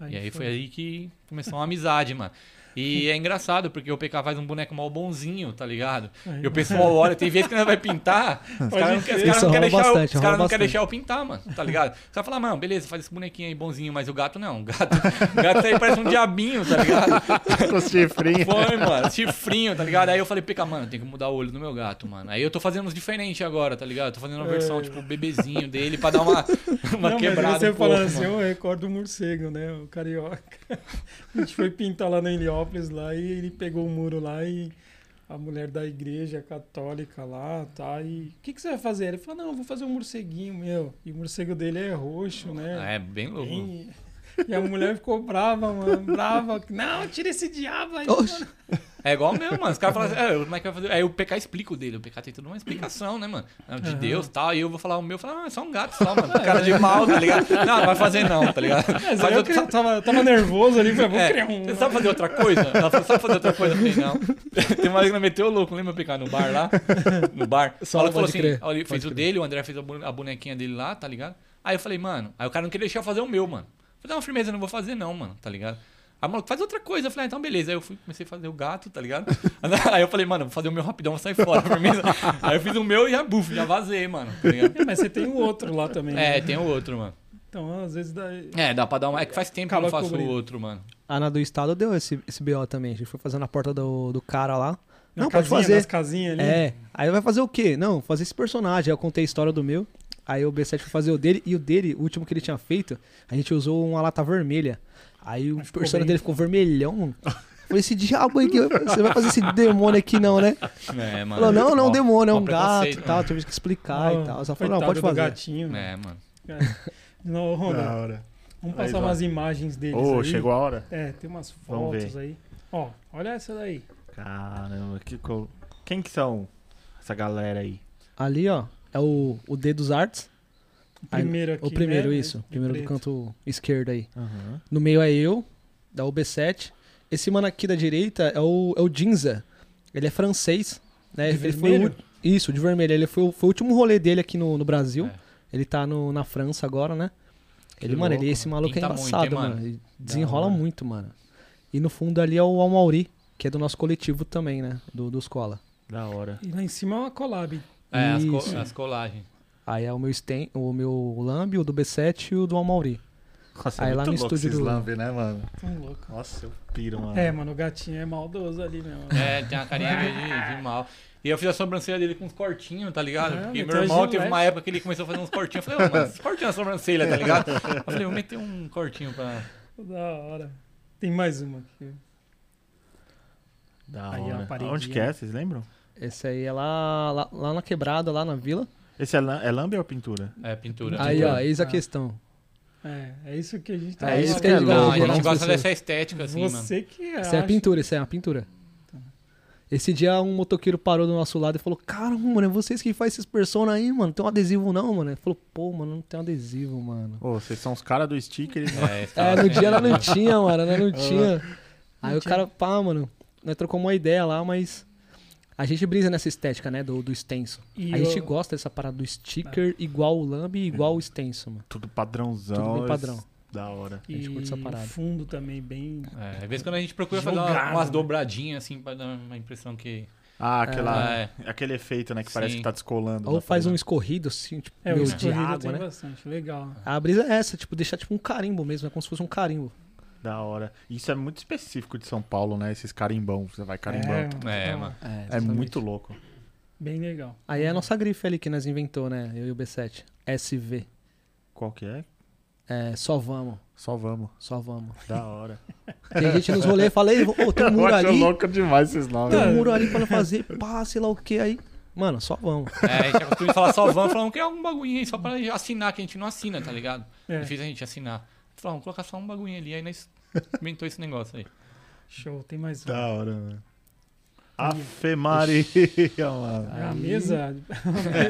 Speaker 3: e aí foi aí que começou uma amizade, mano. E é engraçado, porque o PK faz um boneco mal bonzinho, tá ligado?
Speaker 2: Aí.
Speaker 3: E o pessoal olha, tem vezes que nós vai pintar, os caras não, quer- os
Speaker 4: Isso
Speaker 3: caras não
Speaker 4: rola
Speaker 3: querem deixar, eu-
Speaker 4: bastante,
Speaker 3: os caras
Speaker 4: rola
Speaker 3: não querem
Speaker 4: bastante.
Speaker 3: deixar eu pintar, mano, tá ligado? Os caras falam, mano, beleza, faz esse bonequinho aí bonzinho, mas o gato não. O gato, o gato aí parece um diabinho, tá ligado?
Speaker 1: Com os chifrinhos.
Speaker 3: Foi, mano. Chifrinho, tá ligado? Aí eu falei, pica, mano, tem que mudar o olho do meu gato, mano. Aí eu tô fazendo uns diferentes agora, tá ligado? Tô fazendo uma versão, tipo, bebezinho dele pra dar uma, uma
Speaker 2: É. Não, mas
Speaker 3: quebrada.
Speaker 2: você
Speaker 3: um pouco,
Speaker 2: falando assim,
Speaker 3: mano.
Speaker 2: eu recordo o morcego, né? O carioca. A gente foi pintar lá no Heliópolis lá e ele pegou o muro lá e a mulher da igreja católica lá, tá? E o que, que você vai fazer? Ele falou, não, eu vou fazer um morceguinho meu. E o morcego dele é roxo, né?
Speaker 3: É, bem louco. mano.
Speaker 2: Bem- E a mulher ficou brava, mano. Brava. Não, tira esse diabo aí.
Speaker 4: Oxe.
Speaker 2: mano.
Speaker 3: É igual mesmo, mano. Os caras falam assim, é, como é que vai fazer? Aí o PK explica o dele. O PK tem toda uma explicação, né, mano? Não, De Deus e tal. E eu vou falar o meu, falar, ah, é só um gato só, mano. Com Cara de mal, tá ligado? Não, não vai fazer não, tá ligado?
Speaker 2: é. Mas
Speaker 3: Faz
Speaker 2: aí eu,
Speaker 3: outra-
Speaker 2: cri- tava, eu tava nervoso ali, falei, vou
Speaker 3: É,
Speaker 2: criar um.
Speaker 3: Você sabe fazer outra coisa? Ela falou, sabe fazer outra coisa? Eu falei, não. Tem uma vez que ela meteu o louco, lembra picar no bar lá? No bar.
Speaker 4: Só
Speaker 3: Ela falou assim,
Speaker 4: pode crer,
Speaker 3: ó, ele fez
Speaker 4: pode
Speaker 3: o dele, o André fez a bu- a bonequinha dele lá, tá ligado? Aí eu falei, mano, aí o cara não queria deixar eu fazer o meu, mano. Eu falei, não, firmeza, eu não vou fazer não, mano, tá ligado? Aí, mano, faz outra coisa. Eu falei, ah, então beleza. Aí eu fui, comecei a fazer o gato, tá ligado? Aí eu falei, mano, vou fazer o meu rapidão, vou sair fora, firmeza. Aí eu fiz o meu e já, buf, já vazei, mano, tá ligado?
Speaker 2: É, mas você tem o outro lá também. né?
Speaker 3: É, tem o outro, mano.
Speaker 2: Então, às vezes dá.
Speaker 3: É, dá pra dar uma. É que faz tempo que eu não
Speaker 2: Acaba
Speaker 3: faço o
Speaker 2: cobrindo.
Speaker 3: outro, mano.
Speaker 4: A Ana do Estado deu esse, esse BO também. A gente foi fazer na porta do, do cara lá.
Speaker 2: Na
Speaker 4: não, pode
Speaker 2: casinha, né?
Speaker 4: fazer.
Speaker 2: Nas casinhas ali.
Speaker 4: É. Aí vai fazer o quê? Não, fazer esse personagem. Aí eu contei a história do meu. Aí o B7 foi fazer o dele. E o dele, o último que ele tinha feito, a gente usou uma lata vermelha. Aí o
Speaker 2: ficou
Speaker 4: personagem
Speaker 2: bem.
Speaker 4: dele ficou vermelhão. mano. Falei, esse diabo aí, que você vai fazer esse demônio aqui não, né?
Speaker 3: É, mano.
Speaker 4: Falou, não, não,
Speaker 3: Ó,
Speaker 4: demônio, é
Speaker 3: ó
Speaker 4: um gato e
Speaker 3: preconceito, né?"
Speaker 4: tal. Tive que explicar
Speaker 2: Ah,
Speaker 4: e tal. Ela falou, não,
Speaker 2: coitado
Speaker 4: pode
Speaker 2: do
Speaker 4: fazer.
Speaker 2: gatinho.
Speaker 3: É, mano.
Speaker 2: É. Não, Ronda,
Speaker 1: hora.
Speaker 2: vamos
Speaker 1: Aí,
Speaker 2: passar
Speaker 1: vai.
Speaker 2: umas imagens deles
Speaker 1: Ô,
Speaker 2: aí.
Speaker 1: chegou a hora?
Speaker 2: É, tem umas
Speaker 1: Vamos
Speaker 2: fotos aí. Ó, olha essa daí.
Speaker 1: Caramba, que co... quem que são essa galera aí?
Speaker 4: Ali, ó, é o, o D dos artes.
Speaker 2: O
Speaker 4: Aí,
Speaker 2: primeiro aqui,
Speaker 4: o primeiro,
Speaker 2: né?
Speaker 4: isso.
Speaker 2: De
Speaker 4: Primeiro do
Speaker 2: preto.
Speaker 4: canto esquerdo aí.
Speaker 1: Aham.
Speaker 4: No meio é eu, da UB7. Esse mano aqui da direita é o, é o Jinza. Ele é francês. Né?
Speaker 2: De
Speaker 4: ele foi o,
Speaker 2: vermelho?
Speaker 4: isso, de vermelho. Ele foi, o- foi o último rolê dele aqui no, no Brasil.
Speaker 3: É.
Speaker 4: Ele tá no, na França agora, né?
Speaker 1: Que
Speaker 4: Ele, mano,
Speaker 1: louco,
Speaker 4: ele, esse maluco é
Speaker 3: Pinta muito,
Speaker 4: embaçado,
Speaker 3: hein, mano?
Speaker 4: mano. Ele desenrola
Speaker 1: hora.
Speaker 4: muito, mano. E no fundo ali é o Almauri, que é do nosso coletivo também, né? Do, do Escola.
Speaker 1: Da hora.
Speaker 2: E lá em cima é uma collab.
Speaker 3: É, as, co-
Speaker 4: Isso.
Speaker 3: as colagens.
Speaker 4: Aí é o meu Sten, o meu Lambi, o do B7 e o do Almauri.
Speaker 1: Nossa,
Speaker 4: Aí
Speaker 1: é
Speaker 4: lá
Speaker 1: muito
Speaker 4: no
Speaker 1: louco
Speaker 4: estúdio
Speaker 1: esses
Speaker 4: do-
Speaker 1: lambe, né, mano?
Speaker 2: Tão louco.
Speaker 1: Nossa, eu piro, mano.
Speaker 2: É, mano, o gatinho é maldoso ali mesmo.
Speaker 3: É, tem uma carinha meio de, de mal. E eu fiz a sobrancelha dele com uns cortinhos, tá ligado?
Speaker 2: Ah,
Speaker 3: Porque
Speaker 2: meteu
Speaker 3: meu irmão
Speaker 2: gilete.
Speaker 3: teve uma época que ele começou a fazer uns cortinhos. Eu falei, ô, mano, esses cortinhos na sobrancelha, tá ligado? Eu falei, vou meter um cortinho pra.
Speaker 2: Da hora. Tem mais uma aqui.
Speaker 1: Da
Speaker 2: Aí, ó,
Speaker 1: hora.
Speaker 2: a paredinha.
Speaker 1: Onde que é, vocês lembram?
Speaker 4: Esse aí é lá, lá, lá na quebrada, lá na vila.
Speaker 1: Esse é, lam- é lambe ou pintura?
Speaker 3: É, pintura.
Speaker 4: Aí, ó,
Speaker 3: Pintura.
Speaker 4: eis a
Speaker 2: Ah.
Speaker 4: questão.
Speaker 2: É, é isso que a gente
Speaker 4: É isso
Speaker 2: falando.
Speaker 4: que a gente
Speaker 1: é
Speaker 3: Não,
Speaker 1: louco,
Speaker 4: gosta
Speaker 3: a
Speaker 4: de gerar
Speaker 3: gente
Speaker 4: nas
Speaker 3: gosta
Speaker 4: pessoas.
Speaker 3: dessa estética, assim, mano.
Speaker 2: Você que
Speaker 4: Isso é
Speaker 2: acha-
Speaker 4: pintura, isso é uma pintura. Esse dia um motoqueiro parou do nosso lado e falou: Cara, mano, é vocês que fazem esses persona aí, mano. Tem um adesivo não, mano? Ele falou: Pô, mano, não tem um adesivo, mano.
Speaker 1: Ô, vocês são os caras do sticker. e-
Speaker 3: É, esse
Speaker 4: É,
Speaker 3: cara
Speaker 4: no
Speaker 3: tem-
Speaker 4: dia nós não tinha, mano, nós não tinha. Aí o cara, pá, mano, nós trocamos uma ideia lá, mas a gente brisa nessa estética, né, do, do extenso.
Speaker 2: E
Speaker 4: a gente
Speaker 2: o-
Speaker 4: gosta dessa parada do sticker igual o lamb e igual o extenso, mano.
Speaker 1: Tudo padrãozão.
Speaker 4: Tudo bem
Speaker 1: es-
Speaker 4: padrão.
Speaker 1: Da hora.
Speaker 4: A gente
Speaker 2: e
Speaker 4: curte essa
Speaker 2: O
Speaker 4: parada.
Speaker 2: fundo também bem.
Speaker 3: É, às vezes quando a gente procura fazer uma-
Speaker 2: Jogado,
Speaker 3: umas
Speaker 2: né?
Speaker 3: dobradinhas, assim, pra dar uma impressão que.
Speaker 1: Ah, aquela,
Speaker 3: É.
Speaker 1: aquele efeito, né? Que parece
Speaker 3: Sim.
Speaker 1: que tá descolando.
Speaker 4: Ou
Speaker 1: da
Speaker 4: faz um
Speaker 1: parede.
Speaker 4: escorrido, assim, tipo,
Speaker 2: É,
Speaker 4: meu,
Speaker 2: o
Speaker 4: de
Speaker 2: escorrido
Speaker 4: água,
Speaker 2: tem
Speaker 4: né?
Speaker 2: bastante. Legal.
Speaker 4: A brisa é essa, tipo, deixar tipo um carimbo mesmo, é como se fosse um carimbo.
Speaker 1: Da hora. Isso é muito específico de São Paulo, né? Esses carimbão. Você vai carimbão. É,
Speaker 2: É, mano,
Speaker 3: É,
Speaker 2: tá
Speaker 3: mano.
Speaker 4: exatamente.
Speaker 1: muito louco.
Speaker 2: Bem legal.
Speaker 4: Aí é a nossa grife ali que nós inventou, né, eu e o B7. SV.
Speaker 1: Qual que é?
Speaker 4: É, só vamos,
Speaker 1: Só vamos.
Speaker 4: só vamos.
Speaker 1: Da hora.
Speaker 4: Tem gente nos rolê e fala, ei, ô, tem um
Speaker 1: Eu
Speaker 4: muro
Speaker 1: acho
Speaker 4: ali,
Speaker 1: louco demais esses nomes.
Speaker 4: tem
Speaker 3: né?
Speaker 4: um muro ali pra nós fazer, pá, sei lá o que aí. Mano, só vamos.
Speaker 3: É, a gente acostuma falar só vamos, falamos que é um bagulho aí, só pra assinar, que a gente não assina, tá ligado?
Speaker 2: É,
Speaker 3: Difícil a gente assinar. Falou, vamos colocar só um bagulho ali, aí nós inventou esse negócio aí.
Speaker 2: show. Tem mais um. uma.
Speaker 1: Da hora, mano. Afe Maria, mano.
Speaker 2: É a mesa.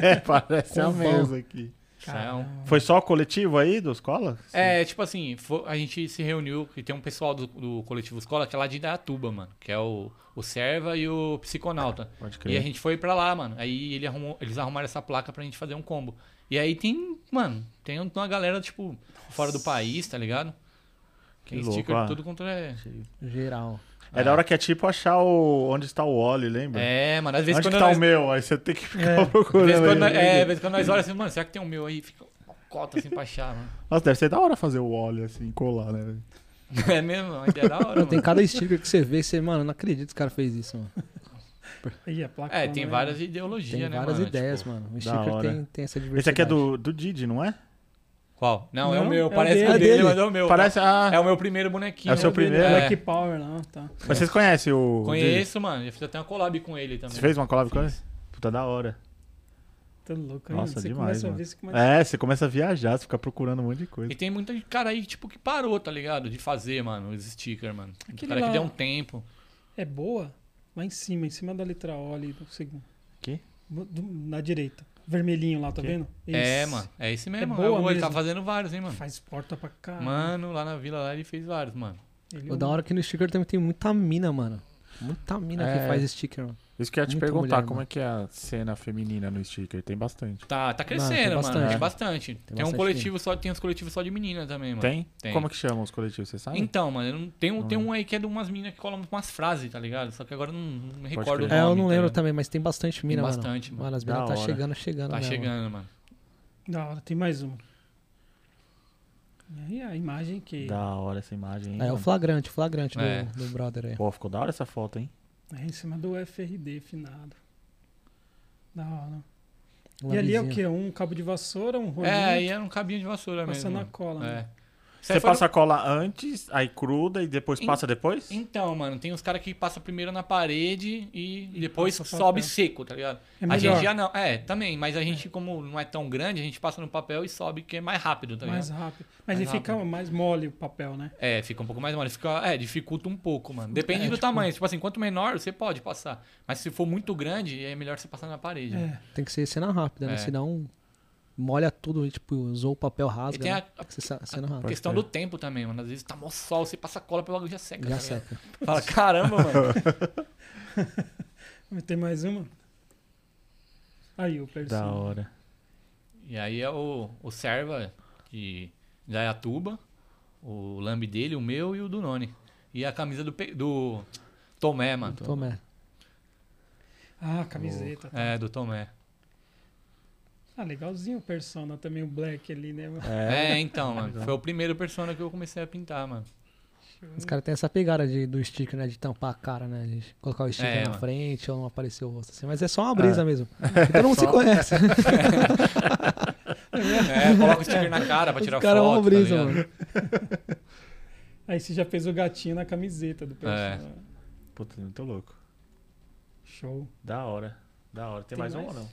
Speaker 1: É, parece
Speaker 4: Com
Speaker 1: a
Speaker 4: vão.
Speaker 1: mesa aqui.
Speaker 3: Isso é um-
Speaker 2: Caramba.
Speaker 1: Foi só o coletivo aí do escola?
Speaker 3: É, tipo assim, fo- a gente se reuniu e tem um pessoal do, do coletivo escola que é lá de Indaiatuba, mano. Que é o, o Serva e o Psiconauta.
Speaker 1: Pode
Speaker 3: E a
Speaker 1: crer.
Speaker 3: gente foi pra lá, mano. Aí ele arrumou- eles arrumaram essa placa pra gente fazer um combo. E aí tem, mano, tem uma galera, tipo, fora do país, tá ligado?
Speaker 1: Que
Speaker 3: Tem
Speaker 1: louco,
Speaker 3: sticker
Speaker 1: ah.
Speaker 3: de tudo quanto é.
Speaker 4: Geral.
Speaker 1: É da hora que é tipo achar o... onde está o Oli, lembra?
Speaker 3: É, mano, às vezes
Speaker 1: Onde que
Speaker 3: quando
Speaker 1: tá
Speaker 3: nós-
Speaker 1: o meu? Aí você tem que ficar
Speaker 2: É.
Speaker 3: às
Speaker 1: procurando.
Speaker 3: vezes quando nós-
Speaker 1: aí.
Speaker 3: é, às vezes quando nós olhamos assim, mano, será que tem o meu aí? Fica uma cota assim pra achar, mano.
Speaker 1: Nossa, deve ser da hora fazer o Oli assim, colar, né? velho?
Speaker 3: É mesmo, é uma ideia da hora,
Speaker 4: Mano, tem
Speaker 3: mano.
Speaker 4: cada sticker que você vê e você, mano, não acredito que o cara fez isso, mano.
Speaker 2: Ih, a placa
Speaker 3: É,
Speaker 2: lá
Speaker 3: tem
Speaker 2: não
Speaker 3: várias
Speaker 4: Tem
Speaker 3: ideologias, né,
Speaker 4: várias
Speaker 3: mano?
Speaker 4: ideias,
Speaker 3: Tipo,
Speaker 4: mano. O
Speaker 1: da
Speaker 4: sticker
Speaker 1: hora.
Speaker 4: tem, tem essa diversidade.
Speaker 1: Esse aqui é do, do Didi, não é?
Speaker 3: Qual? Não, é
Speaker 2: Não,
Speaker 3: o
Speaker 2: é
Speaker 3: meu.
Speaker 2: o
Speaker 3: Parece
Speaker 2: dele.
Speaker 3: que
Speaker 2: É
Speaker 3: o dele,
Speaker 4: dele.
Speaker 3: mas é o meu.
Speaker 1: Parece. Ah,
Speaker 3: É o meu primeiro bonequinho.
Speaker 1: É o seu
Speaker 3: né?
Speaker 1: primeiro?
Speaker 3: É.
Speaker 2: Black Power, não, tá.
Speaker 1: mas vocês conhecem o. Didi?
Speaker 3: Conheço, mano. Eu fiz até uma collab com ele também.
Speaker 1: Você fez uma collab com ele?
Speaker 3: Fiz.
Speaker 1: Puta da hora.
Speaker 2: Tá louco, hein?
Speaker 1: Nossa,
Speaker 2: você
Speaker 1: demais,
Speaker 2: começa a
Speaker 1: mano.
Speaker 2: ver, você começa
Speaker 1: É, você começa a viajar, você fica procurando um monte de coisa.
Speaker 3: E tem muita cara aí, tipo, que parou, tá ligado? De fazer, mano, os stickers, mano. Tem
Speaker 2: Aquele
Speaker 3: cara
Speaker 2: lá-
Speaker 3: que deu um tempo.
Speaker 2: É boa lá em cima, em cima da letra O ali do segundo.
Speaker 1: Aqui?
Speaker 2: Do- na direita. Vermelhinho lá, tá
Speaker 1: Aqui?
Speaker 2: vendo?
Speaker 3: É,
Speaker 2: Esse.
Speaker 3: mano. É esse mesmo. É
Speaker 2: boa
Speaker 3: boa, ele tá
Speaker 2: mesmo.
Speaker 3: fazendo vários, hein, mano.
Speaker 2: Faz porta pra cá.
Speaker 3: Mano, lá na vila lá ele fez vários, mano.
Speaker 2: Ele um
Speaker 4: O da hora é que no sticker também tem muita mina, mano. Muita mina
Speaker 1: É.
Speaker 4: que faz sticker, mano.
Speaker 1: Isso que eu ia te
Speaker 4: Muita
Speaker 1: perguntar,
Speaker 4: mulher,
Speaker 1: como
Speaker 4: mano.
Speaker 1: é que é a cena feminina no sticker? Tem bastante.
Speaker 3: Tá, tá crescendo, mano.
Speaker 4: bastante.
Speaker 3: Tem bastante. Tem, um
Speaker 4: bastante
Speaker 3: coletivo só, tem uns coletivos só de menina também, mano.
Speaker 1: Tem?
Speaker 3: Tem.
Speaker 1: Como é que chamam os coletivos, você sabe?
Speaker 3: Então, mano, eu não- tem, um,
Speaker 1: Não
Speaker 3: tem
Speaker 1: lembro.
Speaker 3: um aí que é de umas meninas que colam umas frases, tá ligado? Só que agora eu não, não me recordo o
Speaker 1: crer.
Speaker 3: nome.
Speaker 4: É, eu não lembro
Speaker 3: tá
Speaker 4: também, mas tem bastante mina,
Speaker 3: ligado? Tem
Speaker 4: mano.
Speaker 3: bastante, mano.
Speaker 4: Mano, as
Speaker 1: Da
Speaker 4: minas tá
Speaker 1: hora.
Speaker 4: chegando, chegando.
Speaker 3: Tá
Speaker 4: mesmo.
Speaker 3: chegando, mano.
Speaker 2: Da hora, tem mais uma. E aí a imagem que.
Speaker 1: Da hora essa imagem, hein?
Speaker 4: É o
Speaker 1: mano?
Speaker 4: flagrante, o flagrante do-
Speaker 3: É.
Speaker 4: do, brother aí.
Speaker 1: Pô, ficou da hora essa foto, hein?
Speaker 2: É em cima do FRD finado. Da hora.
Speaker 4: Um
Speaker 2: e ali é o
Speaker 4: labizinho.
Speaker 2: quê? Um cabo de vassoura, um rolinho
Speaker 3: É, aí era um cabinho de vassoura mesmo.
Speaker 2: passando a
Speaker 3: mano.
Speaker 2: cola, né?
Speaker 3: É.
Speaker 1: Você,
Speaker 3: Você foi
Speaker 1: passa a cola antes, aí cruda e depois
Speaker 3: Em-
Speaker 1: passa depois?
Speaker 3: Então, mano, tem uns caras que passam primeiro na parede e,
Speaker 2: E
Speaker 3: depois
Speaker 2: passa o
Speaker 3: sobe
Speaker 2: papel.
Speaker 3: seco, tá ligado?
Speaker 2: É
Speaker 3: a
Speaker 2: melhor,
Speaker 3: gente já não. É, também, mas a gente, como não é tão grande, a gente passa no papel e sobe, que é mais rápido, tá ligado?
Speaker 2: mais rápido. Mas
Speaker 3: Mais
Speaker 2: ele fica
Speaker 3: rápido.
Speaker 2: mais mole o papel, né?
Speaker 3: É, fica um pouco mais mole. Fica, é, dificulta um pouco, mano. Depende
Speaker 2: É,
Speaker 3: do
Speaker 2: tipo-
Speaker 3: tamanho. Tipo assim, quanto menor, você pode passar. Mas se for muito grande, é melhor você passar na parede.
Speaker 2: É.
Speaker 3: né?
Speaker 4: Tem que ser cena rápida, né?
Speaker 3: É.
Speaker 4: Senão molha tudo, e, tipo, usou o papel
Speaker 3: E
Speaker 4: rasga.
Speaker 3: tem a,
Speaker 4: né? Tem que ser ce- cena
Speaker 3: a
Speaker 4: rápida.
Speaker 3: questão
Speaker 1: crer.
Speaker 3: do tempo também, mano. Às vezes tá mó sol, você passa cola, pelo já seca.
Speaker 4: Já
Speaker 3: tá ligado?
Speaker 4: seca.
Speaker 3: Fala, caramba, mano.
Speaker 2: Tem mais uma? Aí o
Speaker 1: Da
Speaker 2: Persona.
Speaker 1: hora.
Speaker 3: E aí é o, o Serva de Dayatuba, o lambe dele, o meu e o do Noni. E a camisa do, Pe- do Tomé, mano.
Speaker 4: Tomé.
Speaker 2: Ah, camiseta.
Speaker 3: É, do Tomé.
Speaker 2: Ah, legalzinho o Persona também, o Black ali, né? mano?
Speaker 3: É, então, mano. Foi o primeiro Persona que eu comecei a pintar, mano.
Speaker 4: Os caras têm essa pegada de, do sticker, né? De tampar a cara, né? De colocar o sticker
Speaker 3: É,
Speaker 4: na
Speaker 3: mano.
Speaker 4: frente ou não aparecer o rosto, assim. Mas é só uma brisa mesmo. Porque todo mundo se conhece.
Speaker 3: É, coloca o sticker na cara pra
Speaker 4: Os
Speaker 3: tirar
Speaker 4: caras é
Speaker 3: foto.
Speaker 4: uma
Speaker 3: tá
Speaker 4: brisa,
Speaker 3: ligado?
Speaker 4: mano.
Speaker 2: Aí você já fez o gatinho na camiseta do Persona.
Speaker 3: É.
Speaker 1: Puta, é muito louco.
Speaker 2: Show.
Speaker 1: Da hora. Da hora. Tem,
Speaker 2: Tem
Speaker 1: mais, um ou
Speaker 2: mais?
Speaker 1: não?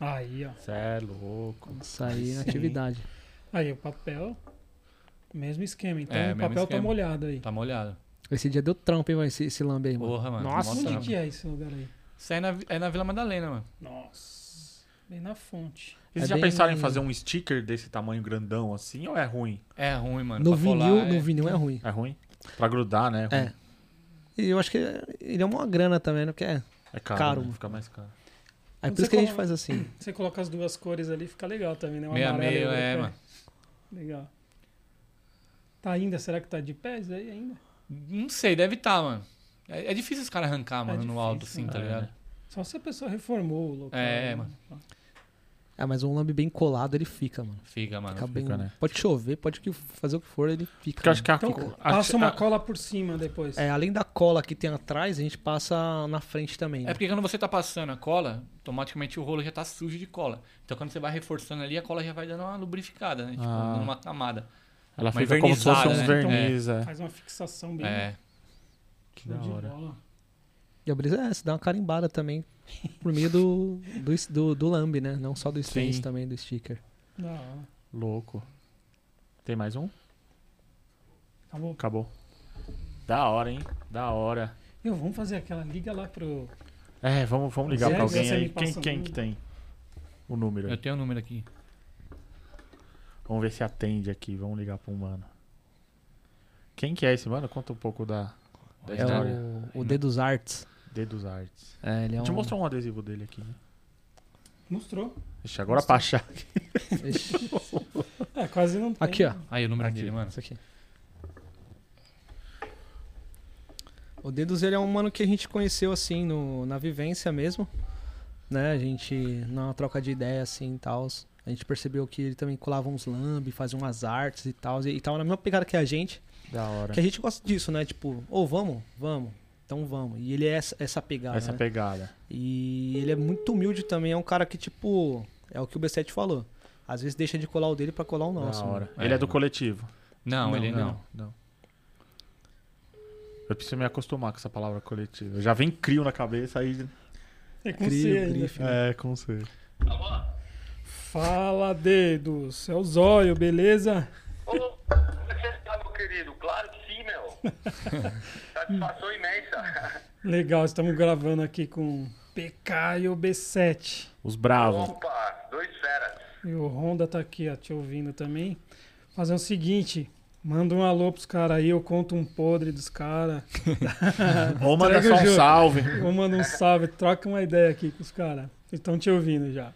Speaker 2: Aí, ó.
Speaker 1: Cê é louco.
Speaker 4: Sair na é atividade.
Speaker 2: Aí o papel, mesmo esquema. Então
Speaker 3: É,
Speaker 2: o
Speaker 3: mesmo
Speaker 2: papel tá
Speaker 3: esquema.
Speaker 2: molhado aí.
Speaker 3: Tá molhado.
Speaker 4: Esse dia deu trampo, hein, mano? Esse, esse lambe aí, mano.
Speaker 3: Porra, mano.
Speaker 1: Nossa,
Speaker 3: mostra,
Speaker 2: Onde
Speaker 3: mano.
Speaker 2: que é esse lugar aí?
Speaker 3: Isso aí é na, vi- é na Vila Madalena, mano.
Speaker 2: Nossa. Bem na fonte.
Speaker 1: Vocês
Speaker 4: É
Speaker 1: já
Speaker 4: bem-
Speaker 1: pensaram em fazer um sticker desse tamanho grandão assim ou é ruim?
Speaker 3: É ruim, mano.
Speaker 4: no
Speaker 3: pra
Speaker 4: vinil,
Speaker 3: colar, é...
Speaker 4: no vinil é ruim.
Speaker 1: É ruim? Pra grudar, né?
Speaker 4: É.
Speaker 1: ruim.
Speaker 4: E eu acho que ele é uma grana também, né? Porque é,
Speaker 1: É caro,
Speaker 4: Caro,
Speaker 1: né?
Speaker 4: mano.
Speaker 1: Fica mais caro.
Speaker 4: é
Speaker 2: Quando
Speaker 4: por isso
Speaker 2: você
Speaker 4: que a gente
Speaker 2: coloca-
Speaker 4: faz assim.
Speaker 2: Você coloca as duas cores ali, fica legal também, né? O
Speaker 3: Meio a
Speaker 2: amarelo e
Speaker 3: meio,
Speaker 2: o
Speaker 3: é,
Speaker 2: café.
Speaker 3: mano.
Speaker 2: Legal. Tá ainda? Será que tá de pé isso aí ainda?
Speaker 3: Não sei, deve tá, mano. É, é difícil os caras arrancar, mano, no
Speaker 2: difícil,
Speaker 3: alto, assim, tá
Speaker 1: É,
Speaker 3: ligado?
Speaker 1: né?
Speaker 2: Só se a pessoa reformou o local.
Speaker 3: É,
Speaker 2: né?
Speaker 3: mano.
Speaker 4: É, mas um lambe bem colado, ele fica, mano.
Speaker 3: Fica, mano.
Speaker 4: Fica bem.
Speaker 1: né?
Speaker 4: Pode chover, pode que- fazer o que for, ele fica. né?
Speaker 1: Porque eu acho que a,
Speaker 2: Então,
Speaker 1: a-
Speaker 2: passa uma
Speaker 1: a-
Speaker 2: cola por cima depois.
Speaker 4: É, além da cola que tem atrás, a gente passa na frente também. né?
Speaker 3: É porque quando você tá passando a cola, automaticamente o rolo já tá sujo de cola. Então quando você vai reforçando ali, a cola já vai dando uma lubrificada, né? Tipo,
Speaker 1: Ah.
Speaker 3: dando uma camada.
Speaker 1: Ela
Speaker 3: uma
Speaker 1: fica como se fosse um
Speaker 3: envernizada, né?
Speaker 1: verniz, é.
Speaker 2: Faz uma fixação bem.
Speaker 3: É.
Speaker 1: Que da
Speaker 2: Tá de
Speaker 1: hora.
Speaker 2: bola.
Speaker 4: E a brisa é essa, dá uma carimbada também por meio do, do, s- do, do lambe, né? Não só do stencil,
Speaker 1: Sim.
Speaker 4: também do sticker.
Speaker 2: Da hora.
Speaker 1: Louco. Tem mais um?
Speaker 2: Acabou.
Speaker 1: Acabou. Da hora, hein? Da hora.
Speaker 2: Eu, vamos fazer aquela liga lá pro.
Speaker 1: É, vamos, vamos ligar
Speaker 2: Zero,
Speaker 1: pra alguém
Speaker 2: você me
Speaker 1: aí. Quem,
Speaker 2: passa o
Speaker 1: quem que tem o número
Speaker 3: Eu
Speaker 1: aí?
Speaker 3: tenho o número aqui.
Speaker 1: Vamos ver se atende aqui. Vamos ligar pra um mano. Quem que é esse mano? Conta um pouco da, da
Speaker 4: É
Speaker 1: história.
Speaker 4: o, o Dedos Arts.
Speaker 1: Dedos Arts.
Speaker 4: É, ele é
Speaker 1: A gente
Speaker 4: um...
Speaker 1: mostrou um adesivo dele aqui, né?
Speaker 2: Mostrou.
Speaker 1: Ixi, agora pra achar.
Speaker 4: Ixi,
Speaker 2: É, quase não tem.
Speaker 4: Aqui, ó.
Speaker 3: Aí o número
Speaker 1: Aqui.
Speaker 3: dele, mano.
Speaker 4: Isso aqui. O Dedos, ele é um mano que a gente conheceu, assim, no, na vivência mesmo. Né? A gente, numa troca de ideia, assim, e tal. A gente percebeu que ele também colava uns lambe, fazia umas artes e tal. E, e tava na mesma pegada que a gente.
Speaker 1: Da hora.
Speaker 4: Que a gente gosta disso, né? Tipo, ou vamos, vamos, então vamos. E ele é essa, essa pegada,
Speaker 1: Essa
Speaker 4: né?
Speaker 1: pegada.
Speaker 4: E ele é muito humilde tambtambém, é um cara que, tipo, é o que o B7 falou. Às vezes deixa de colar o dele pra colar o nosso. né?
Speaker 1: da hora.
Speaker 3: mano.
Speaker 1: Ele é,
Speaker 3: É,
Speaker 1: do
Speaker 3: mano.
Speaker 1: coletivo.
Speaker 3: Não, ele não.
Speaker 1: Não. Eu preciso me acostumar com essa palavra coletiva. Eu já vem crio na cabeça aí.
Speaker 2: É com
Speaker 4: Crio,
Speaker 2: C ainda.
Speaker 4: grife, né?
Speaker 1: É, com certeza.
Speaker 2: Fala, dedos. É o zóio, beleza?
Speaker 5: Ô, como é que você está, meu querido? Claro que sim, meu. Satisfação imensa.
Speaker 2: Legal, estamos gravando aqui com PK e o B7.
Speaker 1: Os bravos.
Speaker 5: Opa, dois feras.
Speaker 2: E o Honda tá aqui, ó, te ouvindo também. Fazer o seguinte. Manda um alô pros caras aí, eu conto um podre dos caras.
Speaker 1: Ou manda
Speaker 2: Entrega
Speaker 1: só
Speaker 2: o
Speaker 1: um
Speaker 2: jogo.
Speaker 1: salve.
Speaker 2: Eu mando um salve, troca uma ideia aqui com os caras. Estão te ouvindo já.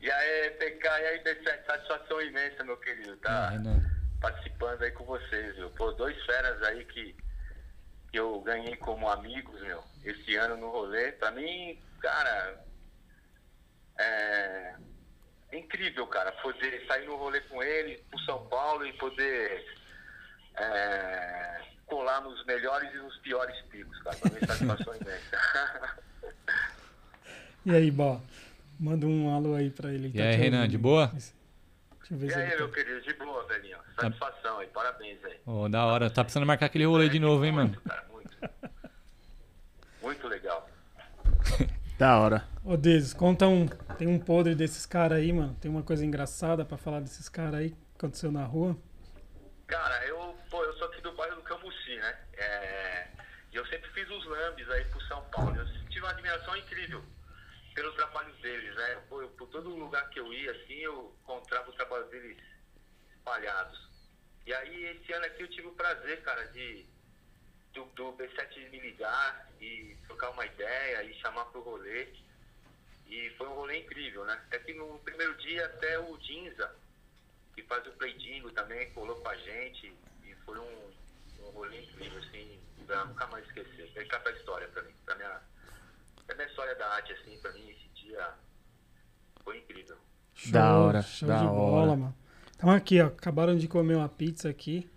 Speaker 5: E aí, PK, e aí, B7, satisfação imensa, meu querido. Tá
Speaker 3: É, Renan.
Speaker 5: participando aí com vocês, viu? Pô, dois feras aí que, que eu ganhei como amigos, meu, esse ano no rolê. Pra mim, cara, é incrível, cara, poder sair no rolê com ele pro São Paulo e poder é, colar nos melhores e nos piores picos, cara. Pra mim, satisfação imensa.
Speaker 2: E aí, Bó? Manda um alô aí pra ele.
Speaker 4: Tá
Speaker 3: E aí, Renan,
Speaker 4: né?
Speaker 3: de boa?
Speaker 2: Deixa eu ver
Speaker 5: E
Speaker 3: é,
Speaker 2: se
Speaker 5: aí,
Speaker 2: ele
Speaker 5: meu
Speaker 3: então.
Speaker 2: tá.
Speaker 5: querido, de boa, velhinho.
Speaker 3: Tá-
Speaker 5: Satisfação aí, parabéns aí. É,
Speaker 3: Ô, da hora. Tá precisando marcar aquele rolê de novo, hein, mano?
Speaker 5: Muito, cara, muito. Muito legal.
Speaker 1: Da hora.
Speaker 2: Ô, Dezes, conta um. Tem um podre desses caras aí, mano. Tem uma coisa engraçada pra falar desses caras aí que aconteceu na rua.
Speaker 5: Cara, eu, pô, eu sou aqui do bairro do Cambuci, né? É, E eu sempre fiz os lambes aí pro São Paulo. Eu tive uma admiração incrível pelos trabalhos deles, né? Pô, eu- por todo lugar que eu ia, assim, eu encontrava o trabalho deles espalhados. E aí, esse ano aqui eu tive o prazer, cara, de do, do B7 me ligar e trocar uma ideia e chamar pro rolê. E foi um rolê incrível, né? Até que no primeiro dia, até o Dinza, que faz o Play Dingo também, colou com a gente. E foi um, um rolê incrível, assim, pra nunca mais esquecer. Vai ficar pra história pra mim, pra minha, pra minha história da arte, assim, pra mim esse dia foi incrível.
Speaker 2: Show,
Speaker 1: Da hora,
Speaker 2: Show
Speaker 1: da
Speaker 2: de bola,
Speaker 1: hora.
Speaker 2: mano. Então aqui, ó. Acabaram de comer uma pizza aqui.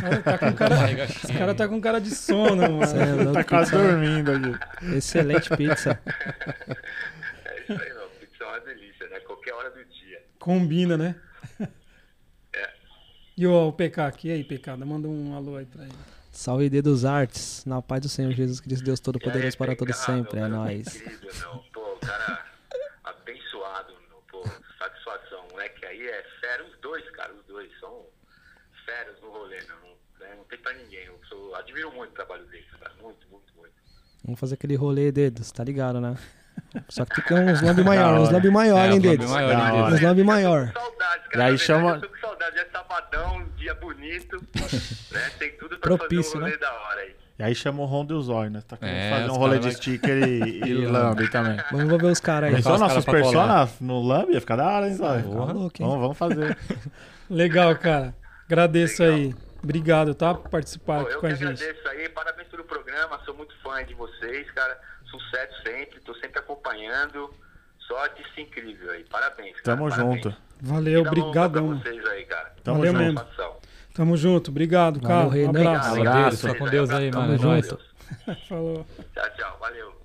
Speaker 2: Cara, tá com cara,
Speaker 3: Barriga
Speaker 2: esse
Speaker 3: cheia.
Speaker 2: cara tá com cara de sono, mano.
Speaker 4: Cê é louco,
Speaker 1: Tá quase
Speaker 4: pizza-
Speaker 1: dormindo aqui.
Speaker 4: Excelente pizza.
Speaker 5: É isso aí, não. Pizza é uma delícia, né? Qualquer hora do dia.
Speaker 2: Combina, né?
Speaker 5: É.
Speaker 2: E ó, o PK aqui, e aí, PK, dá- manda um alô aí pra ele.
Speaker 4: Salve dedos artes, na paz do Senhor Jesus Cristo, Deus Todo-Poderoso
Speaker 5: É
Speaker 4: para todos
Speaker 5: impecável,
Speaker 4: sempre. É
Speaker 5: cara,
Speaker 4: nóis.
Speaker 5: Incrível, meu. Pô, o cara abençoado, meu. Pô, satisfação. Moleque aí é fera. Os dois, cara, os dois são feras no rolê, meu. Não, né? não tem pra ninguém. Eu sou- admiro muito o trabalho deles, cara. Muito, muito, muito.
Speaker 4: Vamos fazer aquele rolê, dedos, tá ligado, né? Só que tem que ter uns lobby maior, uns
Speaker 1: hora.
Speaker 4: lobby maior,
Speaker 3: É,
Speaker 4: hein,
Speaker 3: uns lobby
Speaker 4: dedos.
Speaker 3: maior,
Speaker 1: hein, dedos.
Speaker 4: Uns lobby maior.
Speaker 5: Saudade,
Speaker 1: E
Speaker 5: cara.
Speaker 1: aí
Speaker 5: Na verdade,
Speaker 1: chama-
Speaker 5: Eu tô com saudade. É sabadão, dia bonito. né? Tem tudo pra
Speaker 4: Propício,
Speaker 5: fazer um rolê
Speaker 4: né?
Speaker 5: da hora aí.
Speaker 1: E aí chama o Ron e o Zóio, né? Tá querendo
Speaker 3: É,
Speaker 1: fazer
Speaker 3: os
Speaker 1: um rolê
Speaker 3: cara
Speaker 1: de
Speaker 3: vai-
Speaker 1: sticker e, e lambe também.
Speaker 4: Vamos envolver os caras aí.
Speaker 1: Pensou
Speaker 3: os cara
Speaker 1: nossos
Speaker 3: pra colar. Tá
Speaker 1: persona no lambe? Ia ficar da hora, hein, Zóio?
Speaker 4: Porra,
Speaker 1: Vamos,
Speaker 4: louco, hein?
Speaker 1: vamos fazer.
Speaker 2: Legal, cara. Agradeço aí. Obrigado, tá? Por participar
Speaker 5: Pô,
Speaker 2: aqui
Speaker 5: eu
Speaker 2: com
Speaker 5: que
Speaker 2: a gente.
Speaker 5: agradeço aí, parabéns pelo programa, sou muito fã de vocês, cara. Sucesso sempre, tô sempre acompanhando. Sorte isso incrível aí. Parabéns, cara.
Speaker 1: Tamo
Speaker 5: parabéns.
Speaker 1: junto.
Speaker 2: Valeu,
Speaker 5: Dá uma mão pra
Speaker 2: brigadão.
Speaker 5: vocês aí, cara.
Speaker 1: Tamo
Speaker 2: Valeu
Speaker 1: junto.
Speaker 2: mesmo.
Speaker 5: Satisfação.
Speaker 2: Tamo junto, obrigado,
Speaker 4: Valeu,
Speaker 2: cara. Um
Speaker 4: Renan.
Speaker 2: abraço.
Speaker 1: Valeu. Abraço.
Speaker 3: Fica com Deus aí,
Speaker 5: Tamo
Speaker 3: mano. É nóis.
Speaker 4: junto.
Speaker 2: Falou.
Speaker 5: Tchau, tchau. Valeu.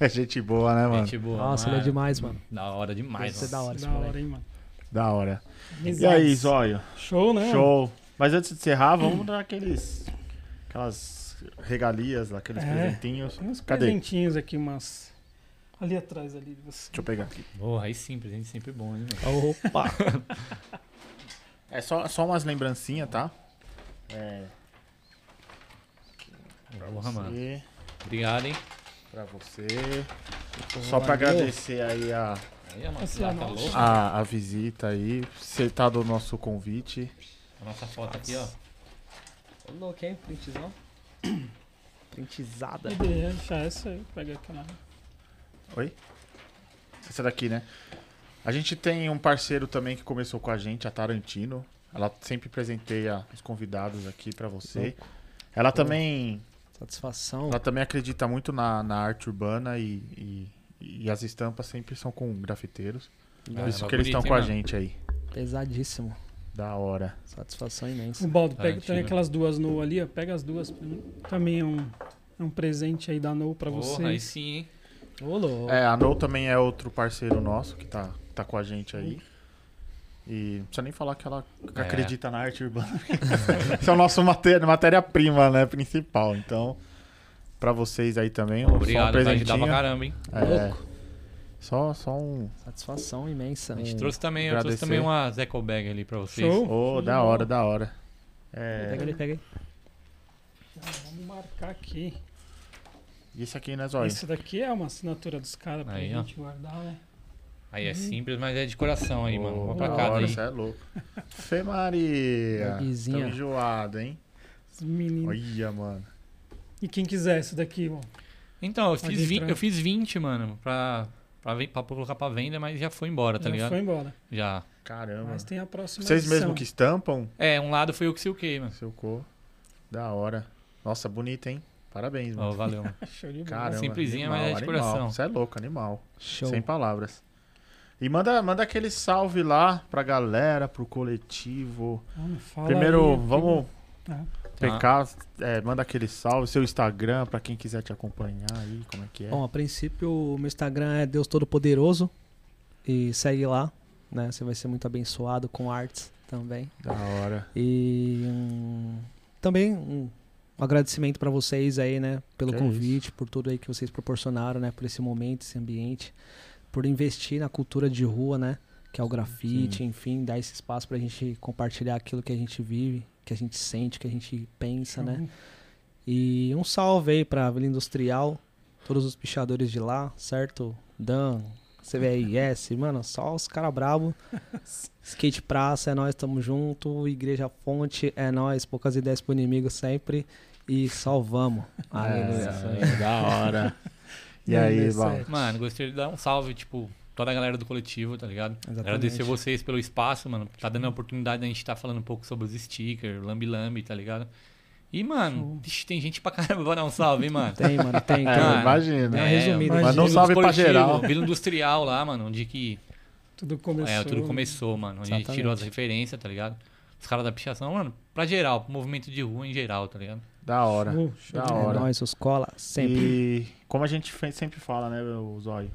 Speaker 1: É gente boa, né, mano?
Speaker 3: Gente boa.
Speaker 4: Nossa, ele é
Speaker 3: mano.
Speaker 4: demais, mano.
Speaker 3: Da hora demais.
Speaker 4: Deve ser da
Speaker 3: nossa.
Speaker 4: hora esse
Speaker 2: Da hora,
Speaker 4: moleque.
Speaker 2: hein, mano.
Speaker 1: Da hora. E
Speaker 2: Amizades.
Speaker 1: aí, Zóio?
Speaker 2: Show, né?
Speaker 1: Show. Mas antes de encerrar, vamos dar aqueles. Aquelas regalias, aqueles
Speaker 2: É.
Speaker 1: presentinhos.
Speaker 2: Tem uns
Speaker 1: Cadê? Deixa
Speaker 2: presentinhos aqui, mas. Ali atrás, ali. Você...
Speaker 1: eu pegar aqui.
Speaker 3: Porra, aí sim, presente sempre bom, hein, mano.
Speaker 4: Opa!
Speaker 1: É só, só umas lembrancinhas, tá? É. Pra
Speaker 3: Porra, mano.
Speaker 1: você.
Speaker 3: Obrigado, hein.
Speaker 1: Pra você. Só pra agradecer aí a,
Speaker 3: Aí, mano,
Speaker 2: Essa
Speaker 3: tá,
Speaker 2: é a
Speaker 3: tá
Speaker 2: nossa.
Speaker 3: louco.
Speaker 1: a, a visita aí, aceitado o nosso convite.
Speaker 3: A nossa foto aqui, ó.
Speaker 4: Ô, louco, hein? Printzão. Printizada.
Speaker 1: Uhum.
Speaker 2: Deixa essa aí, pega aquela.
Speaker 1: Oi? Essa daqui, né? A gente tem um parceiro também que começou com a gente, a Tarantino. Ela sempre presenteia os convidados aqui pra você. Ela também,
Speaker 4: Satisfação.
Speaker 1: ela também acredita muito na, na arte urbana e, e, e as estampas sempre são com grafiteiros. Por
Speaker 3: Ah,
Speaker 1: isso
Speaker 3: tá
Speaker 1: que eles estão
Speaker 3: bonito, hein,
Speaker 1: com a
Speaker 3: mano?
Speaker 1: gente aí.
Speaker 4: Pesadíssimo.
Speaker 1: Da hora.
Speaker 4: Satisfação imensa.
Speaker 2: O
Speaker 1: Tá,
Speaker 2: Baldo, pega
Speaker 3: Garantido.
Speaker 2: também aquelas duas No ali, ó. Pega as duas. pra mim. Também é um, é um presente aí da No pra
Speaker 3: Porra, aí
Speaker 2: vocês.
Speaker 3: sim, hein.
Speaker 4: Ô, louco.
Speaker 1: É, a No também é outro parceiro nosso que tá, tá com a gente aí. E não precisa nem falar que ela
Speaker 3: É.
Speaker 1: acredita na arte urbana. Isso é o nosso maté- matéria-prima, né? Principal. Então, pra vocês aí também, um- só um
Speaker 3: Obrigado, vai ajudar pra
Speaker 1: presentinho.
Speaker 3: caramba, hein.
Speaker 1: É,
Speaker 4: Louco.
Speaker 1: só, só um.
Speaker 4: Satisfação imensa.
Speaker 3: A gente trouxe também, eu
Speaker 1: agradecer.
Speaker 3: trouxe também uma Zeco Bag ali pra vocês.
Speaker 2: Show.
Speaker 1: Ô, da hora, da hora. É,
Speaker 4: Pega ele, pega aí.
Speaker 2: Ah, Vamos marcar aqui.
Speaker 1: e esse aqui, né, Zóio?
Speaker 2: Isso daqui é uma assinatura dos caras pra
Speaker 3: Aí, ó.
Speaker 2: gente guardar, né?
Speaker 3: Aí é simples, mas é de coração aí, mano. Uma
Speaker 1: Ô,
Speaker 3: pra
Speaker 1: da
Speaker 3: cada
Speaker 1: hora,
Speaker 3: aí.
Speaker 1: Isso é louco. Fê Maria. Tamo
Speaker 4: Guizinha.
Speaker 1: enjoado, hein?
Speaker 2: Os meninos.
Speaker 1: Olha, Tá, mano.
Speaker 2: E quem quiser isso daqui, ó.
Speaker 3: Então, eu
Speaker 2: Pode
Speaker 3: fiz, vin-
Speaker 2: entrar.
Speaker 3: eu fiz 20, mano, pra, pra, ven- pra colocar pra venda, mas já foi embora, tá
Speaker 2: já
Speaker 3: ligado?
Speaker 2: foi embora.
Speaker 3: Já.
Speaker 1: Caramba.
Speaker 2: Mas tem a próxima.
Speaker 1: Tá Vocês
Speaker 2: edição.
Speaker 1: mesmos que estampam?
Speaker 3: É, um lado foi eu que silquei, mano.
Speaker 1: Seu cor. Da hora. Nossa, bonita, hein? Parabéns,
Speaker 3: Ó,
Speaker 1: mano.
Speaker 3: valeu, mano.
Speaker 2: Ah, Show de bola.
Speaker 1: Caramba.
Speaker 3: Simplesinha,
Speaker 1: animal,
Speaker 3: mas é de
Speaker 1: animal.
Speaker 3: coração.
Speaker 1: Você é louco, animal.
Speaker 4: Show.
Speaker 1: Sem palavras. E manda, manda aquele salve lá pra galera, pro coletivo.
Speaker 2: Vamos, fala
Speaker 1: Primeiro,
Speaker 2: aí,
Speaker 1: vamos
Speaker 2: Tá.
Speaker 1: pecar. é, manda aquele salve, seu Instagram, pra quem quiser te acompanhar aí, como é que é.
Speaker 4: Bom, a princípio, o meu Instagram é Deus Todo-Poderoso. E segue lá, né? Você vai ser muito abençoado com artes também.
Speaker 1: Da hora.
Speaker 4: E hum, também um agradecimento pra vocês aí, né? Pelo
Speaker 1: Que é
Speaker 4: convite, por tudo aí que vocês proporcionaram, né? Por esse momento, esse ambiente. Por investir na cultura de rua, né? Que é o grafite, enfim, dar esse espaço pra gente compartilhar aquilo que a gente vive, que a gente sente, que a gente pensa, né? E um salve aí pra Vila Industrial, todos os pichadores de lá, certo? Dan, CVRS, mano, só os cara brabo. Skate Praça, é nós, tamo junto. Igreja Fonte, é nós, poucas ideias pro inimigo sempre. E salvamos. Aleluia.
Speaker 1: É, da hora. E
Speaker 2: Não,
Speaker 1: aí,
Speaker 2: deu
Speaker 1: Val?
Speaker 2: certo.
Speaker 3: Mano, gostaria de dar um salve, tipo, toda a galera do coletivo, tá ligado?
Speaker 4: Exatamente.
Speaker 3: Agradecer vocês pelo espaço, mano. Tá dando a oportunidade da gente estar falando um pouco sobre os stickers, lambi-lambi, tá ligado? E, mano, ixi, tem gente pra caramba pra dar um salve, hein, mano?
Speaker 4: Tem, mano, tem.
Speaker 3: Ah,
Speaker 4: tem.
Speaker 3: É,
Speaker 1: imagina. né?
Speaker 4: Não, resumido.
Speaker 2: Mas
Speaker 1: não
Speaker 3: Vila
Speaker 1: salve pra
Speaker 3: Esportivo,
Speaker 1: geral.
Speaker 3: Vila um Industrial lá, mano, onde que
Speaker 2: Tudo começou.
Speaker 3: É, tudo começou, mano. Onde a gente
Speaker 4: Exatamente.
Speaker 3: tirou as referências, tá ligado? Os caras da pichação, mano, pra geral, pro movimento de rua em geral, tá ligado?
Speaker 1: Da hora.
Speaker 2: Show, Uh, show
Speaker 1: né? Da
Speaker 2: de
Speaker 4: É
Speaker 1: hora.
Speaker 4: nóis, os cola, sempre.
Speaker 1: E como a gente fe- sempre fala, né, o Zóio?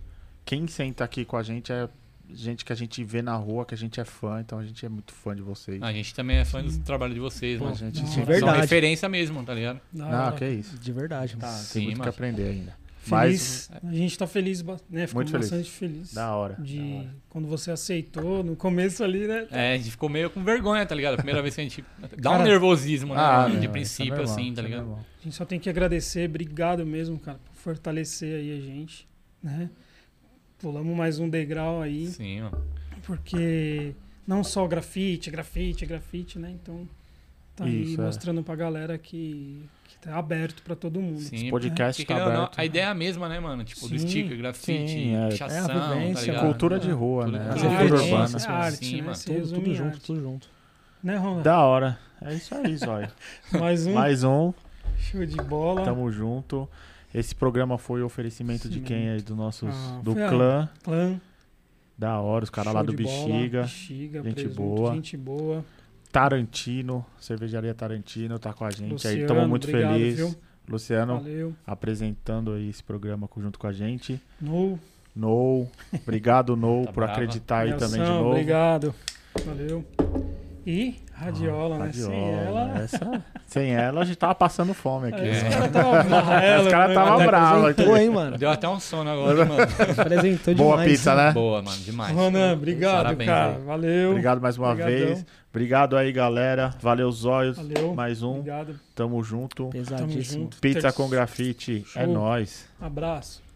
Speaker 1: Quem senta aqui com a gente é gente que a gente vê na rua, que a gente é fã, então a gente é muito fã de vocês.
Speaker 3: A gente também é fã do trabalho de vocês,
Speaker 1: a
Speaker 3: mano.
Speaker 1: gente
Speaker 2: nossa.
Speaker 1: sempre-
Speaker 4: Verdade.
Speaker 3: São referência mesmo, tá ligado?
Speaker 2: Da
Speaker 1: Ah,
Speaker 2: hora.
Speaker 1: que isso.
Speaker 4: De verdade, mano.
Speaker 1: Tá,
Speaker 3: Sim,
Speaker 1: tem muito que
Speaker 3: mas-
Speaker 1: aprender ainda. Mas,
Speaker 2: Feliz. A gente tá feliz, ba- né? Ficamos
Speaker 1: Muito feliz.
Speaker 2: bastante feliz.
Speaker 1: da hora.
Speaker 2: De
Speaker 1: Tá, da hora.
Speaker 2: quando você aceitou, no começo ali, né?
Speaker 3: É, a gente ficou meio com vergonha, tá ligado? A primeira vez que a gente. Dá
Speaker 2: Cara,
Speaker 3: um nervosismo, né?
Speaker 1: Ah, meu,
Speaker 3: mano? de
Speaker 1: isso é
Speaker 3: princípio,
Speaker 1: normal,
Speaker 3: assim,
Speaker 1: isso
Speaker 3: tá
Speaker 1: é
Speaker 3: ligado?
Speaker 1: normal.
Speaker 2: A gente só tem que agradecer, obrigado mesmo, cara, por fortalecer aí a gente, né? Pulamos mais um degrau aí,
Speaker 3: Sim, mano.
Speaker 2: porque não só grafite, grafite, grafite, né? Então tá aí
Speaker 1: Isso, é.
Speaker 2: mostrando pra galera que, que tá aberto pra todo mundo.
Speaker 3: Sim,
Speaker 1: Esse
Speaker 3: porque,
Speaker 1: podcast tá
Speaker 3: querendo ou não,
Speaker 1: aberto.
Speaker 3: a ideia é a mesma, né, mano?
Speaker 2: Sim,
Speaker 3: Tipo, do sticker, grafite,
Speaker 1: sim, é-
Speaker 3: pichação,
Speaker 4: é a vivência,
Speaker 3: tá
Speaker 4: a
Speaker 3: ligado?
Speaker 1: Cultura de rua,
Speaker 3: Tudo
Speaker 1: né?
Speaker 3: bem.
Speaker 1: Cultura
Speaker 2: arte,
Speaker 4: urbana.
Speaker 2: É
Speaker 1: urbana.
Speaker 2: arte,
Speaker 3: Sim,
Speaker 2: né?
Speaker 3: mano.
Speaker 2: Se
Speaker 4: Tudo,
Speaker 2: resume
Speaker 4: tudo
Speaker 2: em
Speaker 4: junto,
Speaker 2: arte.
Speaker 4: tudo junto.
Speaker 2: Né, Ronald?
Speaker 1: Da hora. É isso aí, Zóio.
Speaker 2: Mais um
Speaker 1: Mais Então, um.
Speaker 2: show de bola.
Speaker 1: Tamo junto. Esse programa foi oferecimento de quem aí? Do nossos,
Speaker 2: Ah,
Speaker 1: do
Speaker 2: foi a-
Speaker 1: clã.
Speaker 2: Clã,
Speaker 1: Da hora, os caras
Speaker 2: show
Speaker 1: lá do
Speaker 2: de bola.
Speaker 1: Bexiga.
Speaker 2: Bexiga,
Speaker 1: gente
Speaker 2: presunto,
Speaker 1: boa.
Speaker 2: gente boa.
Speaker 1: Tarantino, Cervejaria Tarantino, tá com a gente aí.
Speaker 2: Luciano,
Speaker 1: Tamo muito
Speaker 2: obrigado,
Speaker 1: feliz.
Speaker 2: viu?
Speaker 1: Luciano
Speaker 2: Valeu.
Speaker 1: apresentando aí esse programa co- junto com a gente.
Speaker 2: No,
Speaker 1: No, obrigado No
Speaker 3: Tá
Speaker 1: por
Speaker 3: brava.
Speaker 1: acreditar aí também de
Speaker 2: Nelson,
Speaker 1: novo.
Speaker 2: Obrigado. Valeu. E radiola,
Speaker 1: Tá
Speaker 2: né? Sem
Speaker 1: Ah, Radiola,
Speaker 2: ela.
Speaker 1: essa- sem ela a gente tava passando fome aqui.
Speaker 2: Aí Os
Speaker 3: É.
Speaker 1: né?
Speaker 2: caras tava brava, ela,
Speaker 1: Os caras
Speaker 2: né?
Speaker 1: tava bravos aqui.
Speaker 4: Apresentou, hein, mano?
Speaker 3: Deu até um sono agora, mano.
Speaker 4: Apresentou
Speaker 1: Boa
Speaker 4: demais.
Speaker 1: pizza, né?
Speaker 3: Boa, mano, demais.
Speaker 2: Ronan, obrigado,
Speaker 3: Parabéns,
Speaker 2: cara.
Speaker 3: aí.
Speaker 2: Valeu.
Speaker 1: Obrigado mais uma
Speaker 2: Obrigadão.
Speaker 1: vez. Obrigado aí, galera. Valeu, Zóios.
Speaker 2: Valeu.
Speaker 1: Mais um.
Speaker 2: Obrigado.
Speaker 1: Tamo junto.
Speaker 2: Tamo
Speaker 4: Pesadíssimo.
Speaker 2: junto.
Speaker 1: Pizza
Speaker 2: Terça-
Speaker 1: com grafite. É
Speaker 2: Show.
Speaker 1: nóis.
Speaker 2: Abraço.